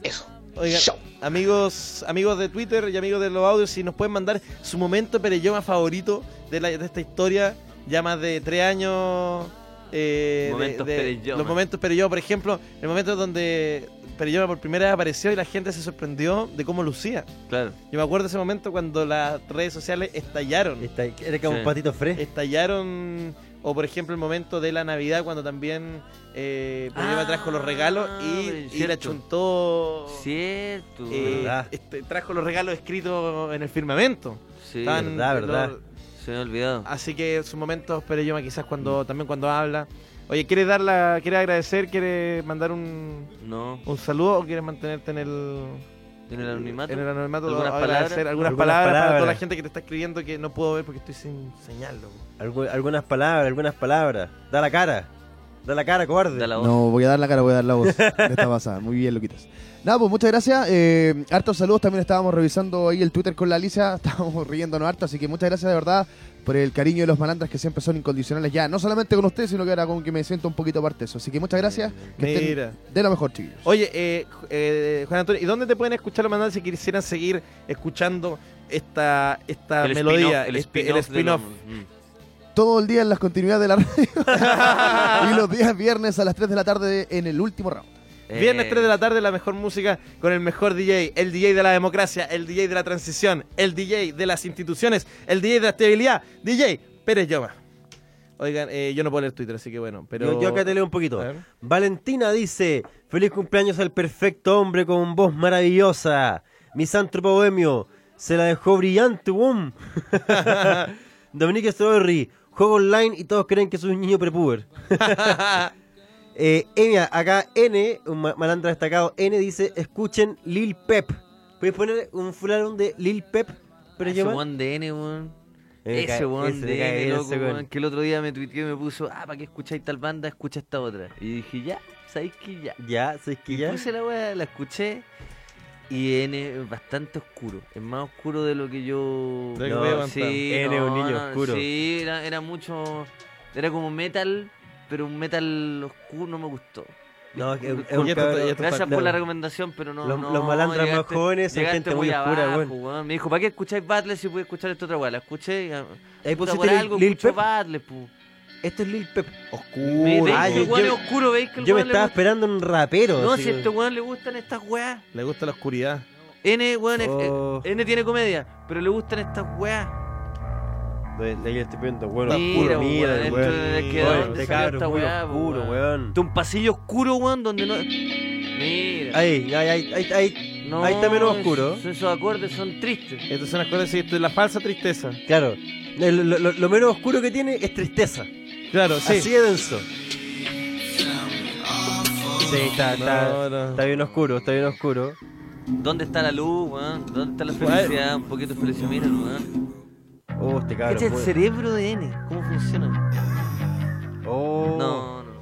[SPEAKER 21] Eso.
[SPEAKER 5] Oigan, amigos, amigos de Twitter y amigos de los audios, si nos pueden mandar su momento pereyoma Este favorito de, la- de esta historia, ya más de tres años. eh, de-
[SPEAKER 6] Momentos
[SPEAKER 5] de-
[SPEAKER 6] Pereyoma.
[SPEAKER 5] Los momentos pereyoma, por ejemplo, el momento donde pereyoma por primera vez apareció y la gente se sorprendió de cómo lucía.
[SPEAKER 6] Claro.
[SPEAKER 5] Yo me acuerdo de ese momento cuando las redes sociales estallaron.
[SPEAKER 4] era como un Sí. patito fresco.
[SPEAKER 5] Estallaron. O por ejemplo el momento de la Navidad cuando también eh, Pereyoma trajo los regalos y, y la
[SPEAKER 6] Ah, cierto.
[SPEAKER 5] chuntó.
[SPEAKER 6] Cierto.
[SPEAKER 5] Eh, este, trajo los regalos escritos en el firmamento.
[SPEAKER 6] Sí,
[SPEAKER 5] Estaban
[SPEAKER 6] verdad,
[SPEAKER 5] los-
[SPEAKER 6] verdad. Se me ha olvidado.
[SPEAKER 5] Así que sus momentos, pero yo quizás cuando también cuando habla. Oye, ¿quieres dar la, quieres agradecer, quieres mandar un
[SPEAKER 6] No.
[SPEAKER 5] un saludo o quieres mantenerte en el
[SPEAKER 6] en el anonimato?
[SPEAKER 5] En el anonimato
[SPEAKER 6] ¿Algunas
[SPEAKER 5] agradecer
[SPEAKER 6] palabras?
[SPEAKER 5] algunas,
[SPEAKER 4] Algunas
[SPEAKER 5] palabras, para toda la
[SPEAKER 4] palabras.
[SPEAKER 5] gente que te está escribiendo que no puedo ver porque estoy sin señal, loco.
[SPEAKER 4] Algu- algunas palabras, algunas palabras. Da la cara. Da la cara, cobarde.
[SPEAKER 22] No, voy a dar la cara, voy a dar la voz. de esta pasada. Ah, Muy bien, loquitos. Nada, pues muchas gracias. Eh, hartos saludos. También estábamos revisando ahí el Twitter con la Alicia. Estábamos riéndonos harto. Así que muchas gracias de verdad por el cariño de los malandras que siempre son incondicionales ya. No solamente con ustedes, sino que ahora con que me siento un poquito parte de eso. Así que muchas gracias. Que estén
[SPEAKER 5] Mira.
[SPEAKER 22] de lo mejor, chiquillos.
[SPEAKER 5] Oye, eh, Ju- eh, Juan Antonio, ¿y dónde te pueden escuchar los mandar si quisieran seguir escuchando esta esta
[SPEAKER 6] El
[SPEAKER 5] melodía,
[SPEAKER 6] spin-off, el
[SPEAKER 5] este-
[SPEAKER 6] spin-off de Mm.
[SPEAKER 5] spin-off?
[SPEAKER 22] Todo el día en las continuidades de la radio. y los días viernes a las 3 de la tarde en el último round.
[SPEAKER 6] Eh.
[SPEAKER 5] Viernes 3 de la tarde, la mejor música con el mejor DJ, el DJ de la democracia, el DJ de la transición, el DJ de las instituciones, el DJ de la estabilidad, DJ Pérez Lloma. Oigan, eh, yo no puedo leer Twitter, así que bueno, pero...
[SPEAKER 4] Yo, yo acá te leo un poquito.
[SPEAKER 5] A ver.
[SPEAKER 4] Valentina dice: Feliz cumpleaños al perfecto hombre con voz maravillosa. Misántropo bohemio. Se la dejó brillante, boom. Dominique Strawberry. Juego online y todos creen que soy un niño prepuber. eh, eh, mira, acá N, un ma- malandra destacado, N dice: Escuchen Lil Pep. ¿Puedes poner un full álbum de Lil Pep? Pero
[SPEAKER 6] Pero
[SPEAKER 4] yo-
[SPEAKER 6] Juan de N, weón.
[SPEAKER 4] Me
[SPEAKER 6] Ese
[SPEAKER 4] cae-
[SPEAKER 6] weón
[SPEAKER 4] ese me
[SPEAKER 6] de
[SPEAKER 4] cae
[SPEAKER 6] N,
[SPEAKER 4] ese
[SPEAKER 6] loco,
[SPEAKER 4] weón.
[SPEAKER 6] weón, que el otro día me tuiteó y me puso, ah, ¿para qué escucháis tal banda? Escucha esta otra. Y dije, ya, ¿sabéis que ya?
[SPEAKER 4] Ya, ¿sabes que
[SPEAKER 6] Y
[SPEAKER 4] ya?
[SPEAKER 6] puse la weá, la escuché. Y N es bastante oscuro. Es más oscuro de lo que yo.
[SPEAKER 4] De lo que podía aguantar. N es un niño oscuro.
[SPEAKER 6] Sí, era, era mucho. Era como metal, pero un metal oscuro no me gustó.
[SPEAKER 4] No, es que-
[SPEAKER 6] Disculpa.
[SPEAKER 4] es un cabrón-
[SPEAKER 6] Gracias por
[SPEAKER 4] claro.
[SPEAKER 6] la recomendación, pero no.
[SPEAKER 4] Los-
[SPEAKER 6] no,
[SPEAKER 4] los malandras más
[SPEAKER 6] llegaste-
[SPEAKER 4] jóvenes son
[SPEAKER 6] llegaste
[SPEAKER 4] gente muy oscura,
[SPEAKER 6] abajo,
[SPEAKER 4] weón.
[SPEAKER 6] weón. Me dijo, ¿para qué escucháis Batles si pude escuchar esta otra weá? La escuché y. ah,
[SPEAKER 4] Ahí
[SPEAKER 6] puta,
[SPEAKER 4] pusiste
[SPEAKER 6] por
[SPEAKER 4] Lil-
[SPEAKER 6] algo
[SPEAKER 4] Lil
[SPEAKER 6] escucho
[SPEAKER 4] Pep.
[SPEAKER 6] Batles, pu.
[SPEAKER 4] Esto Este es Lil Pep.
[SPEAKER 6] Me-
[SPEAKER 4] Oscuro.
[SPEAKER 6] veis que el weón es oscuro, veis que el
[SPEAKER 4] yo me
[SPEAKER 6] weón le
[SPEAKER 4] estaba
[SPEAKER 6] gusta-
[SPEAKER 4] esperando un rapero.
[SPEAKER 6] No,
[SPEAKER 4] así
[SPEAKER 6] si a
[SPEAKER 4] que-
[SPEAKER 6] este weón le gustan estas weas.
[SPEAKER 5] Le gusta la oscuridad.
[SPEAKER 6] N, weón, es- eh,
[SPEAKER 4] Oh.
[SPEAKER 6] N tiene comedia, pero le gustan estas weas.
[SPEAKER 4] De, de ahí estoy viendo, weón.
[SPEAKER 6] Mira,
[SPEAKER 4] oscuro,
[SPEAKER 6] weón,
[SPEAKER 4] mira,
[SPEAKER 6] esto
[SPEAKER 4] weón.
[SPEAKER 6] es que
[SPEAKER 4] Oye,
[SPEAKER 6] de dónde
[SPEAKER 4] este
[SPEAKER 6] salió
[SPEAKER 4] cabrón
[SPEAKER 6] esta
[SPEAKER 4] muy
[SPEAKER 6] weá,
[SPEAKER 4] oscuro,
[SPEAKER 6] weón.
[SPEAKER 4] weón.
[SPEAKER 6] De un pasillo oscuro, weón, donde no. Mira.
[SPEAKER 4] Ahí, ahí, ahí, ahí, ahí,
[SPEAKER 6] No,
[SPEAKER 4] ahí está menos oscuro.
[SPEAKER 6] es- Esos acordes son tristes.
[SPEAKER 5] Estos son las cosas sí, esto es la falsa tristeza.
[SPEAKER 4] Claro. Eh, Lo, lo- lo- lo menos oscuro que tiene es tristeza.
[SPEAKER 5] Claro, sí.
[SPEAKER 4] Así de denso. Sí, está, está,
[SPEAKER 6] No, no.
[SPEAKER 4] está bien oscuro, está bien oscuro.
[SPEAKER 6] ¿Dónde está la luz, weón? ¿Dónde está la felicidad? Un poquito de felicidad, mira, weón.
[SPEAKER 4] Oh, este cabrón.
[SPEAKER 6] Este es el
[SPEAKER 4] muy-
[SPEAKER 6] cerebro de N, ¿cómo funciona?
[SPEAKER 4] Oh.
[SPEAKER 6] No, no.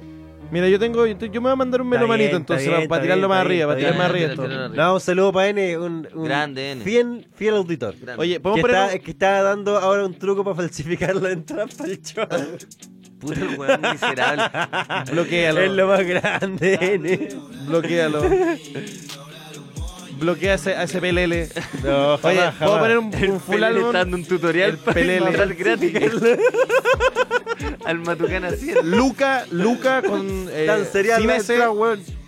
[SPEAKER 5] Mira, yo tengo. Yo yo me voy a mandar un melomanito entonces, para tirarlo más arriba, para tirar más arriba esto.
[SPEAKER 4] No, un saludo para N, un, un
[SPEAKER 5] Grande, N.
[SPEAKER 4] Fiel, fiel auditor.
[SPEAKER 5] Grande. Oye, ¿podemos
[SPEAKER 4] que
[SPEAKER 5] poner
[SPEAKER 4] está,
[SPEAKER 5] un-
[SPEAKER 4] que está dando ahora un truco para falsificar la entrada para el show.
[SPEAKER 6] Puta el weón miserable.
[SPEAKER 5] Bloquéalo.
[SPEAKER 4] Es lo más grande, N.
[SPEAKER 5] Bloquéalo. Bloquea ese, a ese PLL.
[SPEAKER 4] No, jamás,
[SPEAKER 5] Oye, ¿puedo
[SPEAKER 4] jamás.
[SPEAKER 5] poner un,
[SPEAKER 6] El
[SPEAKER 5] un full
[SPEAKER 6] PLL
[SPEAKER 5] álbum?
[SPEAKER 6] está dando un tutorial
[SPEAKER 5] El
[SPEAKER 6] para mandar gratis. Al Matucana 100.
[SPEAKER 5] Luca, Luca con. Eh,
[SPEAKER 6] Tan serial
[SPEAKER 5] sin
[SPEAKER 6] la
[SPEAKER 5] ese,
[SPEAKER 6] entrada,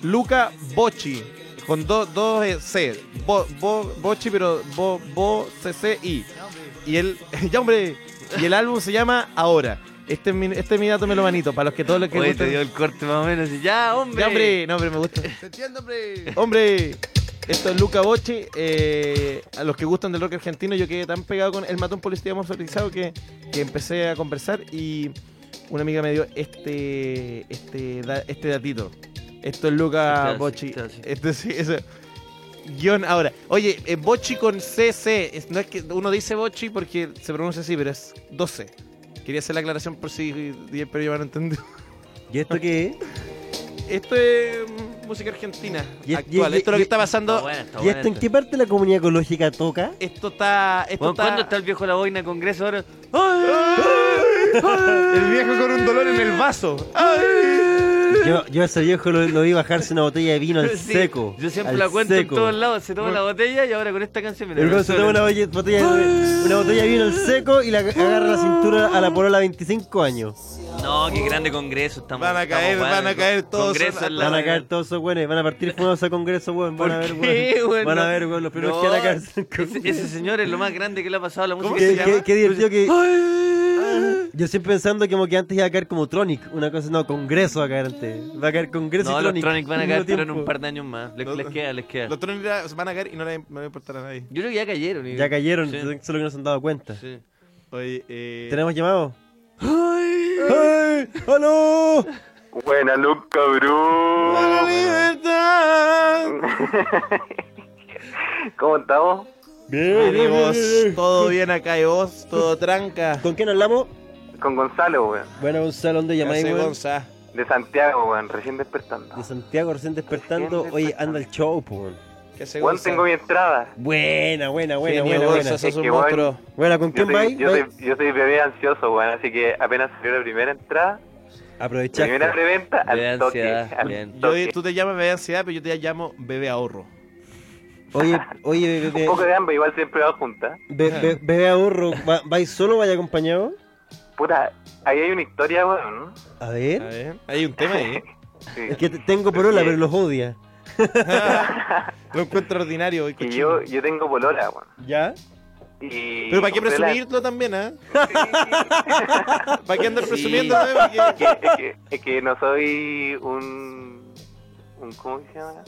[SPEAKER 5] Luca Bochi. Con dos dos, eh, C. Bo, bo- Bochi, pero Bo, Bo, C, C, I. Y el. Ya, hombre. Y el álbum se llama Ahora. Este es mi, este es mi dato melomanito. Para los que todos los que
[SPEAKER 6] Oye,
[SPEAKER 5] gustan-
[SPEAKER 6] te dio el corte más o menos. y Ya, hombre.
[SPEAKER 5] Ya, hombre. No, hombre, me gusta.
[SPEAKER 6] Se entiende, hombre.
[SPEAKER 5] Hombre, esto es Luca Bocci. eh, a los que gustan del rock argentino, yo quedé tan pegado con el matón policía motorizado que, que empecé a conversar y una amiga me dio este este, da- este datito. Esto es Luca
[SPEAKER 6] Este
[SPEAKER 5] Bocci. Este sí, eso. Guión ahora. Oye, eh, Bocci con CC. Es- no es que uno dice Bocci porque se pronuncia así, pero es 12. Quería hacer la aclaración por si el periodista no entendió.
[SPEAKER 4] ¿Y esto qué es?
[SPEAKER 5] Esto es mm, música argentina
[SPEAKER 4] Y- y-
[SPEAKER 5] actual.
[SPEAKER 4] y-
[SPEAKER 5] esto es lo que
[SPEAKER 4] y-
[SPEAKER 5] está pasando.
[SPEAKER 6] Ah,
[SPEAKER 4] ¿Y esto en qué parte de la comunidad ecológica toca?
[SPEAKER 5] Esto está. Esto
[SPEAKER 6] Weón,
[SPEAKER 5] está...
[SPEAKER 6] ¿Cuándo está el viejo La Boina en Congreso ahora?
[SPEAKER 5] El viejo con un dolor en el vaso.
[SPEAKER 4] Yo, yo a ese viejo lo, lo vi bajarse una botella de vino al
[SPEAKER 6] Sí,
[SPEAKER 4] seco.
[SPEAKER 6] Yo siempre
[SPEAKER 4] al
[SPEAKER 6] la cuento
[SPEAKER 4] seco.
[SPEAKER 6] en todos lados. Se toma la botella y ahora con esta canción. mira,
[SPEAKER 4] El weón se toma una bolle- botella, de- una botella de vino al seco y la agarra la cintura a la porola 25 años.
[SPEAKER 6] No, qué grande Congreso estamos.
[SPEAKER 5] Van a
[SPEAKER 6] estamos,
[SPEAKER 5] caer-
[SPEAKER 6] weón,
[SPEAKER 5] van a
[SPEAKER 6] el
[SPEAKER 5] caer
[SPEAKER 6] con-
[SPEAKER 5] todos
[SPEAKER 6] Congreso en la-
[SPEAKER 4] Van a caer todos esos weones, van a partir fumados a congreso, weón. Van a ver,
[SPEAKER 6] ¿Qué,
[SPEAKER 4] weón.
[SPEAKER 6] weón?
[SPEAKER 4] Van a
[SPEAKER 6] No.
[SPEAKER 4] ver, weón, los primeros
[SPEAKER 6] No,
[SPEAKER 4] que van a caer.
[SPEAKER 6] Ese, ese señor es lo más grande que le ha pasado a la música.
[SPEAKER 4] Qué,
[SPEAKER 6] se
[SPEAKER 4] qué-
[SPEAKER 6] llama?
[SPEAKER 4] qué divertido que. Yo siempre pensando como que antes iba a caer como Tronic, una cosa, no, Congreso va a caer antes. Va a caer Congreso
[SPEAKER 6] No,
[SPEAKER 4] y
[SPEAKER 6] los
[SPEAKER 4] Tronic.
[SPEAKER 6] Tronic van a
[SPEAKER 4] al
[SPEAKER 6] caer,
[SPEAKER 4] mismo
[SPEAKER 6] pero en un
[SPEAKER 4] tiempo.
[SPEAKER 6] par de años más. Les, les queda, les queda.
[SPEAKER 5] Los tronos van a caer y no le, no le importará a nadie.
[SPEAKER 6] Yo creo que ya cayeron. y-
[SPEAKER 4] Ya cayeron,
[SPEAKER 6] Sí.
[SPEAKER 4] solo que no se han dado cuenta.
[SPEAKER 6] Sí.
[SPEAKER 5] Oye, eh.
[SPEAKER 4] ¿Tenemos llamado? ¡Ay! ¡Aló!
[SPEAKER 2] Buena, Luke, cabrón.
[SPEAKER 5] libertad!
[SPEAKER 2] ¿Cómo estamos?
[SPEAKER 4] Bien,
[SPEAKER 5] bien, bien. Todo bien acá y vos, todo tranca.
[SPEAKER 4] ¿Con quién hablamos?
[SPEAKER 2] Con Gonzalo, weón.
[SPEAKER 4] Bueno, Gonzalo, ¿dónde llamáis,
[SPEAKER 2] hace,
[SPEAKER 4] weón?
[SPEAKER 5] Gonza?
[SPEAKER 2] De Santiago, weón, recién despertando.
[SPEAKER 4] De Santiago, recién despertando. Oye, anda el show, po, weón.
[SPEAKER 2] Weón, tengo mi entrada.
[SPEAKER 4] Buena, buena, buena,
[SPEAKER 2] Genio,
[SPEAKER 4] buena.
[SPEAKER 2] Gonza,
[SPEAKER 4] buena.
[SPEAKER 2] sos un Es que, weón, monstruo.
[SPEAKER 4] Buena, ¿con quién
[SPEAKER 2] yo soy,
[SPEAKER 4] vais?
[SPEAKER 2] yo, soy, yo soy bebé ansioso, weón, así que apenas salió la primera entrada,
[SPEAKER 4] Aprovechar.
[SPEAKER 2] primera preventa, al toque. al
[SPEAKER 5] Yo,
[SPEAKER 2] toque.
[SPEAKER 5] tú te llamas bebé ansiedad, pero yo te llamo bebé ahorro.
[SPEAKER 4] Oye, oye, bebé.
[SPEAKER 2] Un poco de hambre, igual siempre va junta.
[SPEAKER 4] Be- be- bebé ahorro, ¿va- ¿vais solo o vais acompañado?
[SPEAKER 2] Puta, ahí hay una historia, weón.
[SPEAKER 4] A ver.
[SPEAKER 5] Hay un tema ahí.
[SPEAKER 2] Sí.
[SPEAKER 4] Es que te- tengo porola, pero los odia.
[SPEAKER 5] Lo encuentro ordinario.
[SPEAKER 2] Y yo, yo tengo polola, weón.
[SPEAKER 4] ¿Ya?
[SPEAKER 2] Y
[SPEAKER 5] Pero ¿para qué
[SPEAKER 2] compré la-
[SPEAKER 5] presumirlo también, ah? ¿Para qué andar
[SPEAKER 2] Sí.
[SPEAKER 5] presumiendo? eh?
[SPEAKER 2] Es que, es que- es que no soy un, un... ¿Cómo se llama?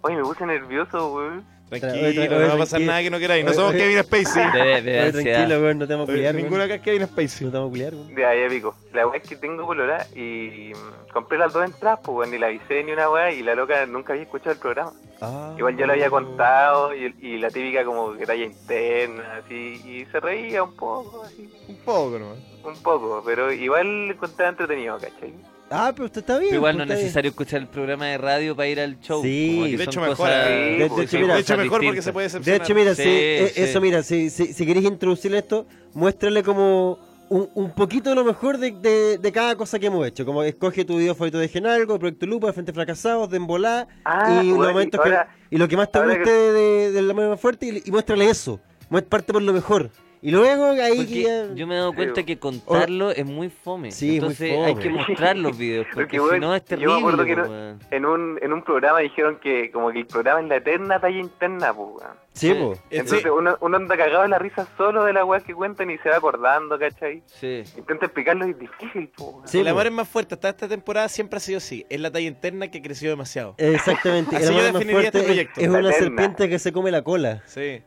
[SPEAKER 2] Oye, me puse nervioso, weón.
[SPEAKER 5] Tranquilo, no va a pasar nada que no queráis. No somos Kevin Spacey.
[SPEAKER 4] Oye, tranquilo, weón, no te vamos a
[SPEAKER 5] Oye,
[SPEAKER 4] culiar.
[SPEAKER 5] Ninguno acá es Kevin Spacey.
[SPEAKER 4] No te vamos a culiar, weón.
[SPEAKER 2] Ya, ya pico. La weá es que tengo colorada y mm, compré las dos entradas, pues, weón, ni la avisé ni una weá y la loca nunca había escuchado el programa.
[SPEAKER 6] Ah.
[SPEAKER 2] Igual yo lo había contado y, y la típica como que talla interna, así, y se reía un poco, así,
[SPEAKER 5] Un poco nomás.
[SPEAKER 2] un poco, pero igual contaba entretenido, ¿cachai?
[SPEAKER 4] Ah, pero usted está bien.
[SPEAKER 6] Igual
[SPEAKER 4] pues,
[SPEAKER 6] no es
[SPEAKER 4] está bien.
[SPEAKER 6] necesario escuchar el programa de radio para ir al show.
[SPEAKER 4] Sí,
[SPEAKER 6] como que
[SPEAKER 4] de
[SPEAKER 6] son
[SPEAKER 4] hecho mejor,
[SPEAKER 6] cosas-
[SPEAKER 4] eh. De- de
[SPEAKER 6] son
[SPEAKER 4] hecho, mira,
[SPEAKER 6] cosas
[SPEAKER 5] mejor porque
[SPEAKER 6] distintas.
[SPEAKER 5] se puede
[SPEAKER 4] De hecho, mira,
[SPEAKER 6] Sí,
[SPEAKER 4] si- eh,
[SPEAKER 6] sí.
[SPEAKER 4] eso, mira, si, si, si queréis introducirle esto, muéstrale como un, un poquito de lo mejor de, de- de cada cosa que hemos hecho. Como escoge tu video favorito de Genalgo, Proyecto Lupa, Frente Fracasados, de Embolá,
[SPEAKER 2] Ah,
[SPEAKER 4] y, los
[SPEAKER 2] bueno, y
[SPEAKER 4] momentos que-
[SPEAKER 2] ahora-
[SPEAKER 4] y lo que más te
[SPEAKER 2] ahora
[SPEAKER 4] guste
[SPEAKER 2] que-
[SPEAKER 4] de, de la manera más fuerte, y, y muéstrale eso. Muest- Parte por lo mejor. Y luego ahí
[SPEAKER 6] Porque
[SPEAKER 4] ya-
[SPEAKER 6] yo me he dado cuenta que contarlo es muy fome.
[SPEAKER 4] Sí, es muy
[SPEAKER 6] Entonces hay
[SPEAKER 4] fome.
[SPEAKER 6] que mostrar los videos, porque,
[SPEAKER 2] bueno,
[SPEAKER 6] si no es terrible.
[SPEAKER 2] yo me acuerdo que no-
[SPEAKER 6] po, weón.
[SPEAKER 2] en un, en un programa dijeron que como que el programa es la eterna talla interna, pues, weón.
[SPEAKER 4] Sí, po.
[SPEAKER 5] Este,
[SPEAKER 2] Entonces uno, uno anda cagado en la risa solo de la weá que cuentan y se va acordando, ¿cachai?
[SPEAKER 6] Sí.
[SPEAKER 2] Intenta explicarlo y es difícil, pues, weón.
[SPEAKER 5] el amor es más fuerte. Hasta esta temporada siempre ha sido así. Es la talla interna que creció demasiado.
[SPEAKER 4] Exactamente.
[SPEAKER 5] Así
[SPEAKER 4] el
[SPEAKER 5] yo
[SPEAKER 4] amor más
[SPEAKER 5] definiría este
[SPEAKER 4] fuerte es-
[SPEAKER 5] proyecto.
[SPEAKER 4] es una serpiente que se come la cola.
[SPEAKER 5] Sí.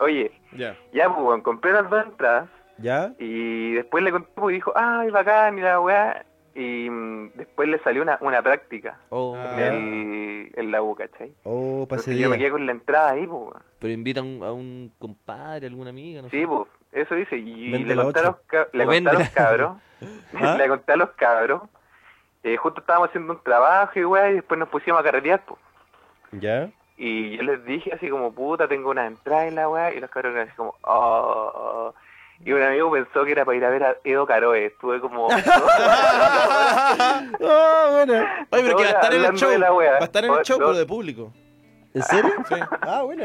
[SPEAKER 2] Oye,
[SPEAKER 5] ya,
[SPEAKER 2] ya pues, weón, compré las dos entradas
[SPEAKER 4] ¿Ya?
[SPEAKER 2] y después le contó y dijo, ay, bacán, y la weá. Y mm, después le salió una, una práctica
[SPEAKER 6] Oh,
[SPEAKER 2] en, Ah. el- en la U, ¿cachai?
[SPEAKER 6] Ah,
[SPEAKER 4] oh pase
[SPEAKER 2] Entonces yo me quedé con la entrada ahí, pues, weón.
[SPEAKER 6] Pero invita a un, a un compadre, alguna amiga, no
[SPEAKER 2] Sí, pues, eso dice. Y
[SPEAKER 6] Vende
[SPEAKER 2] le
[SPEAKER 6] la
[SPEAKER 2] conté, a los,
[SPEAKER 6] ocho.
[SPEAKER 2] ca- le
[SPEAKER 6] O
[SPEAKER 2] conté a los
[SPEAKER 6] véndela.
[SPEAKER 2] cabros.
[SPEAKER 6] ¿Ah?
[SPEAKER 2] Le conté a los cabros. eh, justo estábamos haciendo un trabajo y weá, y después nos pusimos a carretear, pues.
[SPEAKER 4] ¿Ya?
[SPEAKER 2] Y yo les dije así como, puta, tengo una entrada en la weá, y los cabros eran así como, oh. Y un amigo pensó que era para ir a ver a Edo Caroe. Estuve como.
[SPEAKER 4] Ah, bueno.
[SPEAKER 5] Oye, pero que va a estar en el
[SPEAKER 2] Hablando
[SPEAKER 5] show.
[SPEAKER 2] de la wea.
[SPEAKER 5] Va a estar en el
[SPEAKER 2] Oh,
[SPEAKER 5] show,
[SPEAKER 2] no.
[SPEAKER 5] pero de público.
[SPEAKER 4] ¿En serio?
[SPEAKER 5] Sí.
[SPEAKER 4] Ah, bueno.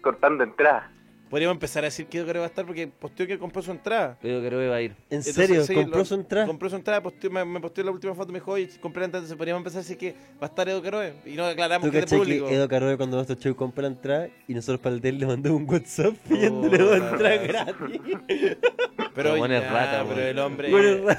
[SPEAKER 2] Cortando entradas.
[SPEAKER 5] Podríamos empezar a decir que Edo Caroe va a estar porque posteó que compró su entrada.
[SPEAKER 6] Edo Caroe va a ir.
[SPEAKER 4] ¿En
[SPEAKER 5] Entonces,
[SPEAKER 4] serio?
[SPEAKER 5] sí,
[SPEAKER 4] ¿Compró
[SPEAKER 5] lo-
[SPEAKER 4] su entrada?
[SPEAKER 5] Compró su entrada, posteó- me, me posteó la última foto, me dijo, oye, compré la entrada, entonces podríamos empezar a decir que va a estar Edo Caroe. Y no aclaramos
[SPEAKER 4] ¿Tú
[SPEAKER 5] que es de
[SPEAKER 4] cachai
[SPEAKER 5] público.
[SPEAKER 4] que Edo Carroe cuando nuestro show compra la entrada y nosotros para el hotel le mandamos un WhatsApp pidiéndole
[SPEAKER 5] Oh,
[SPEAKER 4] una
[SPEAKER 5] la
[SPEAKER 4] entrada
[SPEAKER 5] verdad.
[SPEAKER 4] gratis?
[SPEAKER 5] Pero,
[SPEAKER 6] Pero bueno, es
[SPEAKER 5] ya,
[SPEAKER 6] rata,
[SPEAKER 5] pero
[SPEAKER 6] bueno.
[SPEAKER 5] el hombre.
[SPEAKER 6] Bueno,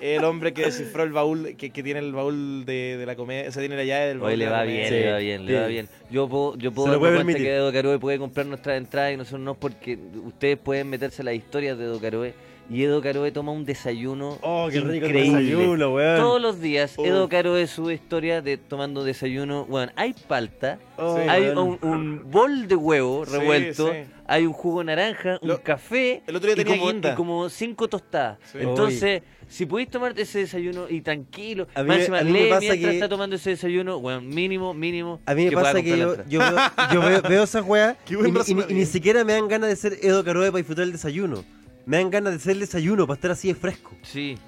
[SPEAKER 5] El hombre que descifró el baúl, que, que tiene el baúl de, de la comedia, o sea, tiene la llave del baúl.
[SPEAKER 6] Hoy
[SPEAKER 5] de
[SPEAKER 6] le
[SPEAKER 5] la
[SPEAKER 6] va
[SPEAKER 5] comedia.
[SPEAKER 6] bien, le va bien, le va bien. Yo puedo, yo puedo
[SPEAKER 5] Se lo puede
[SPEAKER 6] darme cuenta
[SPEAKER 5] permitir.
[SPEAKER 6] que Edo Caroe puede comprar nuestras entradas y nosotros no, porque ustedes pueden meterse a las historias de Edo Caroe. Y Edo Caroe toma un desayuno
[SPEAKER 4] Oh, qué rico el
[SPEAKER 6] increíble.
[SPEAKER 4] desayuno, weón. Oh.
[SPEAKER 6] Todos los días,
[SPEAKER 4] Uf.
[SPEAKER 6] Edo Caroe sube historia de tomando desayuno. Weón, hay palta,
[SPEAKER 4] Oh,
[SPEAKER 6] hay
[SPEAKER 4] weón.
[SPEAKER 6] un, un bol de huevo
[SPEAKER 5] Sí,
[SPEAKER 6] revuelto,
[SPEAKER 5] sí.
[SPEAKER 6] hay un jugo de naranja, un café
[SPEAKER 5] el otro día
[SPEAKER 6] y
[SPEAKER 5] tenía
[SPEAKER 6] como-
[SPEAKER 5] guinda.
[SPEAKER 6] y como cinco tostadas.
[SPEAKER 5] Sí.
[SPEAKER 6] Entonces, si podéis tomarte ese desayuno y tranquilo,
[SPEAKER 4] A mí
[SPEAKER 6] más
[SPEAKER 4] me-
[SPEAKER 6] encima,
[SPEAKER 4] a mí me
[SPEAKER 6] lee
[SPEAKER 4] pasa
[SPEAKER 6] mientras
[SPEAKER 4] que-
[SPEAKER 6] está tomando ese desayuno, weón, mínimo, mínimo.
[SPEAKER 4] A mí me
[SPEAKER 6] que pueda
[SPEAKER 4] pasa que
[SPEAKER 6] comprar la
[SPEAKER 4] yo,
[SPEAKER 6] entrada.
[SPEAKER 4] yo veo, yo veo, veo esas weas y,
[SPEAKER 6] buen
[SPEAKER 4] ni- y ni-
[SPEAKER 6] razonamiento.
[SPEAKER 4] y ni siquiera me dan ganas de ser Edo Carroe para disfrutar el desayuno. Me dan ganas de ser el desayuno para estar así de fresco.
[SPEAKER 6] Sí.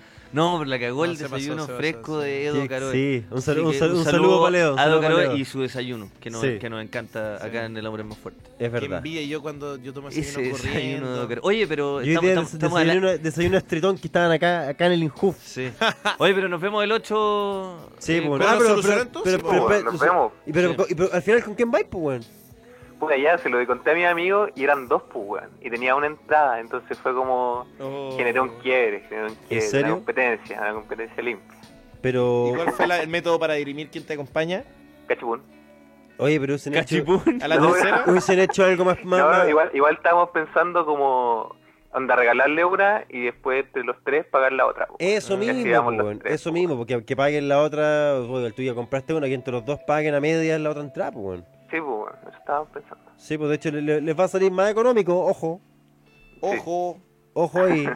[SPEAKER 5] Sí.
[SPEAKER 6] No, pero la cagó
[SPEAKER 5] No,
[SPEAKER 6] el
[SPEAKER 5] se pasó,
[SPEAKER 6] desayuno
[SPEAKER 5] se pasó,
[SPEAKER 6] fresco
[SPEAKER 5] sí.
[SPEAKER 6] de Edo
[SPEAKER 4] Sí,
[SPEAKER 6] Caroe.
[SPEAKER 4] sí. Un
[SPEAKER 6] Así
[SPEAKER 4] saludo- un
[SPEAKER 6] que
[SPEAKER 4] saludo- un saludo pa' Leo, un
[SPEAKER 6] a Edo
[SPEAKER 4] saludo pa'
[SPEAKER 6] Caroe
[SPEAKER 4] Leo.
[SPEAKER 6] y su desayuno, que nos,
[SPEAKER 4] Sí.
[SPEAKER 6] que nos encanta acá en el hombre más fuerte.
[SPEAKER 4] Es
[SPEAKER 5] Qué
[SPEAKER 4] verdad.
[SPEAKER 5] envidia yo cuando yo tomo
[SPEAKER 6] Ese
[SPEAKER 5] desayuno
[SPEAKER 6] desayuno de Edo Caroe.
[SPEAKER 5] corriendo.
[SPEAKER 6] Oye, pero
[SPEAKER 4] Yo hoy
[SPEAKER 6] estamos,
[SPEAKER 4] día
[SPEAKER 6] estamos-
[SPEAKER 4] des-
[SPEAKER 6] estamos a la-
[SPEAKER 4] desayuno, desayuno estritón que estaban acá, acá en el Injuf.
[SPEAKER 6] Sí. Oye, pero nos vemos el 8.
[SPEAKER 4] Sí, pues,
[SPEAKER 6] ¿cuándo
[SPEAKER 4] ah,
[SPEAKER 6] se
[SPEAKER 4] pero,
[SPEAKER 6] soluciona
[SPEAKER 4] pero,
[SPEAKER 6] entonces?
[SPEAKER 4] pero,
[SPEAKER 2] po,
[SPEAKER 4] pero-
[SPEAKER 2] weón,
[SPEAKER 4] pero-
[SPEAKER 2] nos
[SPEAKER 4] o sea,
[SPEAKER 2] vemos.
[SPEAKER 4] y pero- y pero al final, ¿con quién vais, pues, weón?
[SPEAKER 2] Puta, ya se lo conté a mi amigo y eran dos, pues, weón. Y tenía una entrada, entonces fue como.
[SPEAKER 5] Oh.
[SPEAKER 2] Generó un quiebre, generó un quiebre.
[SPEAKER 4] serio?
[SPEAKER 2] Una competencia, una competencia limpia.
[SPEAKER 4] Pero.
[SPEAKER 5] ¿Y cuál fue la- el método para dirimir quién te acompaña?
[SPEAKER 2] Cachipún.
[SPEAKER 4] Oye, pero hubiesen hecho,
[SPEAKER 5] ¿A la tercera?
[SPEAKER 4] hubiesen hecho algo más. más,
[SPEAKER 2] No,
[SPEAKER 4] más-
[SPEAKER 2] igual, igual estábamos pensando como. Onda, regalarle una y después entre los tres pagar la otra. po.
[SPEAKER 4] Eso
[SPEAKER 2] Y así
[SPEAKER 4] mismo,
[SPEAKER 2] damos
[SPEAKER 4] pues,
[SPEAKER 2] los
[SPEAKER 4] weón,
[SPEAKER 2] tres.
[SPEAKER 4] eso mismo, porque que paguen la otra, oye, tú ya compraste una, que entre los dos paguen a medias la otra entrada, pues, weón.
[SPEAKER 2] Sí, pues, weón, eso estábamos pensando.
[SPEAKER 4] Sí, pues de hecho le- le- les va a salir más económico, ojo,
[SPEAKER 5] Ojo.
[SPEAKER 4] ojo ahí.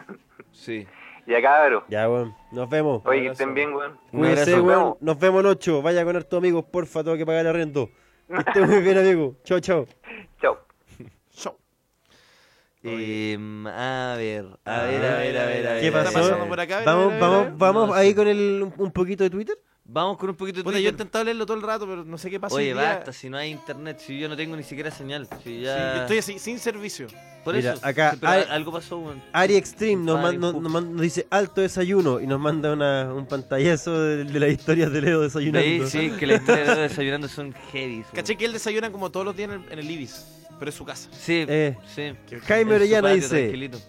[SPEAKER 6] Sí.
[SPEAKER 2] Ya, cabros.
[SPEAKER 4] ya, weón, nos vemos.
[SPEAKER 2] Oye, que estén bien, weón.
[SPEAKER 4] Cuídense,
[SPEAKER 2] Nos
[SPEAKER 4] weón,
[SPEAKER 2] vemos.
[SPEAKER 4] nos vemos el 8, vaya con harto amigos, porfa, tengo que pagar el arriendo. Que estén muy bien, amigo. Chao, chao.
[SPEAKER 2] Chao.
[SPEAKER 6] Em, a ver, a ver, a ver, a ver. a ver,
[SPEAKER 4] ¿Qué
[SPEAKER 6] a ver.
[SPEAKER 4] pasó? Vamos, vamos, vamos ahí con el, un- un poquito de Twitter.
[SPEAKER 6] Vamos con un poquito de
[SPEAKER 5] Puta, yo he
[SPEAKER 6] Twitter.
[SPEAKER 5] intentado leerlo todo el rato, pero no sé qué pasa.
[SPEAKER 6] Oye, basta, si no hay internet, si yo no tengo ni siquiera señal. Si ya...
[SPEAKER 5] yo estoy así, sin servicio.
[SPEAKER 6] Por
[SPEAKER 4] Mira,
[SPEAKER 6] eso,
[SPEAKER 4] acá,
[SPEAKER 6] sí, pero
[SPEAKER 4] Ari-
[SPEAKER 6] algo pasó, weón.
[SPEAKER 4] Ari Extreme nos,
[SPEAKER 6] Compadre,
[SPEAKER 4] manda- nos, manda- nos dice alto desayuno y nos manda una- un pantallazo de, de las historias de Leo
[SPEAKER 6] Sí,
[SPEAKER 4] desayunando.
[SPEAKER 6] sí, que las historias de los desayunando son heavy. weón.
[SPEAKER 5] Caché que él desayuna como todos los días en el, en el Ibis, pero es su casa.
[SPEAKER 6] Sí,
[SPEAKER 4] Eh,
[SPEAKER 6] sí.
[SPEAKER 4] Jaime
[SPEAKER 6] En su
[SPEAKER 4] Orellana
[SPEAKER 6] patio,
[SPEAKER 4] dice-
[SPEAKER 6] tranquilito.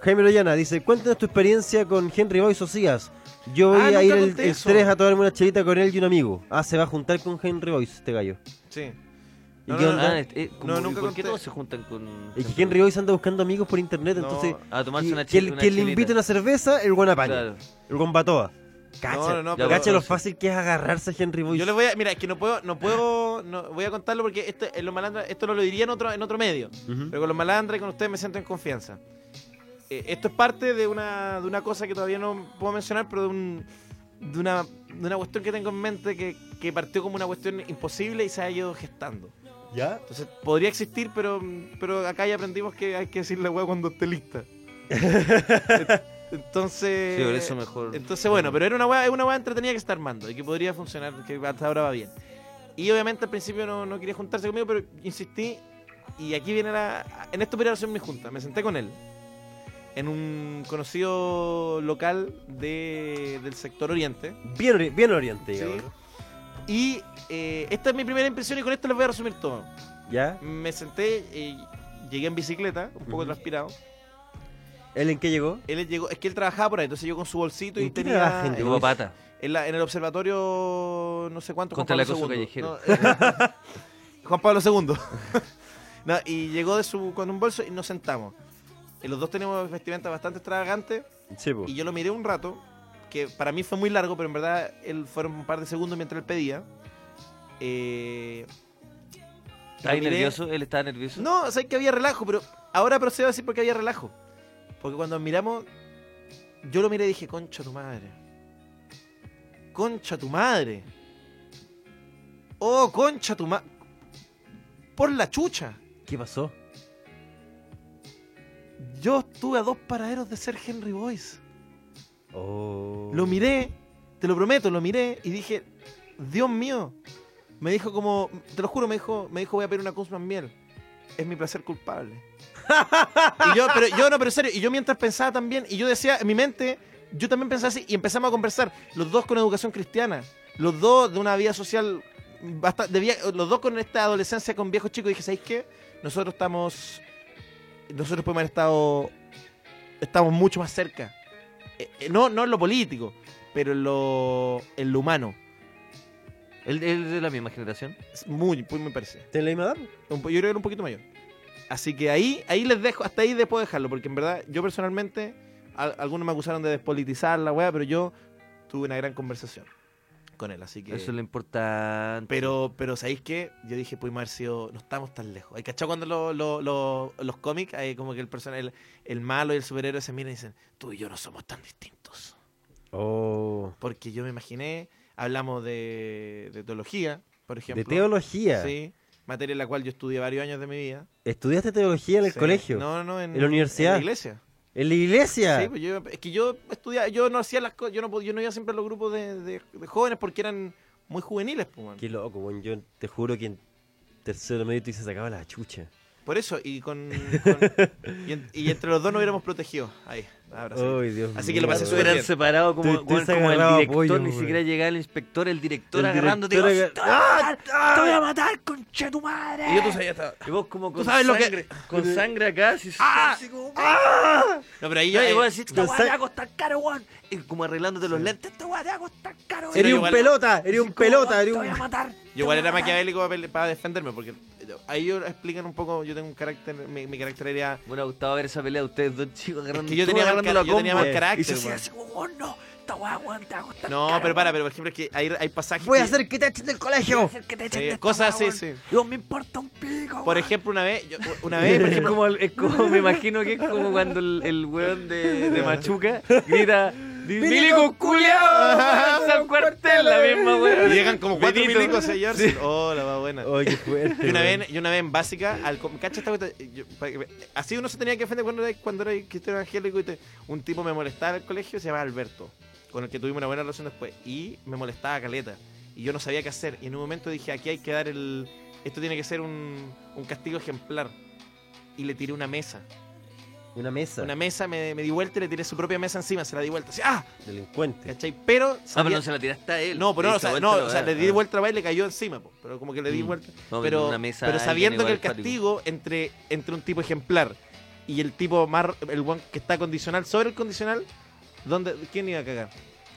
[SPEAKER 4] Jaime Orellana dice, cuéntanos tu experiencia con Henry Boy Socias. Yo voy
[SPEAKER 5] Ah, nunca
[SPEAKER 4] a ir el,
[SPEAKER 5] conté
[SPEAKER 4] el
[SPEAKER 5] eso.
[SPEAKER 4] 3 a tomarme una chelita con él y un amigo. Ah, se va a juntar con Henry Boy este gallo.
[SPEAKER 5] Sí.
[SPEAKER 4] ¿Y
[SPEAKER 5] No,
[SPEAKER 4] qué
[SPEAKER 5] no,
[SPEAKER 4] onda?
[SPEAKER 5] no.
[SPEAKER 6] Ah, este, eh, como-
[SPEAKER 5] No, nunca
[SPEAKER 6] ¿Por qué
[SPEAKER 5] conté.
[SPEAKER 6] todos se juntan con.?
[SPEAKER 4] Es que Henry Boy anda buscando amigos por internet, entonces...
[SPEAKER 6] a tomarse
[SPEAKER 4] que-
[SPEAKER 6] una
[SPEAKER 4] que
[SPEAKER 6] chela-
[SPEAKER 4] le-
[SPEAKER 6] una
[SPEAKER 4] que le
[SPEAKER 6] chelita.
[SPEAKER 4] invite una cerveza, el guanapaña.
[SPEAKER 6] Claro.
[SPEAKER 4] El guambatoa.
[SPEAKER 16] Cacha,
[SPEAKER 5] No, no, no, pero-
[SPEAKER 16] cacha lo fácil que es agarrarse a Henry Boyce.
[SPEAKER 5] Yo les voy a. Mira, es que no puedo. No puedo no, voy a contarlo porque esto, en los malandras, esto no lo diría en otro, en otro medio.
[SPEAKER 16] Ujú.
[SPEAKER 5] Pero con los malandras y con ustedes me siento en confianza. Eh, esto es parte de una, de una cosa que todavía no puedo mencionar, pero de, un, de, una, de una cuestión que tengo en mente que, que partió como una cuestión imposible y se ha ido gestando.
[SPEAKER 16] ¿Ya?
[SPEAKER 5] Entonces podría existir, pero, pero acá ya aprendimos que hay que decir la weá cuando esté lista. Entonces.
[SPEAKER 6] Sí, por eso mejor.
[SPEAKER 4] Eh,
[SPEAKER 5] Entonces, bueno, pero era una weá, es una weá entretenida que está armando y que podría funcionar, que hasta ahora va bien. Y obviamente al principio no, no quería juntarse conmigo, pero insistí. Y aquí viene la. En esta operación me junta. Me senté con él. En un conocido local de, del sector oriente.
[SPEAKER 16] Bien, ori- bien oriente,
[SPEAKER 5] Sí.
[SPEAKER 16] digamos.
[SPEAKER 5] Y eh, esta es mi primera impresión y con esto les voy a resumir todo.
[SPEAKER 16] ¿Ya?
[SPEAKER 5] Me senté, eh, llegué en bicicleta, un poco transpirado.
[SPEAKER 16] ¿Él en qué llegó?
[SPEAKER 5] Él llegó, es que él trabajaba por ahí, entonces yo con su bolsito y
[SPEAKER 16] ¿En qué
[SPEAKER 5] tenía.
[SPEAKER 16] trabaja, gente? Llegó a
[SPEAKER 6] pata.
[SPEAKER 5] En, la- en el observatorio, no sé cuánto.
[SPEAKER 6] Contra
[SPEAKER 5] Juan
[SPEAKER 6] el
[SPEAKER 5] Pablo
[SPEAKER 6] acoso
[SPEAKER 5] II.
[SPEAKER 6] callejero.
[SPEAKER 5] No, eh, Juan Pablo II. No, y llegó de su, con un bolso y nos sentamos. Y los dos tenemos vestimenta bastante extravagante.
[SPEAKER 16] Sí, po.
[SPEAKER 5] Y yo lo miré un rato, que para mí fue muy largo, pero en verdad él fueron un par de segundos mientras él pedía. Eh,
[SPEAKER 6] ¿Estaba
[SPEAKER 5] lo miré-
[SPEAKER 6] nervioso? ¿Él estaba nervioso?
[SPEAKER 5] No, o sea, que había relajo, pero ahora procedo a decir por qué había relajo. Porque cuando miramos, yo lo miré y dije, concha tu madre. Concha tu madre. Oh, concha tu madre. Por la chucha.
[SPEAKER 16] ¿Qué pasó?
[SPEAKER 5] Yo estuve a dos paraderos de ser Henry Boyce.
[SPEAKER 16] Oh.
[SPEAKER 5] Lo miré, te lo prometo, lo miré y dije, Dios mío. Me dijo como, te lo juro, me dijo, me dijo voy a pedir una Kunzman miel. Es mi placer culpable. y yo, pero yo no, pero en serio, y yo mientras pensaba también, y yo decía en mi mente, yo también pensaba así, y empezamos a conversar, los dos con educación cristiana, los dos de una vida social, basta- de via- los dos con esta adolescencia con viejos chicos, y dije, ¿sabéis qué? Nosotros estamos, nosotros podemos haber estado, estamos mucho más cerca, Eh, eh, no, no en lo político, pero en lo, en lo humano.
[SPEAKER 6] ¿Él, él es de la misma generación?
[SPEAKER 5] Es Muy, muy, me parece.
[SPEAKER 16] ¿Te la misma edad?
[SPEAKER 5] Un po- yo creo que era un poquito mayor. Así que ahí, ahí les dejo, hasta ahí les puedo dejarlo, porque en verdad, yo personalmente, al- algunos me acusaron de despolitizar la weá, pero yo tuve una gran conversación con él, así que.
[SPEAKER 6] Eso es lo importante.
[SPEAKER 5] Pero, pero ¿sabéis qué? Yo dije, pudimos haber sido, no estamos tan lejos. Hay cachado cuando lo- lo- lo- los cómics, hay como que el, persona, el, el malo y el superhéroe se miran y dicen, tú y yo no somos tan distintos.
[SPEAKER 16] Oh.
[SPEAKER 5] Porque yo me imaginé, hablamos de, de teología, por ejemplo.
[SPEAKER 16] teología?
[SPEAKER 5] Sí, materia en la cual yo estudié varios años de mi vida.
[SPEAKER 16] ¿Estudiaste teología en el
[SPEAKER 5] Sí.
[SPEAKER 16] colegio?
[SPEAKER 5] No, no, en,
[SPEAKER 16] la universidad?
[SPEAKER 5] En la iglesia.
[SPEAKER 16] ¿En la iglesia?
[SPEAKER 5] Sí, pues yo, es que yo estudiaba, yo no hacía las cosas, yo no, pod- yo no iba siempre a los grupos de, de- de jóvenes porque eran muy juveniles, pues, man.
[SPEAKER 16] Qué loco, weón. Yo te juro que en tercero medio te se sacaba la chucha.
[SPEAKER 5] Por eso, y con. con- y, en- y entre los dos nos hubiéramos protegido. Ahí, abrazadito.
[SPEAKER 16] Ay, Dios
[SPEAKER 5] Así que lo pasé
[SPEAKER 16] mío,
[SPEAKER 5] súper
[SPEAKER 16] weón.
[SPEAKER 5] bien.
[SPEAKER 6] separado como,
[SPEAKER 16] Estoy- estoy
[SPEAKER 6] weón, como el
[SPEAKER 16] agarrado a
[SPEAKER 6] director,
[SPEAKER 16] pollo,
[SPEAKER 6] ni
[SPEAKER 16] weón.
[SPEAKER 6] siquiera llegaba el inspector, el director
[SPEAKER 16] El
[SPEAKER 6] agarrándote.
[SPEAKER 16] director
[SPEAKER 6] y vos,
[SPEAKER 16] agar-
[SPEAKER 6] "¡Ah, ¡Te voy a matar, concha tu madre!
[SPEAKER 5] Y yo tú sabías, estaba-
[SPEAKER 6] Y vos como con
[SPEAKER 5] sabes lo que-
[SPEAKER 6] sangre, con sangre acá, así,
[SPEAKER 16] Ah,
[SPEAKER 6] así como...
[SPEAKER 5] No, pero ahí
[SPEAKER 6] No,
[SPEAKER 5] yo.
[SPEAKER 6] y
[SPEAKER 5] eh,
[SPEAKER 6] vos decís, esta
[SPEAKER 5] con
[SPEAKER 6] weá
[SPEAKER 5] sa-
[SPEAKER 6] te va a costar caro, weón. Y como arreglándote los lentes, esta weá te va a costar caro.
[SPEAKER 5] Sí, Eres
[SPEAKER 6] weón.
[SPEAKER 5] un
[SPEAKER 16] pelota, eres un
[SPEAKER 6] Así como,
[SPEAKER 16] pelota,
[SPEAKER 6] "Weón,
[SPEAKER 16] eres
[SPEAKER 6] te
[SPEAKER 16] un-
[SPEAKER 6] voy a matar.
[SPEAKER 5] Yo igual era maquiavélico para, pele- para defenderme, porque ahí yo explican un poco, yo tengo un carácter, mi, mi carácter era...
[SPEAKER 6] Bueno, gustaba ver esa pelea de ustedes dos chicos agarrando
[SPEAKER 5] que yo tenía
[SPEAKER 6] todo,
[SPEAKER 5] mal
[SPEAKER 6] agarrando
[SPEAKER 5] ca-
[SPEAKER 6] la
[SPEAKER 5] yo tenía
[SPEAKER 6] combo.
[SPEAKER 5] mal carácter,
[SPEAKER 6] Y se hacía
[SPEAKER 5] weón.
[SPEAKER 6] así, como, "Weón, no, esta weá, weón, te va a costar
[SPEAKER 5] No,
[SPEAKER 6] caro,
[SPEAKER 5] pero
[SPEAKER 6] weón".
[SPEAKER 5] para, pero por ejemplo, es que hay, hay pasajes...
[SPEAKER 6] Voy a
[SPEAKER 5] que- eh,
[SPEAKER 6] hacer este, que te echen del colegio.
[SPEAKER 5] Voy a hacer que te echen de esta
[SPEAKER 6] cosas
[SPEAKER 5] weá,
[SPEAKER 6] así, sí.
[SPEAKER 5] weón.
[SPEAKER 6] Yo me importa un pico.
[SPEAKER 5] Por ejemplo, una vez, yo- una vez, por
[SPEAKER 6] es
[SPEAKER 5] ejemplo,
[SPEAKER 6] como, es como, me imagino que es como cuando el, el weón de, de Machuca grita. ¡Dile con culiao! ¡San cuartel! La misma weón.
[SPEAKER 5] Y llegan como cuatro
[SPEAKER 6] Benito.
[SPEAKER 5] milicos a Jersey. Oh, la más buena.
[SPEAKER 16] qué fuerte.
[SPEAKER 5] Y una vez, y una vez en básica, al com- cacha esta cuestión, yo- pa- así uno se tenía que defender cuando era, cuando era cristiano evangélico y te- un tipo me molestaba en el colegio, se llamaba Alberto, con el que tuvimos una buena relación después, y me molestaba caleta. Y yo no sabía qué hacer. Y en un momento dije, aquí hay que dar el. Esto tiene que ser un, un castigo ejemplar. Y le tiré una mesa.
[SPEAKER 16] Una mesa.
[SPEAKER 5] Una mesa, me, me di vuelta y le tiré su propia mesa encima, se la di vuelta. Así, ¡ah!
[SPEAKER 16] Delincuente.
[SPEAKER 5] ¿Cachai? Pero.
[SPEAKER 6] Ah,
[SPEAKER 5] sabía-
[SPEAKER 6] pero no se la tiraste a él.
[SPEAKER 5] no, pero no, o sea, no, o sea, le di
[SPEAKER 6] vuelta.
[SPEAKER 5] vuelta a y le cayó encima, po, pero como que le di
[SPEAKER 6] Mm.
[SPEAKER 5] vuelta.
[SPEAKER 6] No, pero
[SPEAKER 5] pero,
[SPEAKER 6] una mesa
[SPEAKER 5] pero
[SPEAKER 6] alguien
[SPEAKER 5] sabiendo que
[SPEAKER 6] igual
[SPEAKER 5] el
[SPEAKER 6] es
[SPEAKER 5] castigo entre, entre un tipo ejemplar y el tipo más, el one que está condicional, sobre el condicional, ¿dónde, ¿quién iba a cagar?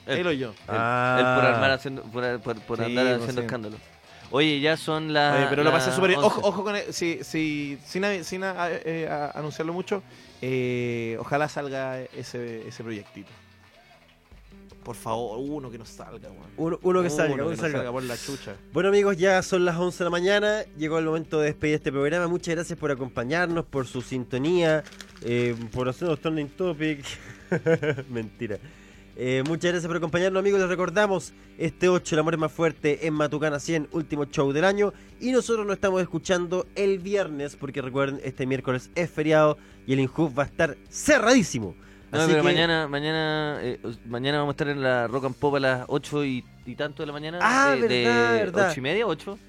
[SPEAKER 5] Él, o yo.
[SPEAKER 6] Él, él por,
[SPEAKER 4] Ah.
[SPEAKER 6] armar haciendo, por, por- por
[SPEAKER 5] Ah. Sí,
[SPEAKER 6] andar
[SPEAKER 5] pues,
[SPEAKER 6] haciendo
[SPEAKER 5] sí.
[SPEAKER 6] escándalo. Oye, ya son las.
[SPEAKER 5] Oye, pero lo
[SPEAKER 6] las
[SPEAKER 5] pasé súper bien.
[SPEAKER 6] 11.
[SPEAKER 5] Ojo, ojo con el- si, si- sin, a- sin a- eh, a- anunciarlo mucho, eh, ojalá salga ese, ese proyectito. Por favor, uno que no salga, weón.
[SPEAKER 4] Uno, uno que
[SPEAKER 16] Oh,
[SPEAKER 4] salga, uno
[SPEAKER 5] que no
[SPEAKER 4] salga.
[SPEAKER 5] por la chucha.
[SPEAKER 4] Bueno amigos, ya son las 11 de la mañana, llegó el momento de despedir este programa, muchas gracias por acompañarnos, por su sintonía, eh, por hacernos trending topic, mentira. Eh, muchas gracias por acompañarnos amigos, les recordamos este 8, el amor es más fuerte en Matucana 100, último show del año, y nosotros nos estamos escuchando el viernes, porque recuerden, este miércoles es feriado y el Injust va a estar cerradísimo.
[SPEAKER 6] No,
[SPEAKER 4] Así
[SPEAKER 6] pero
[SPEAKER 4] que-
[SPEAKER 6] mañana, mañana, eh, os- mañana vamos a estar en la Rock and Pop a las 8 y, y tanto de la mañana.
[SPEAKER 4] Ah,
[SPEAKER 6] de, de
[SPEAKER 4] verdad, verdad.
[SPEAKER 6] 8 y media, 8.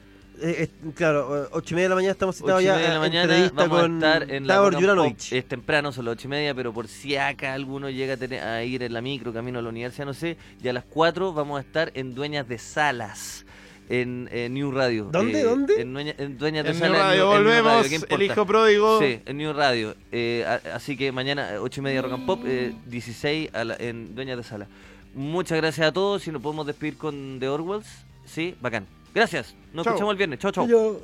[SPEAKER 4] Eh, eh, claro, eh, ocho y media de la mañana estamos
[SPEAKER 6] Ocho
[SPEAKER 4] citados
[SPEAKER 6] y
[SPEAKER 4] ya.
[SPEAKER 6] media de la
[SPEAKER 4] eh,
[SPEAKER 6] mañana
[SPEAKER 4] entrevista
[SPEAKER 6] vamos
[SPEAKER 4] con
[SPEAKER 6] a estar en la
[SPEAKER 4] Davor
[SPEAKER 6] Rock and
[SPEAKER 4] Juranovic.
[SPEAKER 6] Pop. Es temprano, son las 8 y media, pero por si acá alguno llega a, tener- a ir en la micro, camino a la universidad, no sé. Y a las 4 vamos a estar en Dueñas de Salas. En, eh, New Radio.
[SPEAKER 5] ¿Dónde?
[SPEAKER 6] Eh,
[SPEAKER 5] ¿Dónde?
[SPEAKER 6] En, Dueña- en Dueñas de
[SPEAKER 5] En New
[SPEAKER 6] Salas.
[SPEAKER 5] Radio,
[SPEAKER 6] en New
[SPEAKER 5] volvemos,
[SPEAKER 6] ¿qué
[SPEAKER 5] el
[SPEAKER 6] importa?
[SPEAKER 5] hijo pródigo.
[SPEAKER 6] Sí, en New Radio. Eh, a- así que mañana, eh, 8 y media Rock and Pop, eh, 16 a la- en Dueñas de Sala. Muchas gracias a todos. Si nos podemos despedir con The Orwells, sí, bacán. Gracias. Nos
[SPEAKER 5] Chao.
[SPEAKER 6] escuchamos el viernes. Chao, chao.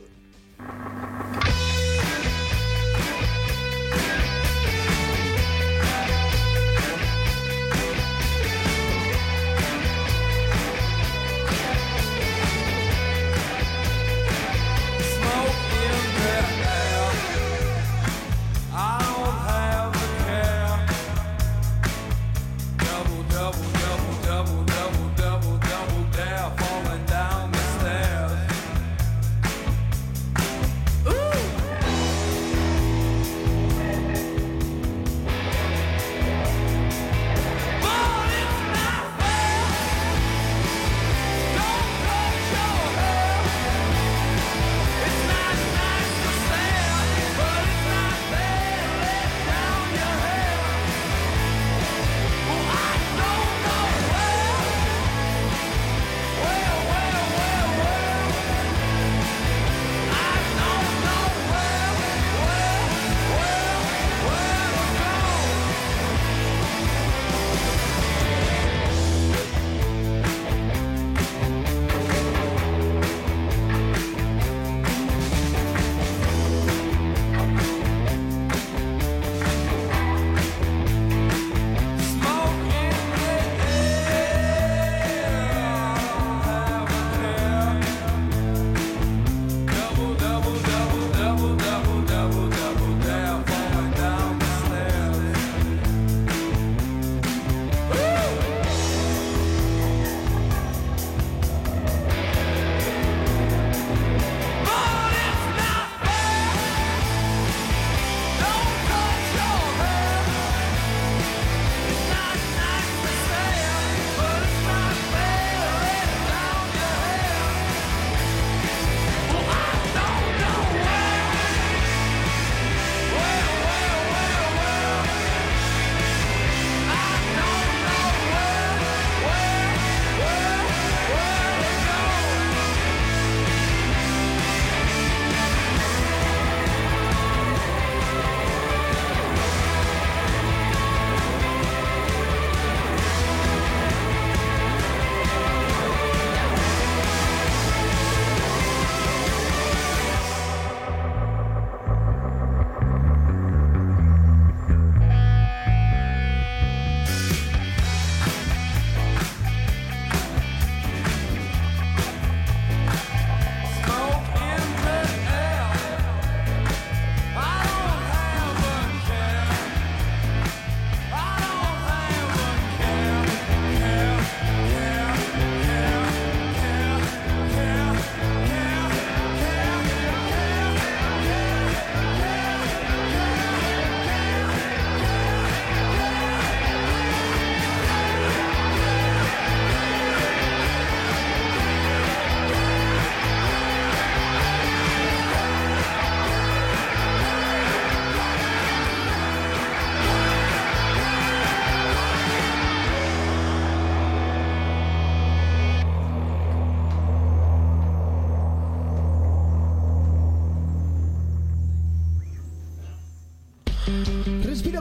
[SPEAKER 1] Respira